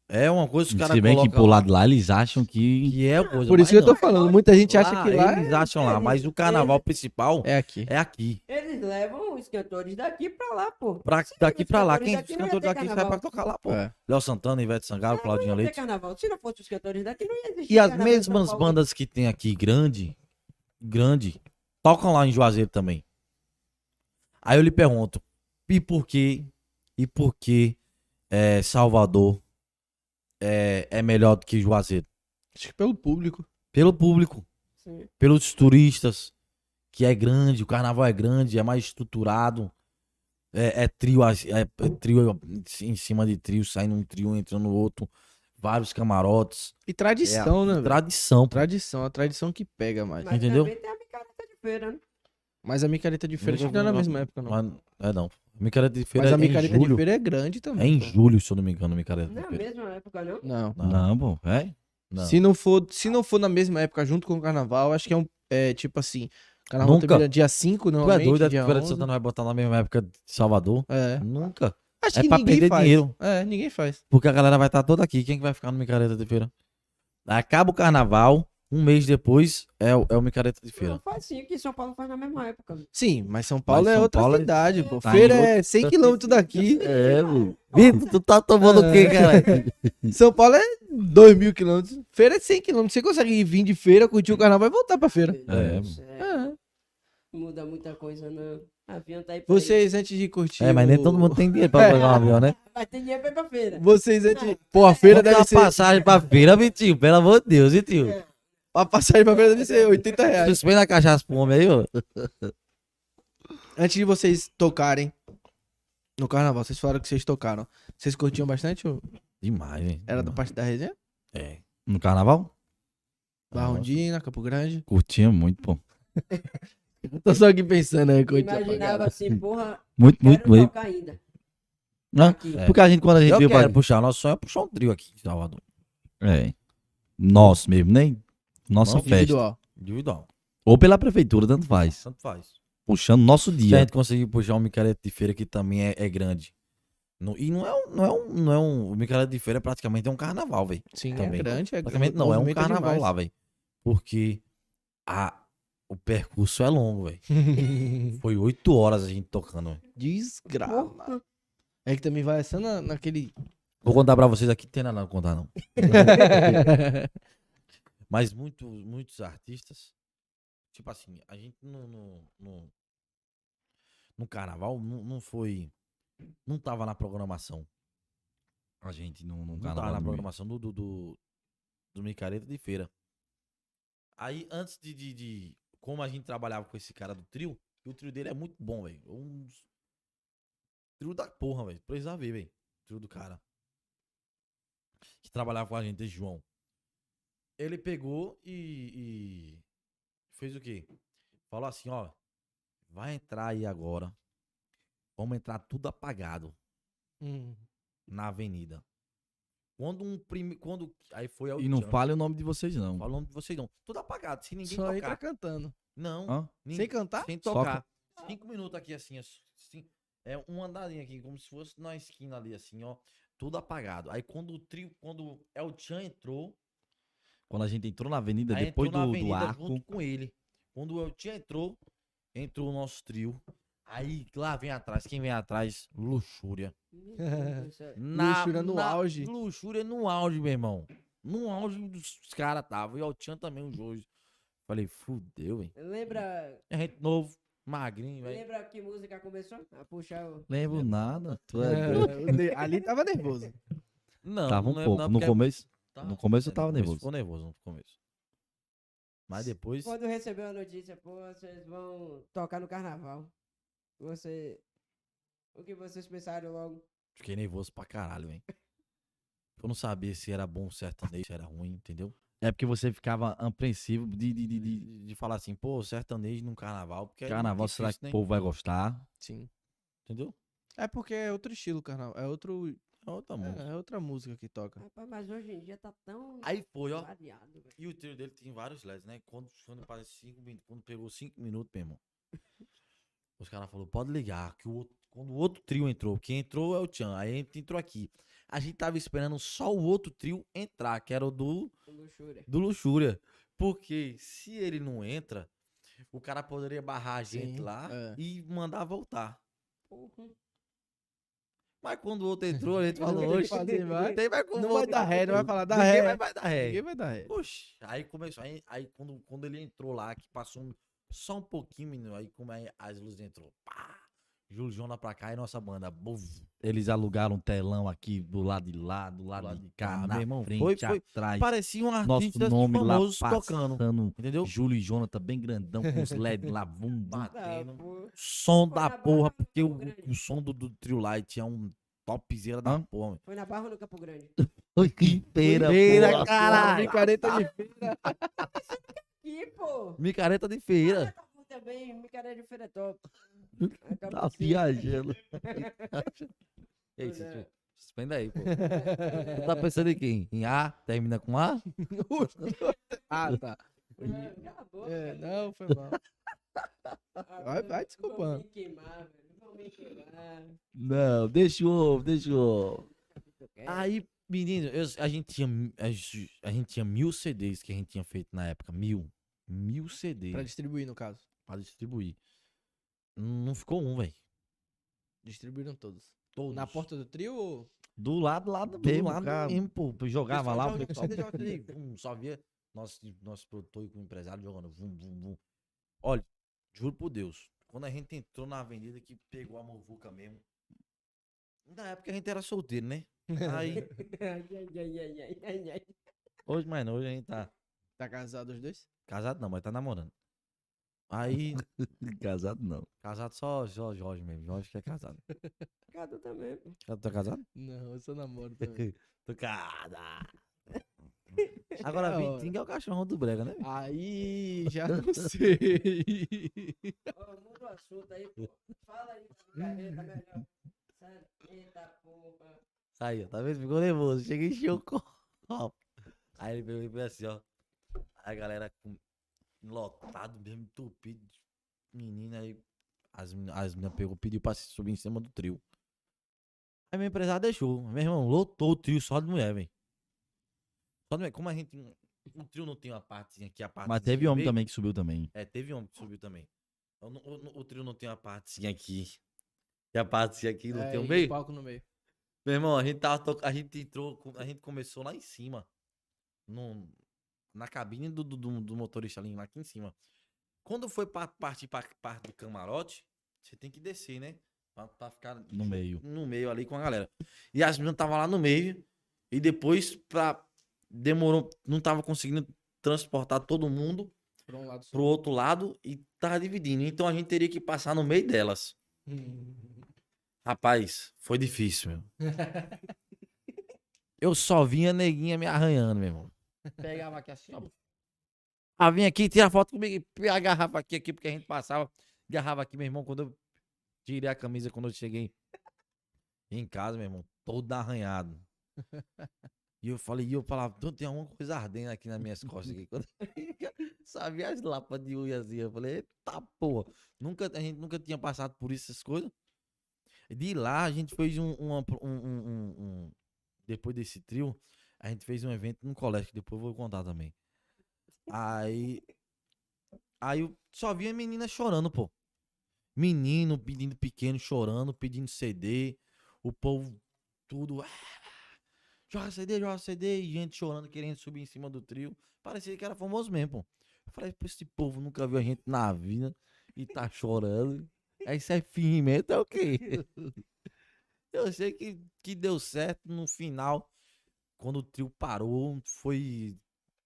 Speaker 3: é uma coisa que os caras
Speaker 2: Se bem que pro
Speaker 3: colocam
Speaker 2: lado lá eles acham que.
Speaker 3: que é coisa.
Speaker 4: Por isso que eu
Speaker 3: mas
Speaker 4: tô
Speaker 3: não.
Speaker 4: falando, muita gente acha que lá
Speaker 3: Eles acham lá, mas o carnaval principal
Speaker 4: é aqui.
Speaker 3: é aqui.
Speaker 1: Eles levam os cantores daqui pra lá, pô.
Speaker 3: Pra,
Speaker 1: Se
Speaker 3: daqui
Speaker 1: os
Speaker 3: pra lá.
Speaker 1: cantores
Speaker 3: Quem, os
Speaker 1: daqui não ia
Speaker 3: cantores
Speaker 1: ter
Speaker 3: daqui saem pra
Speaker 1: carnaval.
Speaker 3: tocar lá, pô.
Speaker 4: É.
Speaker 3: Léo Santana, Ivete Sangalo, Claudinha
Speaker 1: Não ia ter
Speaker 3: Leite.
Speaker 1: carnaval. Se não fosse os cantores daqui, não ia existir
Speaker 3: E as
Speaker 1: carnaval em São
Speaker 3: mesmas
Speaker 1: Paulo.
Speaker 3: bandas que tem aqui, grande, grande, tocam lá em Juazeiro também. Aí eu lhe pergunto, e por quê? E por que é, Salvador é, é melhor do que Juazeiro?
Speaker 4: Acho que pelo público.
Speaker 3: Pelo público,
Speaker 1: Sim.
Speaker 3: pelos turistas, que é grande, o carnaval é grande, é mais estruturado. É, é trio, as- é, é trio em cima de trio, saindo um trio, entrando outro, vários camarotes.
Speaker 4: E
Speaker 3: É
Speaker 4: tradição,
Speaker 3: a-
Speaker 4: né? velho?
Speaker 3: Tradição, pô.
Speaker 4: Tradição, a tradição que pega mais.
Speaker 1: Mas
Speaker 3: Entendeu?
Speaker 1: também tem a micareta de feira, né?
Speaker 4: Mas a micareta de feira acho que
Speaker 3: Nunca
Speaker 4: não é na
Speaker 3: vi
Speaker 4: mesma época, não.
Speaker 3: Mas, é não. Micareta de feira
Speaker 4: Mas a
Speaker 3: é em
Speaker 4: micareta de
Speaker 3: julho.
Speaker 4: feira é grande também.
Speaker 3: É em
Speaker 4: pô.
Speaker 3: julho, se eu não me engano, micareta
Speaker 1: Não é
Speaker 3: de
Speaker 1: a
Speaker 3: feira.
Speaker 1: mesma época, não?
Speaker 4: Não.
Speaker 3: Não.
Speaker 2: Não, pô. É?
Speaker 3: Não.
Speaker 4: Se não for, se não for na mesma época junto com o carnaval, acho que é um é tipo assim, carnaval
Speaker 3: Nunca.
Speaker 4: termina dia 5,
Speaker 3: Tu é
Speaker 4: normalmente,
Speaker 3: doido, a
Speaker 4: dia
Speaker 3: feira de
Speaker 4: 11.
Speaker 3: Santana vai botar na mesma época de Salvador?
Speaker 4: É.
Speaker 3: Nunca.
Speaker 4: Acho
Speaker 3: É
Speaker 4: que
Speaker 3: pra
Speaker 4: ninguém
Speaker 3: perder
Speaker 4: faz.
Speaker 3: dinheiro.
Speaker 4: É, ninguém faz.
Speaker 3: Porque a galera vai estar toda aqui. Quem que vai ficar no micareta de feira? Acaba o carnaval, um mês depois é, o- é o micareta de
Speaker 1: Não
Speaker 3: feira.
Speaker 1: faz sim, que São Paulo faz na mesma época.
Speaker 4: Sim, mas São Paulo é
Speaker 3: São
Speaker 4: outra
Speaker 3: Paulo é-
Speaker 4: cidade, pô.
Speaker 3: Tá em
Speaker 4: Feira
Speaker 3: outra-
Speaker 4: é 100 quilômetros daqui.
Speaker 3: É, mano. Vitor, tu tá tomando o quê,
Speaker 2: É.
Speaker 3: cara?
Speaker 4: São Paulo é 2 mil quilômetros. Feira é 100 quilômetros. Você consegue vir de feira, curtir o carnaval e voltar pra feira.
Speaker 1: Meu Deus, é,
Speaker 4: É.
Speaker 1: Muda muita coisa, não. Avião tá aí pra isso.
Speaker 4: Vocês antes de curtir.
Speaker 3: É, mas nem todo
Speaker 4: o-
Speaker 3: mundo tem dinheiro pra pagar um avião, né?
Speaker 1: Vai ter dinheiro pra ir pra feira.
Speaker 4: Vocês antes. Pô, a feira
Speaker 3: Vamos dar
Speaker 4: deve
Speaker 3: uma
Speaker 4: ser.
Speaker 3: passagem pra feira, Vitinho. Pelo amor de Deus, Vitinho.
Speaker 4: A passagem pra feira deve ser 80 reais.
Speaker 3: Suspenda a cachaça pro homem aí, ó.
Speaker 4: Antes de vocês tocarem no carnaval, vocês falaram que vocês tocaram. Vocês curtiam bastante? ou
Speaker 3: Demais, hein?
Speaker 4: Era da parte da resenha?
Speaker 3: É.
Speaker 2: No carnaval?
Speaker 4: Barrondina, Campo Grande.
Speaker 2: Curtia muito, pô.
Speaker 4: Eu tô só aqui pensando aí, coitinha.
Speaker 1: Imaginava assim, porra,
Speaker 2: Muito, muito,
Speaker 1: quero
Speaker 2: muito.
Speaker 1: tocar ainda.
Speaker 2: Hã?
Speaker 1: Aqui.
Speaker 3: É.
Speaker 2: Porque a gente, quando a gente
Speaker 3: Eu
Speaker 2: veio
Speaker 3: quero
Speaker 2: pra.
Speaker 3: puxar, nosso sonho é puxar um trio aqui em Salvador.
Speaker 2: É. Nós mesmo, nem. Nossa
Speaker 3: Não,
Speaker 2: festa.
Speaker 4: Individual.
Speaker 3: Individual.
Speaker 2: Ou pela prefeitura, tanto faz.
Speaker 3: Tanto faz.
Speaker 2: Puxando nosso
Speaker 3: Se a
Speaker 4: é.
Speaker 2: dia.
Speaker 3: gente conseguir puxar um micareta de feira que também é, é grande. Não- e não é um. Não é um, não é um o micareta de feira é praticamente é um carnaval, velho.
Speaker 4: Sim, é
Speaker 3: Também.
Speaker 4: grande. É
Speaker 3: Praticamente
Speaker 4: grande,
Speaker 3: não, é um
Speaker 4: movimenta
Speaker 3: carnaval
Speaker 4: demais.
Speaker 3: lá, velho. Porque a, o percurso é longo, velho. Foi oito horas a gente tocando, velho. Ah,
Speaker 4: Desgrama. É que também vai só na, naquele.
Speaker 3: Vou contar pra vocês aqui, não tem nada pra contar, não. Mas muito, muitos artistas, tipo assim, a gente no, no, no, no carnaval não, não foi. Não tava na programação.
Speaker 2: A gente não, não,
Speaker 3: Não tava na programação do, do, do, do Micareta de Feira. Aí, antes de, de, de- Como a gente trabalhava com esse cara do trio, e o trio dele é muito bom, velho. É Um dos- trio da porra, velho. Precisa ver, velho. O trio do cara. Que trabalhava com a gente, esse João. Ele pegou e. e fez o quê? Falou assim, ó. Vai entrar aí agora. Vamos entrar tudo apagado
Speaker 4: Hum.
Speaker 3: na avenida. Quando um prime... quando Aí foi ao
Speaker 2: E não
Speaker 3: Djavan.
Speaker 2: fale o nome de vocês, não.
Speaker 3: Fala o nome de vocês não. Tudo apagado, sem ninguém
Speaker 4: Só
Speaker 3: tocar.
Speaker 4: entra cantando.
Speaker 3: Não.
Speaker 2: Hã?
Speaker 3: nin-
Speaker 4: Sem cantar?
Speaker 3: Sem
Speaker 2: Só
Speaker 3: tocar. Cinco minutos aqui assim, assim. É um andarinho aqui, como se fosse na esquina ali, assim, ó. Tudo apagado. Aí quando o trio, quando El Chan entrou,
Speaker 2: Quando a gente entrou na avenida,
Speaker 3: aí
Speaker 2: depois
Speaker 3: entrou na
Speaker 2: do, do
Speaker 3: avenida
Speaker 2: arco.
Speaker 3: junto com ele. Quando o El Chan entrou, entrou o nosso trio. Aí lá vem atrás, quem vem atrás? Luxúria.
Speaker 4: Luxúria no auge.
Speaker 3: Luxúria no auge, meu irmão. No auge dos caras tava. E o El Chan também um hoje. Falei, fudeu, hein?
Speaker 1: Lembra,
Speaker 3: É gente novo, magrinho, velho.
Speaker 1: lembra que música começou? Ah, A puxar o.
Speaker 2: Lembro nada. Tu é doido.
Speaker 4: É, o ne- ali tava nervoso.
Speaker 3: Não,
Speaker 2: Tava um
Speaker 3: não lembro
Speaker 2: pouco.
Speaker 3: não,
Speaker 2: no
Speaker 3: porque-
Speaker 2: começo.
Speaker 3: Tá.
Speaker 2: No começo eu
Speaker 3: É,
Speaker 2: tava nervoso.
Speaker 3: Ficou nervoso no começo. Mas depois.
Speaker 1: Quando recebeu a notícia, pô, vocês vão tocar no carnaval. Você. O que vocês pensaram logo?
Speaker 3: Fiquei nervoso pra caralho, hein? Eu não sabia se era bom o sertanejo, se era ruim, entendeu?
Speaker 2: É porque você ficava apreensivo de, de, de, de
Speaker 3: De, de falar assim, pô, sertanejo num carnaval. Porque é
Speaker 2: carnaval,
Speaker 3: difícil,
Speaker 2: será que
Speaker 3: né?
Speaker 2: o povo vai gostar?
Speaker 4: Sim.
Speaker 3: Entendeu?
Speaker 4: É porque é outro estilo, carnal. É outro.
Speaker 3: É outra música.
Speaker 4: É, é outra música que toca.
Speaker 1: Rapaz, mas hoje em dia tá tão
Speaker 3: Aí foi, ó.
Speaker 1: variado, velho.
Speaker 3: E o trio dele tem vários LEDs, né? Quando, quando, parece cinco, minutos- quando pegou 5 minutos, meu irmão. Os caras falaram, pode ligar, que o outro. Quando o outro trio entrou, quem entrou é o Tchan, aí a gente entrou aqui. A gente tava esperando só o outro trio entrar, que era o do
Speaker 1: com Luxúria.
Speaker 3: do Luxúria. Porque se ele não entra, o cara poderia barrar a gente
Speaker 4: Sim,
Speaker 3: lá
Speaker 4: é.
Speaker 3: e mandar voltar.
Speaker 1: Porra.
Speaker 3: Mas quando o outro entrou, a gente falou,
Speaker 4: Não tem o que
Speaker 3: oxe,
Speaker 4: fazer, vai."
Speaker 3: tem vai com
Speaker 4: Não vai dar ré, não vai falar, dá
Speaker 3: Ninguém
Speaker 4: ré.
Speaker 3: Vai, vai dar ré.
Speaker 4: Ninguém vai dar ré.
Speaker 3: Oxe, aí começou, aí, aí quando, quando ele entrou lá, que passou um- só um pouquinho, menino, aí como é, as luzes entrou, pá, Júlio Jona pra cá e nossa banda, buf,
Speaker 2: Eles alugaram um telão aqui do lado de lá, do lado, de cá, na
Speaker 3: meu irmão,
Speaker 2: frente,
Speaker 3: foi- foi-
Speaker 2: atrás.
Speaker 3: parecia um
Speaker 2: Nosso
Speaker 3: artista
Speaker 2: nome lá
Speaker 3: famoso
Speaker 2: passando.
Speaker 3: tocando, entendeu?
Speaker 2: Júlio e Jonathan bem grandão, com os LED lá, bum, bum.
Speaker 1: Não,
Speaker 3: Batendo.
Speaker 1: Ah, pô.
Speaker 3: som
Speaker 1: Foi
Speaker 3: da
Speaker 1: na
Speaker 3: porra,
Speaker 1: barra
Speaker 3: porque
Speaker 1: ou
Speaker 3: o,
Speaker 1: grande?
Speaker 3: o som do, do Trio Light é um topzera da
Speaker 2: Hã?
Speaker 3: porra. meu.
Speaker 1: Foi na Barra ou no Campo Grande?
Speaker 2: Oi, que feira,
Speaker 3: Feira,
Speaker 2: porra.
Speaker 3: caralho.
Speaker 4: Picareta de
Speaker 1: Que, pô!
Speaker 3: Micareta de feira.
Speaker 1: Tá bom também, me cara de feira é top.
Speaker 2: Tá viajando.
Speaker 3: Ei,
Speaker 1: Pois
Speaker 3: você-
Speaker 1: é.
Speaker 3: Suspenda aí, pô. Você tá pensando em quem? Em A? Termina com A?
Speaker 4: Ah, tá.
Speaker 1: Cala a boca,
Speaker 4: É,
Speaker 1: cara.
Speaker 4: não, foi mal.
Speaker 1: Agora
Speaker 4: vai desculpando.
Speaker 1: Vão me queimar, velho. Vão me queimar.
Speaker 2: Não, deixa o ovo, deixa o ovo.
Speaker 3: Aí, menino, eu- a, gente tinha, a, gente- a gente tinha mil CDs que a gente tinha feito na época. Mil. Mil CDs
Speaker 4: Pra
Speaker 3: pra,
Speaker 4: distribuir, no caso.
Speaker 3: distribuir. Não ficou um, velho.
Speaker 4: Distribuíram todos.
Speaker 3: Todos.
Speaker 4: Na porta do trio ou.
Speaker 2: Do lado, lá do,
Speaker 3: do
Speaker 2: mesmo,
Speaker 3: lado
Speaker 2: cara.
Speaker 3: mesmo, pô.
Speaker 2: Jogava
Speaker 3: Pessoal
Speaker 2: lá,
Speaker 3: joga-
Speaker 2: o pessoal-
Speaker 3: joga aquele vum, só via nosso, nosso produtor e o empresário jogando vum, vum, vum. Olha, juro por Deus, quando a gente entrou na avenida que pegou a muvuca mesmo, na época a gente era solteiro, né? Aí,
Speaker 1: Ai, ai, ai, ai, ai, ai, ai.
Speaker 3: hoje mais não, hoje a gente tá
Speaker 4: Tá casado os dois?
Speaker 3: casado não, mas tá namorando. Aí,
Speaker 2: Casado não.
Speaker 3: casado só, só Jorge mesmo, Jorge que é casado.
Speaker 1: Cadu também, pô.
Speaker 3: Já Tá casado?
Speaker 4: Não, eu sou namoro também.
Speaker 3: Tô casado. Agora,
Speaker 4: Da hora.
Speaker 3: Vitinho é o cachorrão do Brega, né?
Speaker 4: Aí, já não sei.
Speaker 1: Ó, muda o assunto aí, pô. Fala aí da sua carreira melhor. Sério. Eita porra.
Speaker 3: Aí, ó, tá vendo? Ficou nervoso. Cheguei e encheu o copo. Aí ele pegou e foi assim, ó. Aí a galera com... lotado mesmo, entupido. de Menina aí. As meninas as mina pegou, pediu pra subir em cima do trio. Aí meu empresário deixou. Meu irmão, lotou o trio só de mulher, velho. Só de mulher. Como a gente. não- O trio não tem uma partezinha aqui, a parte.
Speaker 2: Mas teve homem também que subiu também.
Speaker 3: É, teve homem que subiu também. Eu não- eu não- o trio não tem uma partezinha aqui. E a partezinha aqui não
Speaker 4: É,
Speaker 3: tem um
Speaker 4: e
Speaker 3: meio?
Speaker 4: palco no meio.
Speaker 3: Meu irmão, a gente tava to- a gente entrou, com- a gente começou lá em cima. No, na cabine do, do- do- do motorista ali, lá aqui em cima. Quando foi pra partir pra parte do camarote, você tem que descer, né? Pra, pra ficar
Speaker 2: No meio.
Speaker 3: no meio ali com a galera. E as meninas estavam lá no meio. E depois, pra. Demorou. Não tava conseguindo transportar todo mundo
Speaker 4: Pra um lado só.
Speaker 3: pro outro lado e tava dividindo. Então a gente teria que passar no meio delas. Hum. Rapaz, foi difícil, meu. Eu só vinha neguinha me arranhando, meu irmão.
Speaker 4: Pegava aqui assim, ó.
Speaker 3: Ah, vem aqui, tira foto comigo, e a garrafa aqui, aqui, porque a gente passava. Garrafa aqui, meu irmão, quando eu tirei a camisa, quando eu cheguei em casa, meu irmão, todo arranhado. E eu falei, e eu falava, "Tô- tem alguma coisa ardendo aqui nas minhas costas aqui. Quando eu sabia as lapas de unhazinha. Eu falei, eita porra. Nunca, a gente nunca tinha passado por isso, essas coisas. De lá, a gente fez um, uma- um- um- um- um- Depois desse trio, a gente fez um evento no colégio, que depois eu vou contar também. Aí. Aí eu só via menina chorando, pô. Menino pedindo pequeno, chorando, pedindo CD. O povo, tudo. "Ah, Joga CD, joga CD. E gente chorando, querendo subir em cima do trio. Parecia que era famoso mesmo, pô. Eu falei, pô, esse povo nunca viu a gente na vida e tá chorando. É isso é fingimento, é o quê? Eu sei que, que deu certo no final. Quando o trio parou, foi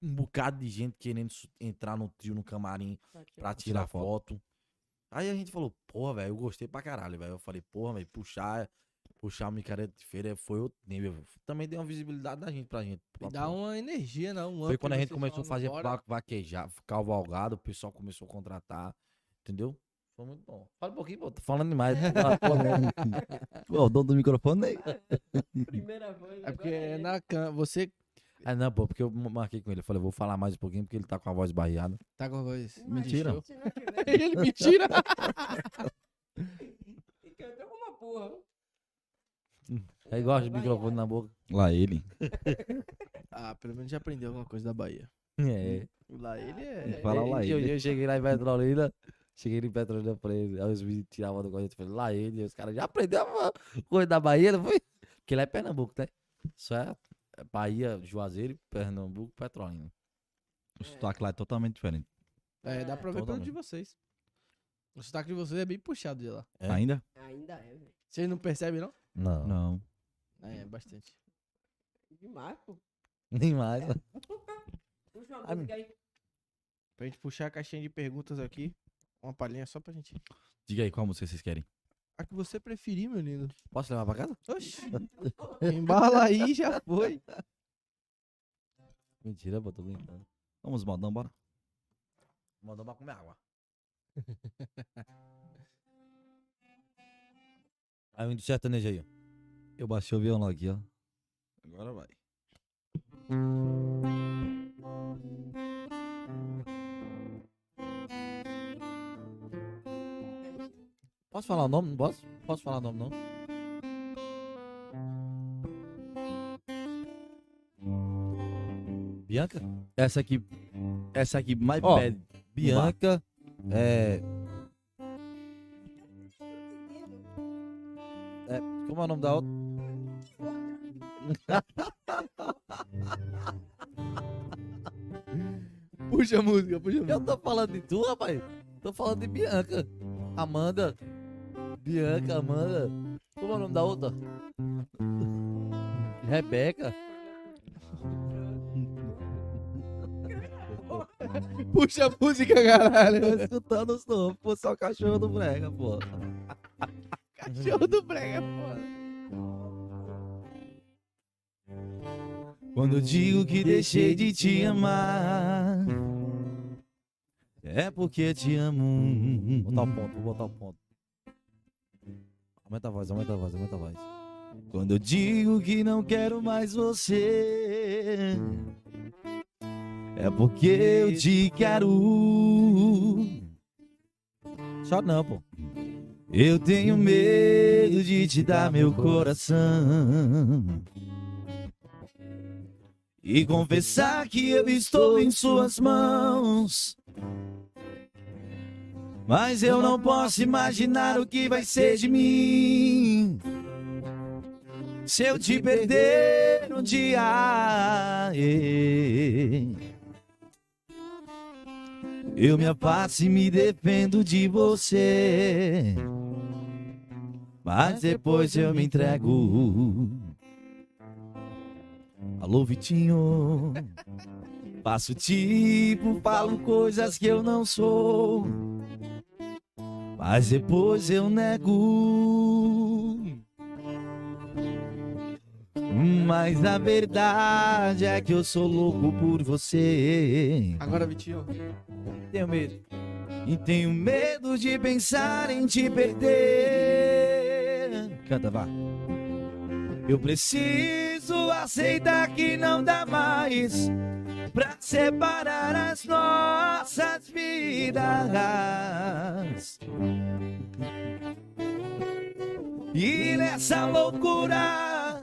Speaker 3: um bocado de gente querendo su- entrar no trio, no camarim, pra tirar foto. Aí a gente falou, porra, velho, eu gostei pra caralho, velho. Eu falei, porra, velho, puxar, puxar o micareta de feira foi outro nível. velho. Também deu uma visibilidade da gente pra gente.
Speaker 4: E dá
Speaker 3: um
Speaker 4: uma energia, né, um não.
Speaker 3: Foi quando a gente começou a fazer va- vaquejar, cavalgado, o pessoal começou a contratar, entendeu? Foi muito bom. Fala um pouquinho, pô, tô falando demais.
Speaker 2: Pô, o dono do microfone né? aí.
Speaker 1: Primeira voz.
Speaker 4: É porque é na can... você
Speaker 3: ah, não, pô, porque eu marquei com ele. Eu falei, vou falar mais um pouquinho, porque ele tá com a voz barreada.
Speaker 4: tá com a voz.
Speaker 3: Mentira.
Speaker 1: Se não tiver,
Speaker 4: Ele mentira.
Speaker 1: ele cantou como uma porra.
Speaker 3: Aí gosta de microfone na boca.
Speaker 2: Lá ele.
Speaker 4: ah, pelo menos já aprendeu alguma coisa da Bahia.
Speaker 3: É.
Speaker 4: Lá ele
Speaker 2: Ele
Speaker 4: é.
Speaker 2: fala
Speaker 3: E-
Speaker 2: lá
Speaker 3: e eu,
Speaker 2: ele.
Speaker 3: eu cheguei lá em Petrolina, cheguei em Petrolina pra ele. Aí os meninos tiravam do corrente e falei, lá ele. Aí os caras já aprendeu a coisa da Bahia, não foi? Porque lá é Pernambuco, né? Só é Bahia, Juazeiro, Pernambuco, Petrolina.
Speaker 2: O sotaque lá é totalmente diferente.
Speaker 4: É, dá pra ver pelo
Speaker 3: Totalmente.
Speaker 4: de vocês. O sotaque de vocês é bem puxado de lá.
Speaker 3: É.
Speaker 2: Ainda?
Speaker 1: Ainda é, velho.
Speaker 4: Vocês não percebem, não?
Speaker 3: Não.
Speaker 2: Não.
Speaker 4: É, é bastante.
Speaker 1: Demais, pô.
Speaker 3: Nem mais. né?
Speaker 1: Puxa uma
Speaker 3: Ah,
Speaker 1: música aí.
Speaker 4: Pra gente puxar a caixinha de perguntas aqui. Uma palhinha só pra gente.
Speaker 2: Diga aí qual música vocês querem.
Speaker 4: A que você preferir, meu lindo.
Speaker 3: Posso levar pra casa?
Speaker 4: Oxi. Embala aí, já foi.
Speaker 3: Mentira, pô, tô brincando.
Speaker 2: Vamos, modão, bora.
Speaker 3: Mandou pra comer água. Aí um do sertanejo aí. ó.
Speaker 2: Eu baixei o violão aqui, ó.
Speaker 3: Agora vai. Posso falar o nome? Não posso? Posso falar o nome, não? Bianca?
Speaker 2: Essa aqui. Essa aqui, mais
Speaker 3: Ó.
Speaker 2: bad.
Speaker 3: Bianca é. É, como é o nome da outra?
Speaker 4: Puxa a música, puxa a música.
Speaker 3: Eu tô falando de tu, rapaz. Tô falando de Bianca. Amanda. Bianca, Amanda. Como é o nome da outra? Rebeca.
Speaker 4: Puxa a música, caralho.
Speaker 2: Tô escutando os nomes, Tá pô, só o cachorro do brega, pô.
Speaker 4: Cachorro do brega, porra.
Speaker 2: Quando eu digo que deixei de te amar, é porque te amo.
Speaker 3: Vou botar o ponto, vou botar o ponto. Aumenta a voz, aumenta a voz, aumenta a voz.
Speaker 2: Quando eu digo que não quero mais você, é porque eu te quero.
Speaker 3: Só não, pô.
Speaker 2: Eu tenho medo de te dar meu coração e confessar que eu estou em suas mãos. Mas eu não posso imaginar o que vai ser de mim se eu te perder um dia. eh, Eu me afasto e me defendo de você. Mas depois eu me entrego. Alô, Vitinho. Faço tipo, falo coisas que eu não sou. Mas depois eu nego. Mas a verdade é que eu sou louco por você.
Speaker 4: Agora, Vitinho.
Speaker 2: Tenho medo. E tenho medo de pensar em te perder. Canta, vá. Eu preciso aceitar que não dá mais pra separar as nossas vidas. E nessa loucura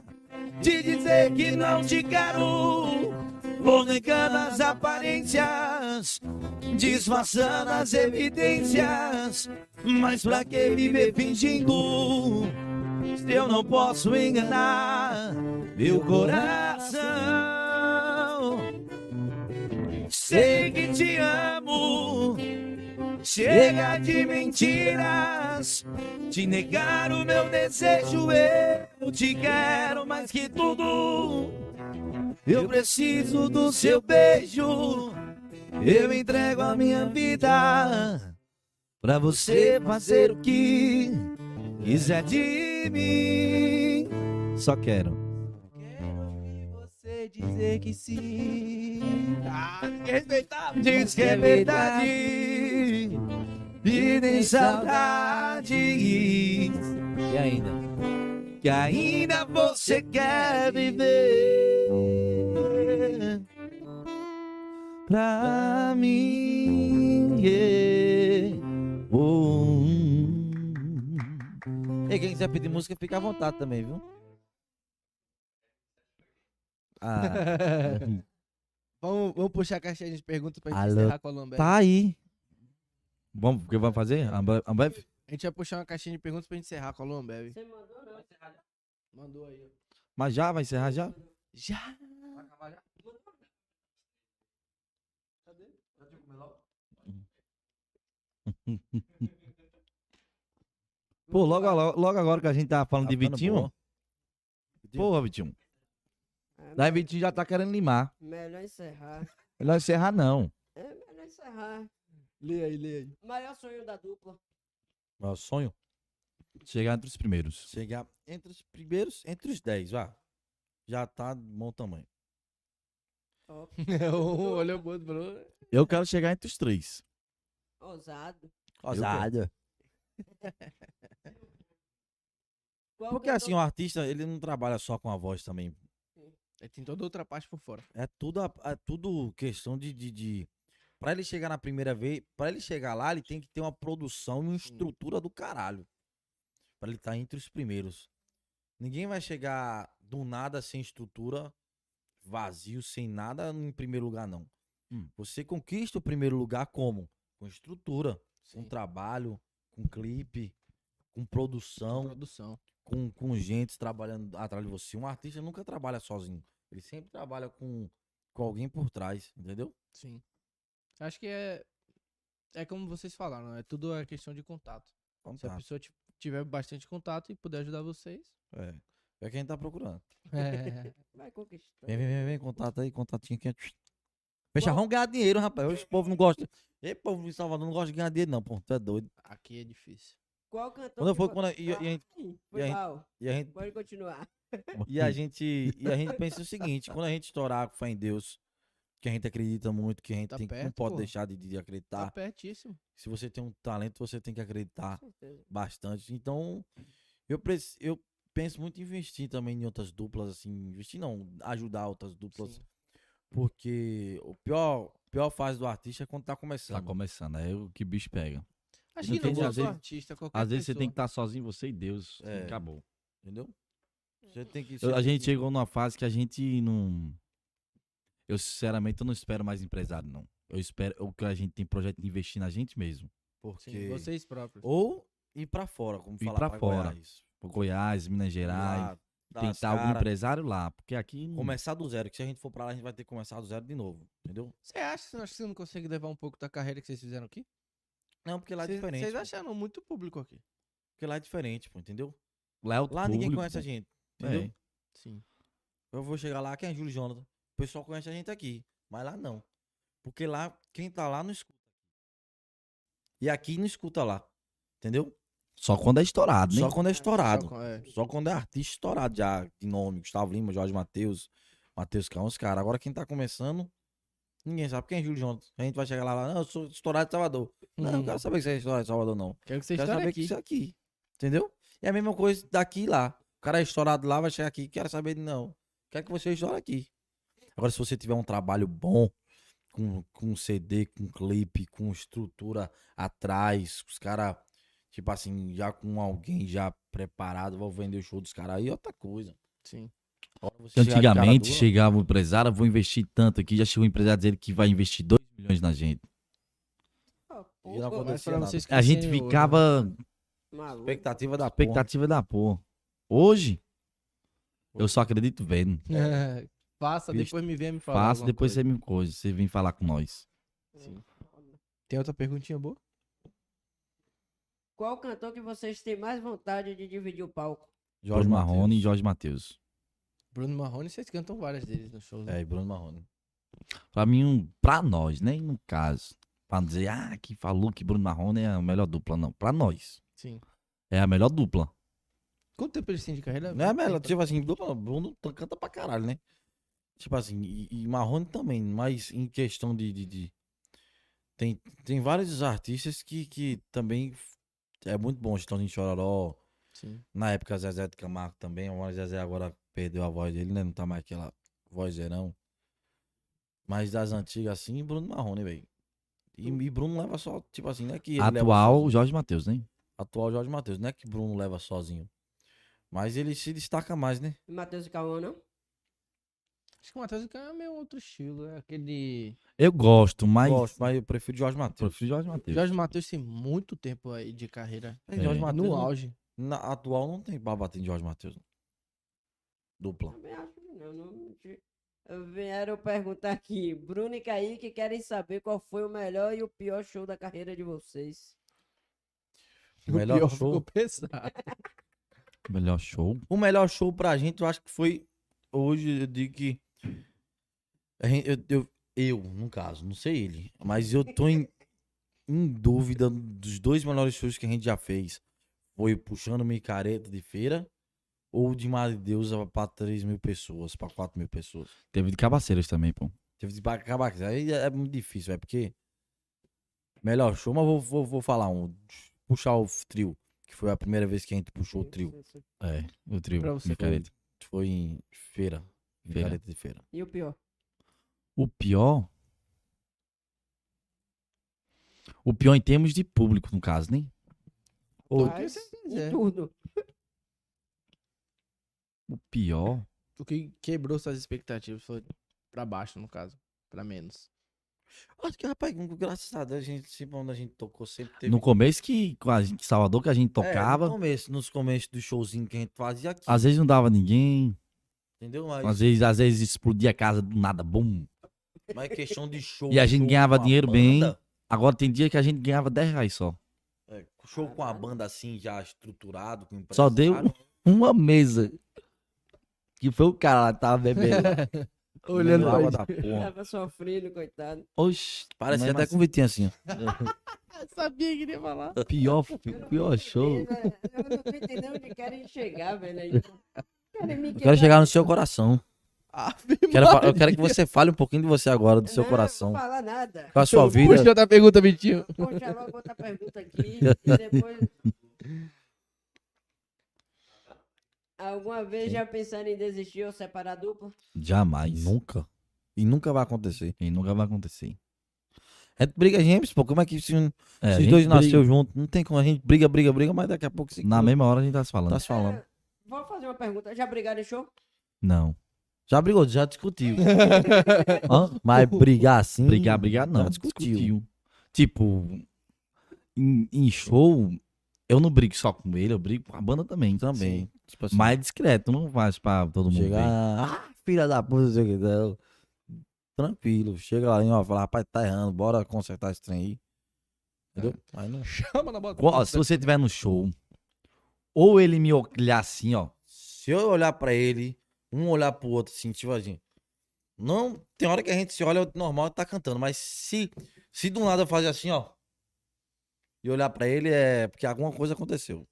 Speaker 2: de dizer que não te quero, vou negando as aparências, disfarçando as evidências. Mas pra que viver fingindo? Se eu não posso enganar meu coração. Sei que te amo. Chega de mentiras, de negar o meu desejo. Eu te quero mais que tudo. Eu preciso do seu beijo. Eu entrego a minha vida pra você fazer o que quiser de mim. Só quero.
Speaker 4: Você dizer que sim.
Speaker 2: Diz que é verdade e nem saudade.
Speaker 5: E ainda?
Speaker 2: que ainda você quer viver pra mim. yeah. Oh, hum.
Speaker 3: E quem quiser pedir música, fica à vontade também, viu? Ah,
Speaker 4: Vamos, vamos puxar a caixinha de perguntas pra gente
Speaker 3: Alô,
Speaker 4: encerrar com a Lambert.
Speaker 3: tá aí.
Speaker 2: Vamos, o que vai fazer? Ambe- Ambev?
Speaker 4: A gente vai puxar uma caixinha de perguntas pra gente encerrar com a Lambert.
Speaker 1: Você mandou não, você já-
Speaker 4: Mandou aí. ó.
Speaker 2: Mas já vai encerrar já?
Speaker 4: Já!
Speaker 2: Pô, logo, alo- logo agora que a gente tá falando
Speaker 3: Tá
Speaker 2: de
Speaker 3: ficando
Speaker 2: Vitinho.
Speaker 3: boa.
Speaker 2: Porra, Vitinho.
Speaker 1: Ah,
Speaker 2: Daí Vitinho já tá querendo limar.
Speaker 1: Melhor encerrar.
Speaker 2: Melhor encerrar, não.
Speaker 1: É melhor encerrar.
Speaker 4: Lê aí, lê aí.
Speaker 1: Maior sonho da dupla.
Speaker 3: Meu sonho?
Speaker 2: Chegar entre os primeiros.
Speaker 3: Chegar entre os primeiros, entre os 10, vá. Já tá de bom tamanho.
Speaker 1: Top.
Speaker 4: Olha o Um outro, Bruno.
Speaker 2: Eu quero chegar entre os três.
Speaker 1: Ousado.
Speaker 3: Ousado.
Speaker 1: Qual
Speaker 3: Porque
Speaker 1: cantor-
Speaker 3: assim, o artista, ele não trabalha só com a voz também.
Speaker 4: "É, Tem toda outra parte por fora.
Speaker 3: É tudo, a- é tudo questão de, de, de... Pra ele chegar na primeira vez, pra ele chegar lá, ele tem que ter uma produção e uma estrutura do caralho. Pra ele estar entre os primeiros. Ninguém vai chegar do nada sem estrutura, vazio, sem nada em primeiro lugar, não.
Speaker 2: Hum.
Speaker 3: Você conquista o primeiro lugar como? Com estrutura, com
Speaker 4: Então,
Speaker 3: trabalho, com clipe, com produção
Speaker 4: Produção.
Speaker 3: com, com gente trabalhando atrás de você. Um artista nunca trabalha sozinho. Ele sempre trabalha com, com alguém por trás, entendeu?
Speaker 4: Sim. Acho que é. É como vocês falaram, é tudo a questão de contato. Se a
Speaker 3: Contato.
Speaker 4: pessoa ti- tiver bastante contato e puder ajudar vocês.
Speaker 3: É. É quem tá procurando.
Speaker 4: É.
Speaker 1: Vai conquistar.
Speaker 3: Vem, vem, vem, vem, contato aí, contatinho aqui. Fecha arrão, ganhar dinheiro, rapaz. Hoje o povo não gosta. Ei, povo de Salvador não gosta de ganhar dinheiro, não, pô. Tu é doido.
Speaker 4: Aqui é difícil.
Speaker 1: Qual cantor?
Speaker 3: Quando eu
Speaker 1: que
Speaker 3: for,
Speaker 1: vo-
Speaker 3: quando eu- e, e, a-
Speaker 1: Ai,
Speaker 3: e
Speaker 1: Foi
Speaker 3: aí-
Speaker 1: mal.
Speaker 3: e a gente,
Speaker 1: Pode continuar.
Speaker 3: e a gente, e a gente pensa o seguinte: quando a gente estourar com fé em Deus, que a gente acredita muito, que a gente
Speaker 4: Tá
Speaker 3: tem, que- não
Speaker 4: perto,
Speaker 3: pode
Speaker 4: pô.
Speaker 3: deixar de, de
Speaker 4: Tá,
Speaker 3: acreditar.
Speaker 4: pertíssimo.
Speaker 3: Se você tem um talento, você tem que acreditar.
Speaker 1: Com certeza.
Speaker 3: bastante. Então, eu, preci- eu penso muito em investir também em outras duplas, assim, investir não, ajudar outras duplas,
Speaker 4: Sim.
Speaker 3: porque o pior, pior fase do artista é quando tá começando.
Speaker 2: Tá começando, aí o que bicho
Speaker 3: É,
Speaker 2: pega.
Speaker 4: Acho
Speaker 2: Não
Speaker 4: que não
Speaker 2: tem-
Speaker 4: só
Speaker 2: às
Speaker 4: do
Speaker 2: vezes-
Speaker 4: artista, qualquer
Speaker 2: Às vezes você
Speaker 4: pessoa.
Speaker 2: tem que estar sozinho, você e Deus.
Speaker 3: É.
Speaker 2: Acabou.
Speaker 3: Entendeu? Você tem que
Speaker 2: Eu-
Speaker 3: você
Speaker 2: a
Speaker 3: tem
Speaker 2: gente
Speaker 3: que-
Speaker 2: chegou numa fase que a gente não. Eu, sinceramente, eu não espero mais empresário, não. Eu espero eu- que a gente tem projeto de investir na gente mesmo.
Speaker 3: porque
Speaker 4: Sim, vocês próprios.
Speaker 3: ou ir pra fora, como
Speaker 2: Ir
Speaker 3: falar
Speaker 2: pra
Speaker 3: pra
Speaker 2: fora.
Speaker 3: Goiás.
Speaker 2: Pro Goiás, Minas Gerais.
Speaker 3: Lá, dar as
Speaker 2: tentar algum
Speaker 3: cara,
Speaker 2: empresário lá. Porque aqui. não-
Speaker 3: começar do zero, que se a gente for pra lá, a gente vai ter que começar do zero de novo, entendeu?
Speaker 4: Você acha que você não consegue levar um pouco da carreira que vocês fizeram aqui?
Speaker 3: Não, porque lá é
Speaker 4: Vocês-
Speaker 3: diferente.
Speaker 4: Vocês
Speaker 3: pô.
Speaker 4: acharam muito público aqui.
Speaker 3: Porque lá é diferente, pô, entendeu?
Speaker 2: Lá, é outro
Speaker 3: Lá ninguém
Speaker 2: público,
Speaker 3: conhece a
Speaker 2: pô.
Speaker 3: gente,
Speaker 2: É.
Speaker 3: entendeu?
Speaker 4: Sim.
Speaker 3: Eu vou chegar lá, quem é Júlio Jonathan? O pessoal conhece a gente aqui, mas lá não. Porque lá, quem tá lá não escuta. E aqui não escuta lá. Entendeu?
Speaker 2: Só quando é estourado, né?
Speaker 3: Só quando é estourado.
Speaker 4: Só- é.
Speaker 3: Só quando é artista estourado já, de nome, Gustavo Lima, Jorge Matheus, Matheus Cão, os caras. Agora quem tá começando, ninguém sabe quem é Júlio Jonathan. A gente vai chegar lá e falar, não, eu sou estourado de Salvador. Não, eu não
Speaker 4: Uhum.
Speaker 3: quero saber que você é estourado de Salvador, não.
Speaker 4: Quero que
Speaker 3: Eu
Speaker 4: vocês
Speaker 3: quero
Speaker 4: estejam
Speaker 3: saber
Speaker 4: aqui.
Speaker 3: que isso é aqui. Entendeu? É a mesma coisa daqui e lá. cara é estourado lá, vai chegar aqui, quero saber, de não. Quero que você estoure aqui. Agora, se você tiver um trabalho bom, com, com CD, com clipe, com estrutura atrás, os caras, tipo assim, já com alguém já preparado, vou vender o show dos caras aí, é outra coisa.
Speaker 4: Sim.
Speaker 3: Agora você chegar de cara
Speaker 2: Antigamente
Speaker 3: dura-
Speaker 2: chegava um empresário, vou investir tanto aqui, já chegou um empresário dizendo que vai investir 2 milhões na gente.
Speaker 3: não
Speaker 1: Pô,
Speaker 3: aconteceu.
Speaker 4: Mas pra vocês
Speaker 2: A gente
Speaker 4: crescerem o olho,
Speaker 2: ficava
Speaker 1: é maluco.
Speaker 3: Expectativa da porra.
Speaker 2: expectativa da porra. Hoje, eu só acredito vendo.
Speaker 4: né? Faça,
Speaker 2: Bicho,
Speaker 4: depois me vem me falar.
Speaker 2: Faça,
Speaker 4: alguma
Speaker 2: depois
Speaker 4: coisa.
Speaker 2: você me coisa, você vem falar com nós.
Speaker 4: Tem outra perguntinha boa?
Speaker 1: Qual cantor que vocês têm mais vontade de dividir o palco?
Speaker 2: Jorge Marrone e
Speaker 3: Mateus.
Speaker 2: Jorge Matheus.
Speaker 4: Bruno Marrone, vocês cantam várias deles no show. né?
Speaker 3: É, e Bruno Marrone.
Speaker 2: Pra mim, um, pra nós, nem no caso. Pra não dizer, ah, que falou que Bruno Marrone é a melhor dupla. Não, pra nós.
Speaker 4: Sim.
Speaker 2: É a melhor dupla.
Speaker 4: Quanto tempo eles têm de carreira?
Speaker 3: Não é
Speaker 4: Quanto
Speaker 3: melhor,
Speaker 4: tempo?
Speaker 3: tipo assim, Bruno, Bruno t- canta pra caralho, né? Tipo assim, e, e Marrone também, mas em questão de. de- de- Tem, tem vários artistas que, que também f- é muito bom, estão em Chororó.
Speaker 4: Sim.
Speaker 3: Na época Zezé de Camargo também, o Zezé agora perdeu a voz dele, né? Não tá mais aquela vozeirão. Mas das antigas assim, Bruno Marrone, velho. E, e Bruno leva só, tipo assim, não é que ele leva
Speaker 2: Atual,
Speaker 3: sozinho.
Speaker 2: Jorge Matheus, né?
Speaker 3: Atual Jorge Matheus, não é que Bruno leva sozinho. Mas ele se destaca mais, né?
Speaker 1: E Matheus e Cauã, não?
Speaker 4: Acho que o Matheus é meio outro estilo. É aquele.
Speaker 2: Eu gosto, mas.
Speaker 3: Gosto, mas eu prefiro Jorge Matheus.
Speaker 2: Prefiro Jorge Matheus.
Speaker 4: Jorge Matheus tem muito tempo aí de carreira.
Speaker 2: É,
Speaker 3: Jorge Matheus.
Speaker 4: No
Speaker 3: não-
Speaker 4: auge.
Speaker 3: Na atual não tem pra bater em Jorge Matheus. não. Dupla.
Speaker 1: Também acho que não. não te- Vieram perguntar aqui. Bruno e Kaique querem saber qual foi o melhor e o pior show da carreira de vocês.
Speaker 3: O melhor
Speaker 4: pior
Speaker 3: show.
Speaker 4: ficou pesado.
Speaker 2: Melhor show.
Speaker 3: O melhor show pra gente, eu acho que foi. Hoje eu digo que. a gen- Eu, eu, eu, no caso, não sei ele. Mas eu tô em, em dúvida dos dois melhores shows que a gente já fez. Foi puxando micareta de feira ou de Mar de Deusa pra 3 mil pessoas, pra 4 mil pessoas.
Speaker 2: Teve de Cabaceiras também, pô.
Speaker 3: Teve Tipo, de acabar Aí é é muito difícil, é porque. Melhor show, mas vou, vou, vou falar um. Puxar o trio, que foi a primeira vez que a gente puxou o trio.
Speaker 2: É, o trio.
Speaker 4: Pra você foi-
Speaker 2: Micareta.
Speaker 3: Foi em feira. em
Speaker 2: Feira.
Speaker 3: Careta de feira.
Speaker 1: E o pior?
Speaker 2: O pior. O pior em termos de público, no caso, né?
Speaker 4: O que
Speaker 1: Mas,
Speaker 4: você
Speaker 1: de
Speaker 4: quiser.
Speaker 1: tudo.
Speaker 2: O pior.
Speaker 4: O que quebrou suas expectativas foi pra baixo, no caso. Pra menos.
Speaker 3: Acho que, rapaz, um, graças a Deus, a gente, sempre quando a gente tocou, sempre teve.
Speaker 2: No começo que, com a gente, Salvador, que a gente
Speaker 3: É,
Speaker 2: tocava.
Speaker 3: no começo, nos começos do showzinho que a gente fazia aqui.
Speaker 2: Às vezes não dava ninguém.
Speaker 3: Entendeu? Mas,
Speaker 2: Às vezes, às vezes explodia a casa do nada, bum.
Speaker 3: mas é questão de show.
Speaker 2: E a gente
Speaker 3: show
Speaker 2: ganhava
Speaker 3: com a
Speaker 2: dinheiro bem.
Speaker 3: banda,
Speaker 2: Agora tem dia que a gente ganhava 10 reais só.
Speaker 3: é, show com a banda assim, já estruturado, com
Speaker 2: Só deu
Speaker 3: empresário,
Speaker 2: Uma mesa. Que foi o cara lá que tava bebendo.
Speaker 4: Olhando
Speaker 3: água
Speaker 4: pra
Speaker 3: da porra.
Speaker 1: Tava sofrendo, coitado.
Speaker 2: Oxi.
Speaker 3: Parecia
Speaker 2: mas-
Speaker 3: até com o Vitinho assim, ó.
Speaker 4: Eu sabia que ele ia falar.
Speaker 2: Pior, pior show.
Speaker 1: Eu não tô entendendo onde querem chegar, velho. ainda. Querem me
Speaker 3: Eu quero
Speaker 1: quebrar.
Speaker 3: chegar no seu coração.
Speaker 4: é Ave
Speaker 3: Quero fa- eu
Speaker 4: Maria. É,
Speaker 3: quero que você fale um pouquinho de você agora, do seu
Speaker 1: Não,
Speaker 3: coração.
Speaker 1: Não vou falar nada.
Speaker 3: Com a sua
Speaker 4: Puxa
Speaker 3: vida.
Speaker 4: outra pergunta, Vitinho.
Speaker 1: Puxa logo outra pergunta aqui e depois. Alguma vez já pensaram em desistir ou separar a dupla?
Speaker 2: Jamais.
Speaker 3: Nunca. E nunca vai acontecer.
Speaker 2: E nunca vai acontecer.
Speaker 3: A gente briga gêmeos, pô. Como é que se,
Speaker 2: É,
Speaker 3: se
Speaker 2: a
Speaker 3: os
Speaker 2: gente
Speaker 3: dois
Speaker 2: briga-
Speaker 3: nasceu junto? Não tem como. A gente briga, briga, briga, mas
Speaker 4: um
Speaker 3: daqui a pouco se.
Speaker 2: Na
Speaker 3: cura.
Speaker 2: mesma hora a gente tá se falando.
Speaker 3: Tá se falando.
Speaker 1: É, vou fazer uma pergunta. Já brigaram em show?
Speaker 2: Não.
Speaker 3: Já brigou, já discutiu.
Speaker 2: Hã?
Speaker 3: mas brigar assim.
Speaker 2: Brigar, brigar não.
Speaker 3: Já discutiu.
Speaker 2: Discutiu. Tipo, em, em show, eu não brigo só com ele, eu brigo com a banda também.
Speaker 3: Também. Tipo assim,
Speaker 2: Mais discreto, não faz pra todo mundo.
Speaker 3: chegar.
Speaker 2: ver.
Speaker 3: Ah, filha da puta, não sei o que. Não. Tranquilo. Chega lá e ó, fala, rapaz, tá errando. Bora consertar esse trem aí. Entendeu? Aí não.
Speaker 4: Chama na bota.
Speaker 2: Ó, Se você tiver no show, ou ele me olhar assim, ó.
Speaker 3: Se eu olhar pra ele, um olhar pro outro, assim, tipo assim. Não, tem hora que a gente se olha normal e tá cantando, mas se se do nada eu fazer assim, ó, e olhar pra ele é porque alguma coisa aconteceu.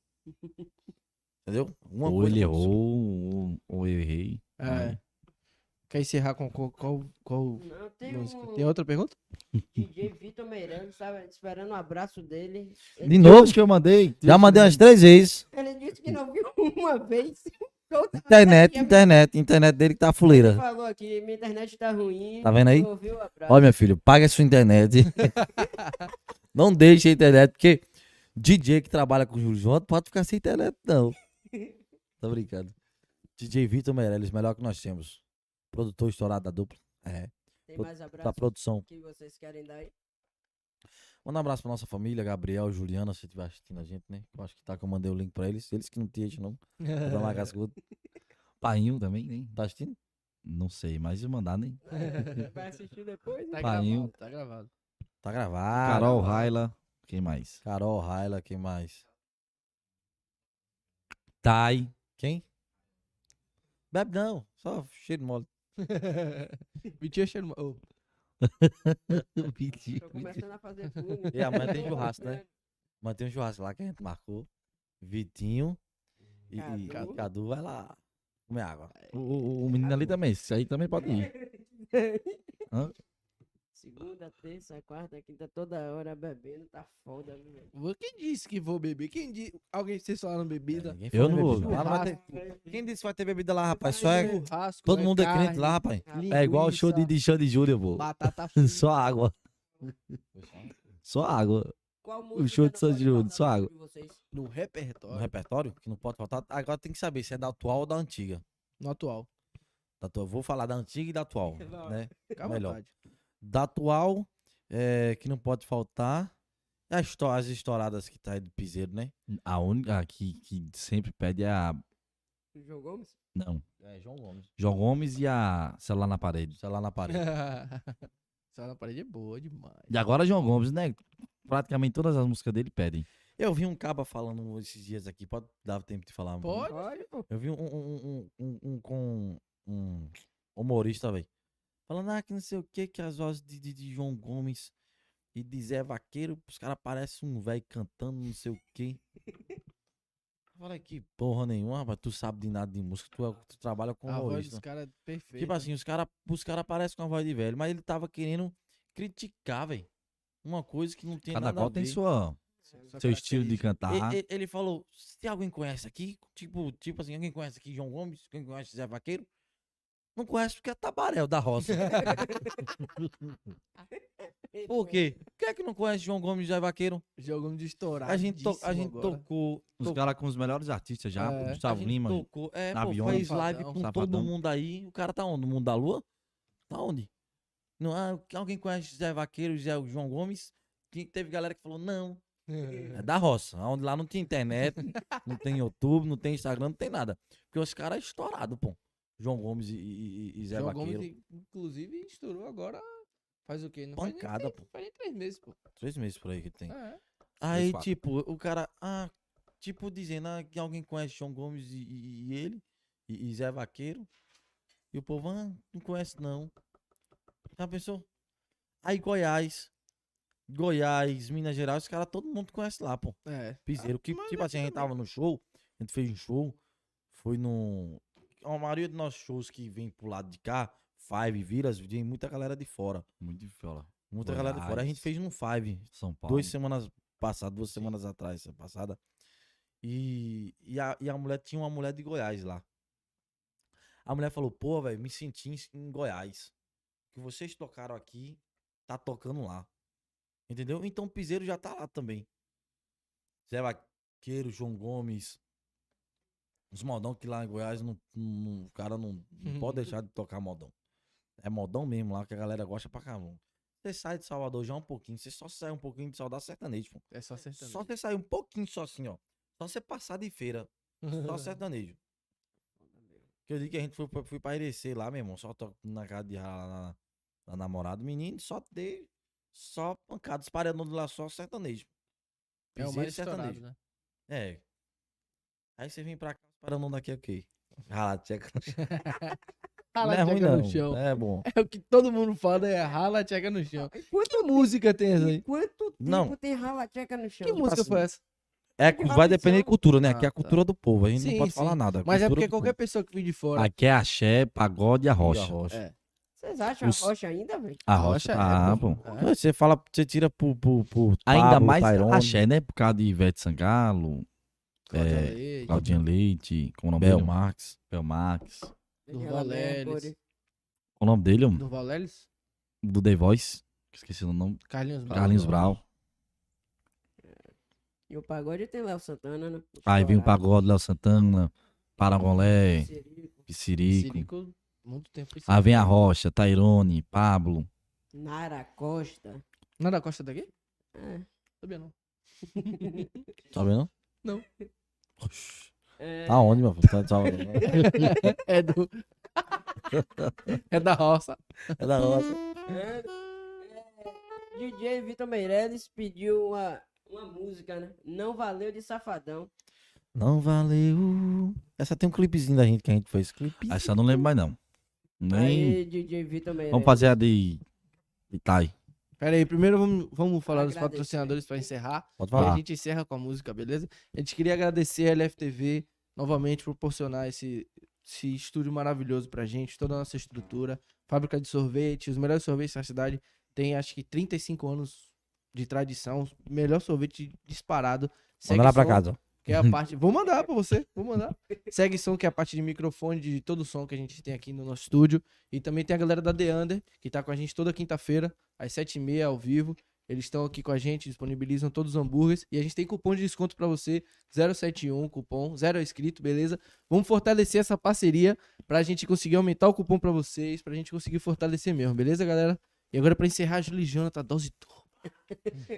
Speaker 3: Entendeu? Alguma
Speaker 2: Ou
Speaker 3: coisa
Speaker 2: ele
Speaker 3: aconteceu.
Speaker 2: errou, ou, ou eu errei.
Speaker 4: É. Quer encerrar com qual, qual, qual
Speaker 1: Não, tem
Speaker 4: música?
Speaker 1: um
Speaker 4: Tem outra pergunta?
Speaker 1: DJ Vitor Meirelles, tava esperando um abraço dele.
Speaker 3: De novo,
Speaker 2: que eu mandei.
Speaker 3: é já mandei umas três vezes.
Speaker 1: Ele disse que não viu uma vez. Show
Speaker 4: é
Speaker 1: tá
Speaker 3: Internet, então.
Speaker 1: aqui,
Speaker 3: internet, internet dele que tá
Speaker 1: Ele
Speaker 3: fuleira.
Speaker 1: falou aqui, minha internet tá ruim.
Speaker 3: Tá vendo aí?
Speaker 1: não ouviu o abraço.
Speaker 3: Olha, meu filho, paga a sua internet. não deixe a internet, porque DJ que trabalha com Júlio Jota pode ficar sem internet, não. Tô brincando. DJ Vitor Meirelles, melhor que nós temos. Produtor estourado da dupla. É,
Speaker 1: Tem mais
Speaker 3: da
Speaker 1: abraço
Speaker 3: produção.
Speaker 1: que vocês querem dar aí?
Speaker 3: Manda um abraço pra nossa família, Gabriel, Juliana, se estiver assistindo a gente, né? Eu acho que tá que eu mandei o link pra eles. Eles que não tinham, não. Tá Pra
Speaker 4: Tá
Speaker 3: dar uma cascuda.
Speaker 2: Painho também, nem.
Speaker 3: Tá assistindo?
Speaker 2: Não sei, mas se mandar nem.
Speaker 1: Vai assistir depois?
Speaker 5: Tá
Speaker 1: né?
Speaker 3: Paiinho.
Speaker 5: gravado, tá gravado.
Speaker 3: Tá gravado.
Speaker 2: Carol, Raila. Quem mais?
Speaker 3: Carol, Raila, quem mais?
Speaker 2: Tai.
Speaker 3: Quem? Bebe não, só cheiro de mole.
Speaker 4: Mentira, cheiro. Oh,
Speaker 1: Tô começando a fazer fumo.
Speaker 3: Tá E amanhã tem churrasco, né? Mantém um churrasco lá que a gente marcou. Vitinho e e- e Cadu,
Speaker 1: Cadu.
Speaker 3: vai lá comer água.
Speaker 2: O, o- o menino ali também. Esse aí também pode ir. Hã?
Speaker 1: Segunda, terça, quarta, quinta, toda hora bebendo, tá foda, viu, velho?
Speaker 4: vou- Quem disse que vou beber? Quem disse? Alguém vocês falaram bebida?
Speaker 3: Ninguém
Speaker 2: Eu
Speaker 3: falou
Speaker 2: não
Speaker 3: bebida.
Speaker 2: vou.
Speaker 3: Lá não vai ter- Quem disse que vai ter bebida lá, rapaz? Só é...
Speaker 4: Churrasco,
Speaker 3: Todo mundo é crente
Speaker 4: carne,
Speaker 3: lá, rapaz.
Speaker 2: É igual o show de,
Speaker 4: linguiça,
Speaker 2: de Xande Júnior, pô.
Speaker 4: Batata
Speaker 2: Só água. Só água.
Speaker 1: Qual
Speaker 2: show de
Speaker 1: não
Speaker 2: São
Speaker 1: pode
Speaker 2: Gil,
Speaker 1: faltar
Speaker 2: só
Speaker 1: no show
Speaker 2: água.
Speaker 1: de vocês?
Speaker 4: no
Speaker 3: No
Speaker 4: repertório,
Speaker 3: repertório, que não pode faltar. Agora tem que saber se é da atual ou da antiga.
Speaker 4: no atual.
Speaker 3: Da tua... Vou falar da antiga e da atual, né?
Speaker 4: Fica à
Speaker 3: Melhor.
Speaker 4: vontade.
Speaker 3: Da atual, é, que não pode faltar, é a histó- as estouradas que tá aí do piseiro, né?
Speaker 2: A única que, que sempre pede é a.
Speaker 1: Jogou, mas...
Speaker 2: Não.
Speaker 3: É, João Gomes.
Speaker 2: João Gomes e a celular na parede.
Speaker 3: Sei lá na parede.
Speaker 4: Só na parede é boa demais.
Speaker 2: E agora João Gomes, né? Praticamente todas as músicas dele pedem.
Speaker 3: Eu vi um caba falando esses dias aqui, pode dar tempo de falar? um
Speaker 4: Pode?
Speaker 1: Olha, pô.
Speaker 3: Eu vi um, um, um, um, um com um humorista, velho. Falando, ah, que não sei o que, que as vozes de, de, de João Gomes e de Zé Vaqueiro, os caras parecem um velho cantando, não sei o que. Falei, que porra nenhuma, rapaz, tu sabe de nada de música, tu, é- tu trabalha com
Speaker 4: a voz
Speaker 3: humorista.
Speaker 4: dos caras é perfeita.
Speaker 3: Tipo assim, os caras os cara parecem com a voz de velho, mas ele tava querendo criticar, velho. Uma coisa que não tem
Speaker 2: Cada
Speaker 3: nada a
Speaker 2: qual
Speaker 3: ver.
Speaker 2: tem sua, tá.
Speaker 4: Sua
Speaker 2: seu estilo de
Speaker 4: característica.
Speaker 3: E-
Speaker 2: cantar.
Speaker 3: e- Ele falou, se alguém conhece aqui, tipo, tipo assim, alguém conhece aqui João Gomes, alguém conhece Zé Vaqueiro, não conhece porque é tabaréu da roça. Por quê? Quem é que não conhece João Gomes e Zé Vaqueiro?
Speaker 4: Jogamos de estourar.
Speaker 3: A gente, to- a gente tocou,
Speaker 2: Os caras com os melhores artistas já.
Speaker 4: É.
Speaker 2: pô,
Speaker 3: a
Speaker 2: Gustavo
Speaker 3: gente
Speaker 2: Lima.
Speaker 3: tocou, é, pô,
Speaker 2: Navione.
Speaker 3: fez live com
Speaker 4: Safadão.
Speaker 3: todo
Speaker 2: Safadão.
Speaker 3: mundo aí, o cara tá onde? No mundo da lua? Tá onde? Não, ah, alguém conhece Zé Vaqueiro e Zé João Gomes? Tem- Teve galera que falou, não, É da roça, onde lá não tem internet, não tem YouTube, não tem Instagram, não tem nada. Porque os caras é estourado, pô. João Gomes e, e- e- e Zé
Speaker 4: João
Speaker 3: Vaqueiro.
Speaker 4: Gomes, inclusive, estourou agora. Faz o quê? Não faz nem
Speaker 3: Pancada,
Speaker 4: três-
Speaker 3: pô.
Speaker 4: Faz nem três meses, pô.
Speaker 3: Três meses por aí que tem.
Speaker 4: É.
Speaker 3: Aí,
Speaker 2: quatro.
Speaker 3: tipo, o cara, ah, tipo, dizendo ah, que alguém conhece João Gomes e, e- e ele, e, e Zé Vaqueiro. E o povo, ah, não conhece não. Já pensou? Aí Goiás, Goiás, Minas Gerais, os caras, todo mundo conhece lá, pô.
Speaker 4: É.
Speaker 3: piseiro. Que, tipo assim, a gente tava no show, a gente fez um show, foi num. A maioria dos nossos shows que vem pro lado de cá, Five, Viras, vem muita galera de fora.
Speaker 2: Muito de fiola.
Speaker 3: Muita galera de fora. A gente
Speaker 2: Goiás.
Speaker 3: fez num Five,
Speaker 2: São Paulo.
Speaker 3: duas semanas passadas, duas semanas atrás, essa passada. E, e, a, e a mulher tinha uma mulher de Goiás lá. A mulher falou, pô, velho, me senti em, em Goiás. O Que vocês tocaram aqui, tá tocando lá. Entendeu? Então o Piseiro já tá lá também. Zé Vaqueiro, João Gomes. Os modão que lá em Goiás não, não- o cara não, não pode deixar de tocar modão. É modão mesmo lá, que a galera gosta pra caramba. Você sai de Salvador já um pouquinho, você só sai um pouquinho de Saudade Sertanejo, pô.
Speaker 4: É só acertando.
Speaker 3: Só você sair um pouquinho só assim, ó. Só você passar de feira. Só sertanejo. Que eu digo que a gente foi, pra- fui pra Irecê lá, meu irmão. Só to- na casa de lá, lá- da namorada. Menino, só dei. Só pancada, os paredões lá, só sertanejo.
Speaker 4: É o
Speaker 3: Piseiro e
Speaker 4: mais estourado, né?
Speaker 3: É. Aí você vem pra cá, os paredões daqui é o quê? Rala tcheca no chão.
Speaker 4: Rala,
Speaker 3: não é ruim,
Speaker 4: tcheca
Speaker 3: não.
Speaker 4: no chão.
Speaker 3: É bom.
Speaker 4: É o que todo mundo fala, é rala, tcheca no
Speaker 3: Ah,
Speaker 4: chão.
Speaker 1: Quanto,
Speaker 4: Que música tem essa aí?
Speaker 1: quanto tempo
Speaker 3: Não.
Speaker 1: tem rala tcheca no chão? Tipo
Speaker 4: Que música
Speaker 3: assim,
Speaker 4: foi essa?
Speaker 3: É,
Speaker 1: que
Speaker 3: cu- vai
Speaker 1: rala
Speaker 3: depender de
Speaker 1: tcheca.
Speaker 3: cultura, né?
Speaker 4: Ah,
Speaker 3: Aqui é a
Speaker 4: tá.
Speaker 3: cultura do povo. A gente não
Speaker 4: Sim,
Speaker 3: pode falar
Speaker 4: sim.
Speaker 3: nada.
Speaker 4: Mas é
Speaker 3: cultura
Speaker 4: porque
Speaker 3: do povo.
Speaker 4: qualquer pessoa que vem de fora.
Speaker 2: Aqui é axé, pagode e a
Speaker 3: E a
Speaker 2: rocha.
Speaker 3: rocha.
Speaker 4: É.
Speaker 1: Vocês acham
Speaker 2: Os-
Speaker 1: a rocha ainda, velho?
Speaker 2: A
Speaker 4: A
Speaker 2: rocha,
Speaker 4: rocha é,
Speaker 2: tá, pô.
Speaker 4: É.
Speaker 3: Você fala, você tira por. por, por
Speaker 2: Ainda
Speaker 3: Pablo,
Speaker 2: mais
Speaker 3: Tairone.
Speaker 2: axé, né? Por causa de Ivete Sangalo,
Speaker 4: Cláudia
Speaker 2: É,
Speaker 4: Leite,
Speaker 2: Claudinha Leite, como o nome
Speaker 3: Bel.
Speaker 2: dele? Max. Bel Max. Qual
Speaker 1: Daniela
Speaker 4: Durval Lelis.
Speaker 1: Mercury.
Speaker 2: o nome dele, homem?
Speaker 4: Durval Lelis,
Speaker 2: Do The Voice. Esqueci o nome.
Speaker 4: Carlinhos Brown.
Speaker 2: Carlinhos Brau.
Speaker 1: E o pagode tem Léo Santana, né?
Speaker 2: Aí vem o
Speaker 1: Estourado.
Speaker 2: Pagode, Léo Santana, Paragolé,
Speaker 1: Cirico,
Speaker 2: Pissirico.
Speaker 4: Cirico, muito tempo. foi
Speaker 2: Aí
Speaker 4: Cirico.
Speaker 2: vem a Rocha, Tairone, Pablo.
Speaker 1: Nara Costa.
Speaker 4: Não é da Costa daqui?
Speaker 1: É.
Speaker 4: Sabia não.
Speaker 3: Tá vendo?
Speaker 4: Não.
Speaker 3: Oxi.
Speaker 1: É,
Speaker 3: Tá onde, meu filho? Tá, tá onde?
Speaker 4: É do. é da roça.
Speaker 3: É da roça.
Speaker 1: é, DJ Vitor Meirelles pediu uma, uma música, né? Não valeu de safadão.
Speaker 3: Não valeu. Essa tem um clipezinho da gente que a gente fez. Clipe.
Speaker 2: Essa eu não lembro mais, não. Nem.
Speaker 1: Aí, DJ Vitor Meirelles.
Speaker 2: Vamos fazer a de. de Thay.
Speaker 4: Pera aí, primeiro vamos, vamos falar dos
Speaker 1: Agradecer.
Speaker 4: patrocinadores pra encerrar.
Speaker 3: Pode
Speaker 4: E a
Speaker 3: falar.
Speaker 4: gente encerra com a música, beleza? A gente queria agradecer a LFTV novamente por proporcionar esse, esse estúdio maravilhoso pra gente, toda a nossa estrutura, fábrica de sorvete, os melhores sorvetes da cidade. Tem acho que 35 anos de tradição, melhor sorvete disparado. Segue
Speaker 3: Manda lá pra
Speaker 4: som,
Speaker 3: casa.
Speaker 4: Que é
Speaker 2: Uhum.
Speaker 4: a parte. Vou mandar pra você, vou mandar. Segue som, que é a parte de microfone de todo o som que a gente tem aqui no nosso estúdio. E também tem a galera da The Under, que tá com a gente toda quinta-feira, às 7h30, ao vivo. Eles estão aqui com a gente, disponibilizam todos os hambúrgueres. E a gente tem cupom de desconto pra você, 071, cupom, zero inscrito, beleza? Vamos fortalecer essa parceria pra gente conseguir aumentar o cupom pra vocês, pra gente conseguir fortalecer mesmo, beleza, galera? E agora pra encerrar, Júlio e Jonathan, dose turbo.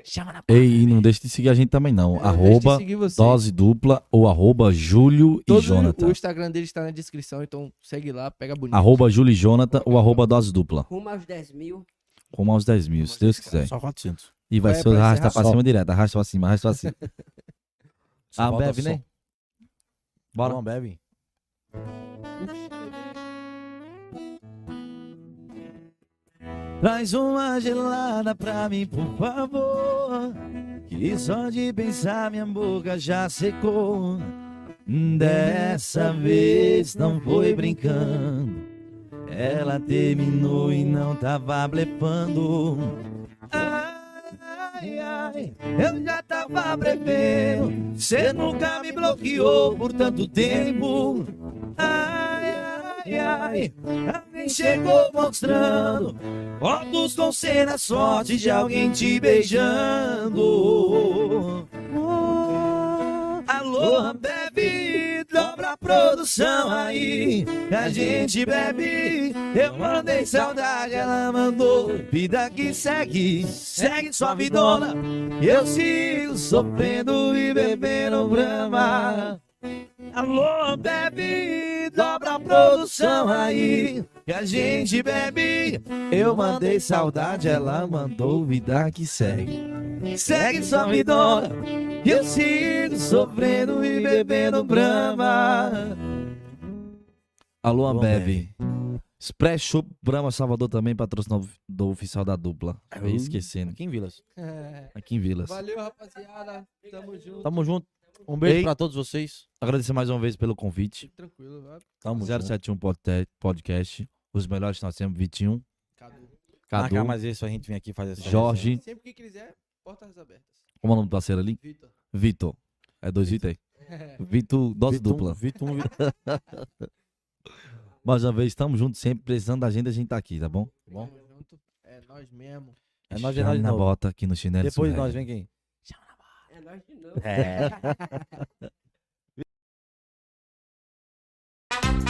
Speaker 4: Chama na
Speaker 2: Ei, e não deixe de seguir a gente também, não.
Speaker 4: né? Deixa de
Speaker 2: arroba
Speaker 4: seguir vocês.
Speaker 2: dose dupla ou arroba Júlio
Speaker 4: Todo
Speaker 2: e Jonathan.
Speaker 4: O Instagram dele está na descrição, então segue lá, pega bonito.
Speaker 2: Arroba Júlio e Jonathan ou arroba dose dupla.
Speaker 1: Rumo aos 10 mil.
Speaker 2: Rumo aos 10 mil, se Deus quiser.
Speaker 3: Só 400.
Speaker 2: E vai
Speaker 4: É,
Speaker 2: ser
Speaker 4: pra
Speaker 2: o
Speaker 4: encerrar
Speaker 2: arrasta pra
Speaker 3: só.
Speaker 2: cima direto. Arrasta pra cima, arrasta pra cima.
Speaker 3: Só
Speaker 2: Ah,
Speaker 3: falta
Speaker 2: bebe,
Speaker 3: só.
Speaker 2: né? Bora.
Speaker 3: Não, bebe.
Speaker 2: Traz uma gelada pra mim, por favor. Que só de pensar minha boca já secou. Dessa vez não foi brincando. Ela terminou e não tava blefando. Ai, ai, eu já tava prevendo. Cê nunca me bloqueou por tanto tempo. Ai, ai, ai, alguém chegou mostrando. Fotos com cena sorte de alguém te beijando. Oh, alô, bebe, dobra a produção aí. A gente bebe, eu mandei saudade, ela mandou. Vida que segue, segue sua vidona. Eu sigo sofrendo e bebendo brama. Alô, bebe, dobra a produção aí. Que a gente bebe. Eu mandei saudade, ela mandou vida que segue. Segue sua vidona. E eu sigo sofrendo e bebendo brama. Alô, Ambev. Express Shop Brahma Salvador também patrocinador do oficial da dupla. Acabei esquecendo.
Speaker 3: Aqui em Vilas.
Speaker 4: É.
Speaker 2: Aqui em Vilas.
Speaker 4: Valeu, rapaziada. Tamo junto.
Speaker 3: Tamo junto. Um beijo
Speaker 2: Ei.
Speaker 3: pra todos vocês.
Speaker 2: Agradecer mais uma vez pelo convite.
Speaker 4: Tranquilo, vai.
Speaker 3: Tamo junto.
Speaker 2: 071 Podte- Podcast. Os melhores que nós temos, Vitinho,
Speaker 4: Cadu.
Speaker 2: Cadu,
Speaker 3: Marcar mais esse, a gente vem aqui fazer essa
Speaker 2: Jorge.
Speaker 4: Sempre que quiser, portas abertas.
Speaker 2: Como é o nome do parceiro ali?
Speaker 4: Vitor.
Speaker 2: Vitor. É dois Vitor aí. Vitor, um, dose
Speaker 3: Vitum,
Speaker 2: dupla.
Speaker 3: Vitum, Vitum.
Speaker 2: Mais uma vez, estamos juntos sempre. Precisando da gente, a gente tá aqui, tá bom?
Speaker 3: Bom.
Speaker 4: Tamo junto. É nós mesmo.
Speaker 3: É nós, é
Speaker 2: Chame
Speaker 3: nós de
Speaker 2: na
Speaker 3: novo.
Speaker 2: bota aqui no chinelo.
Speaker 3: Depois de
Speaker 2: surrega.
Speaker 3: nós, vem quem?
Speaker 1: É nós
Speaker 2: É.
Speaker 1: de novo.
Speaker 3: É.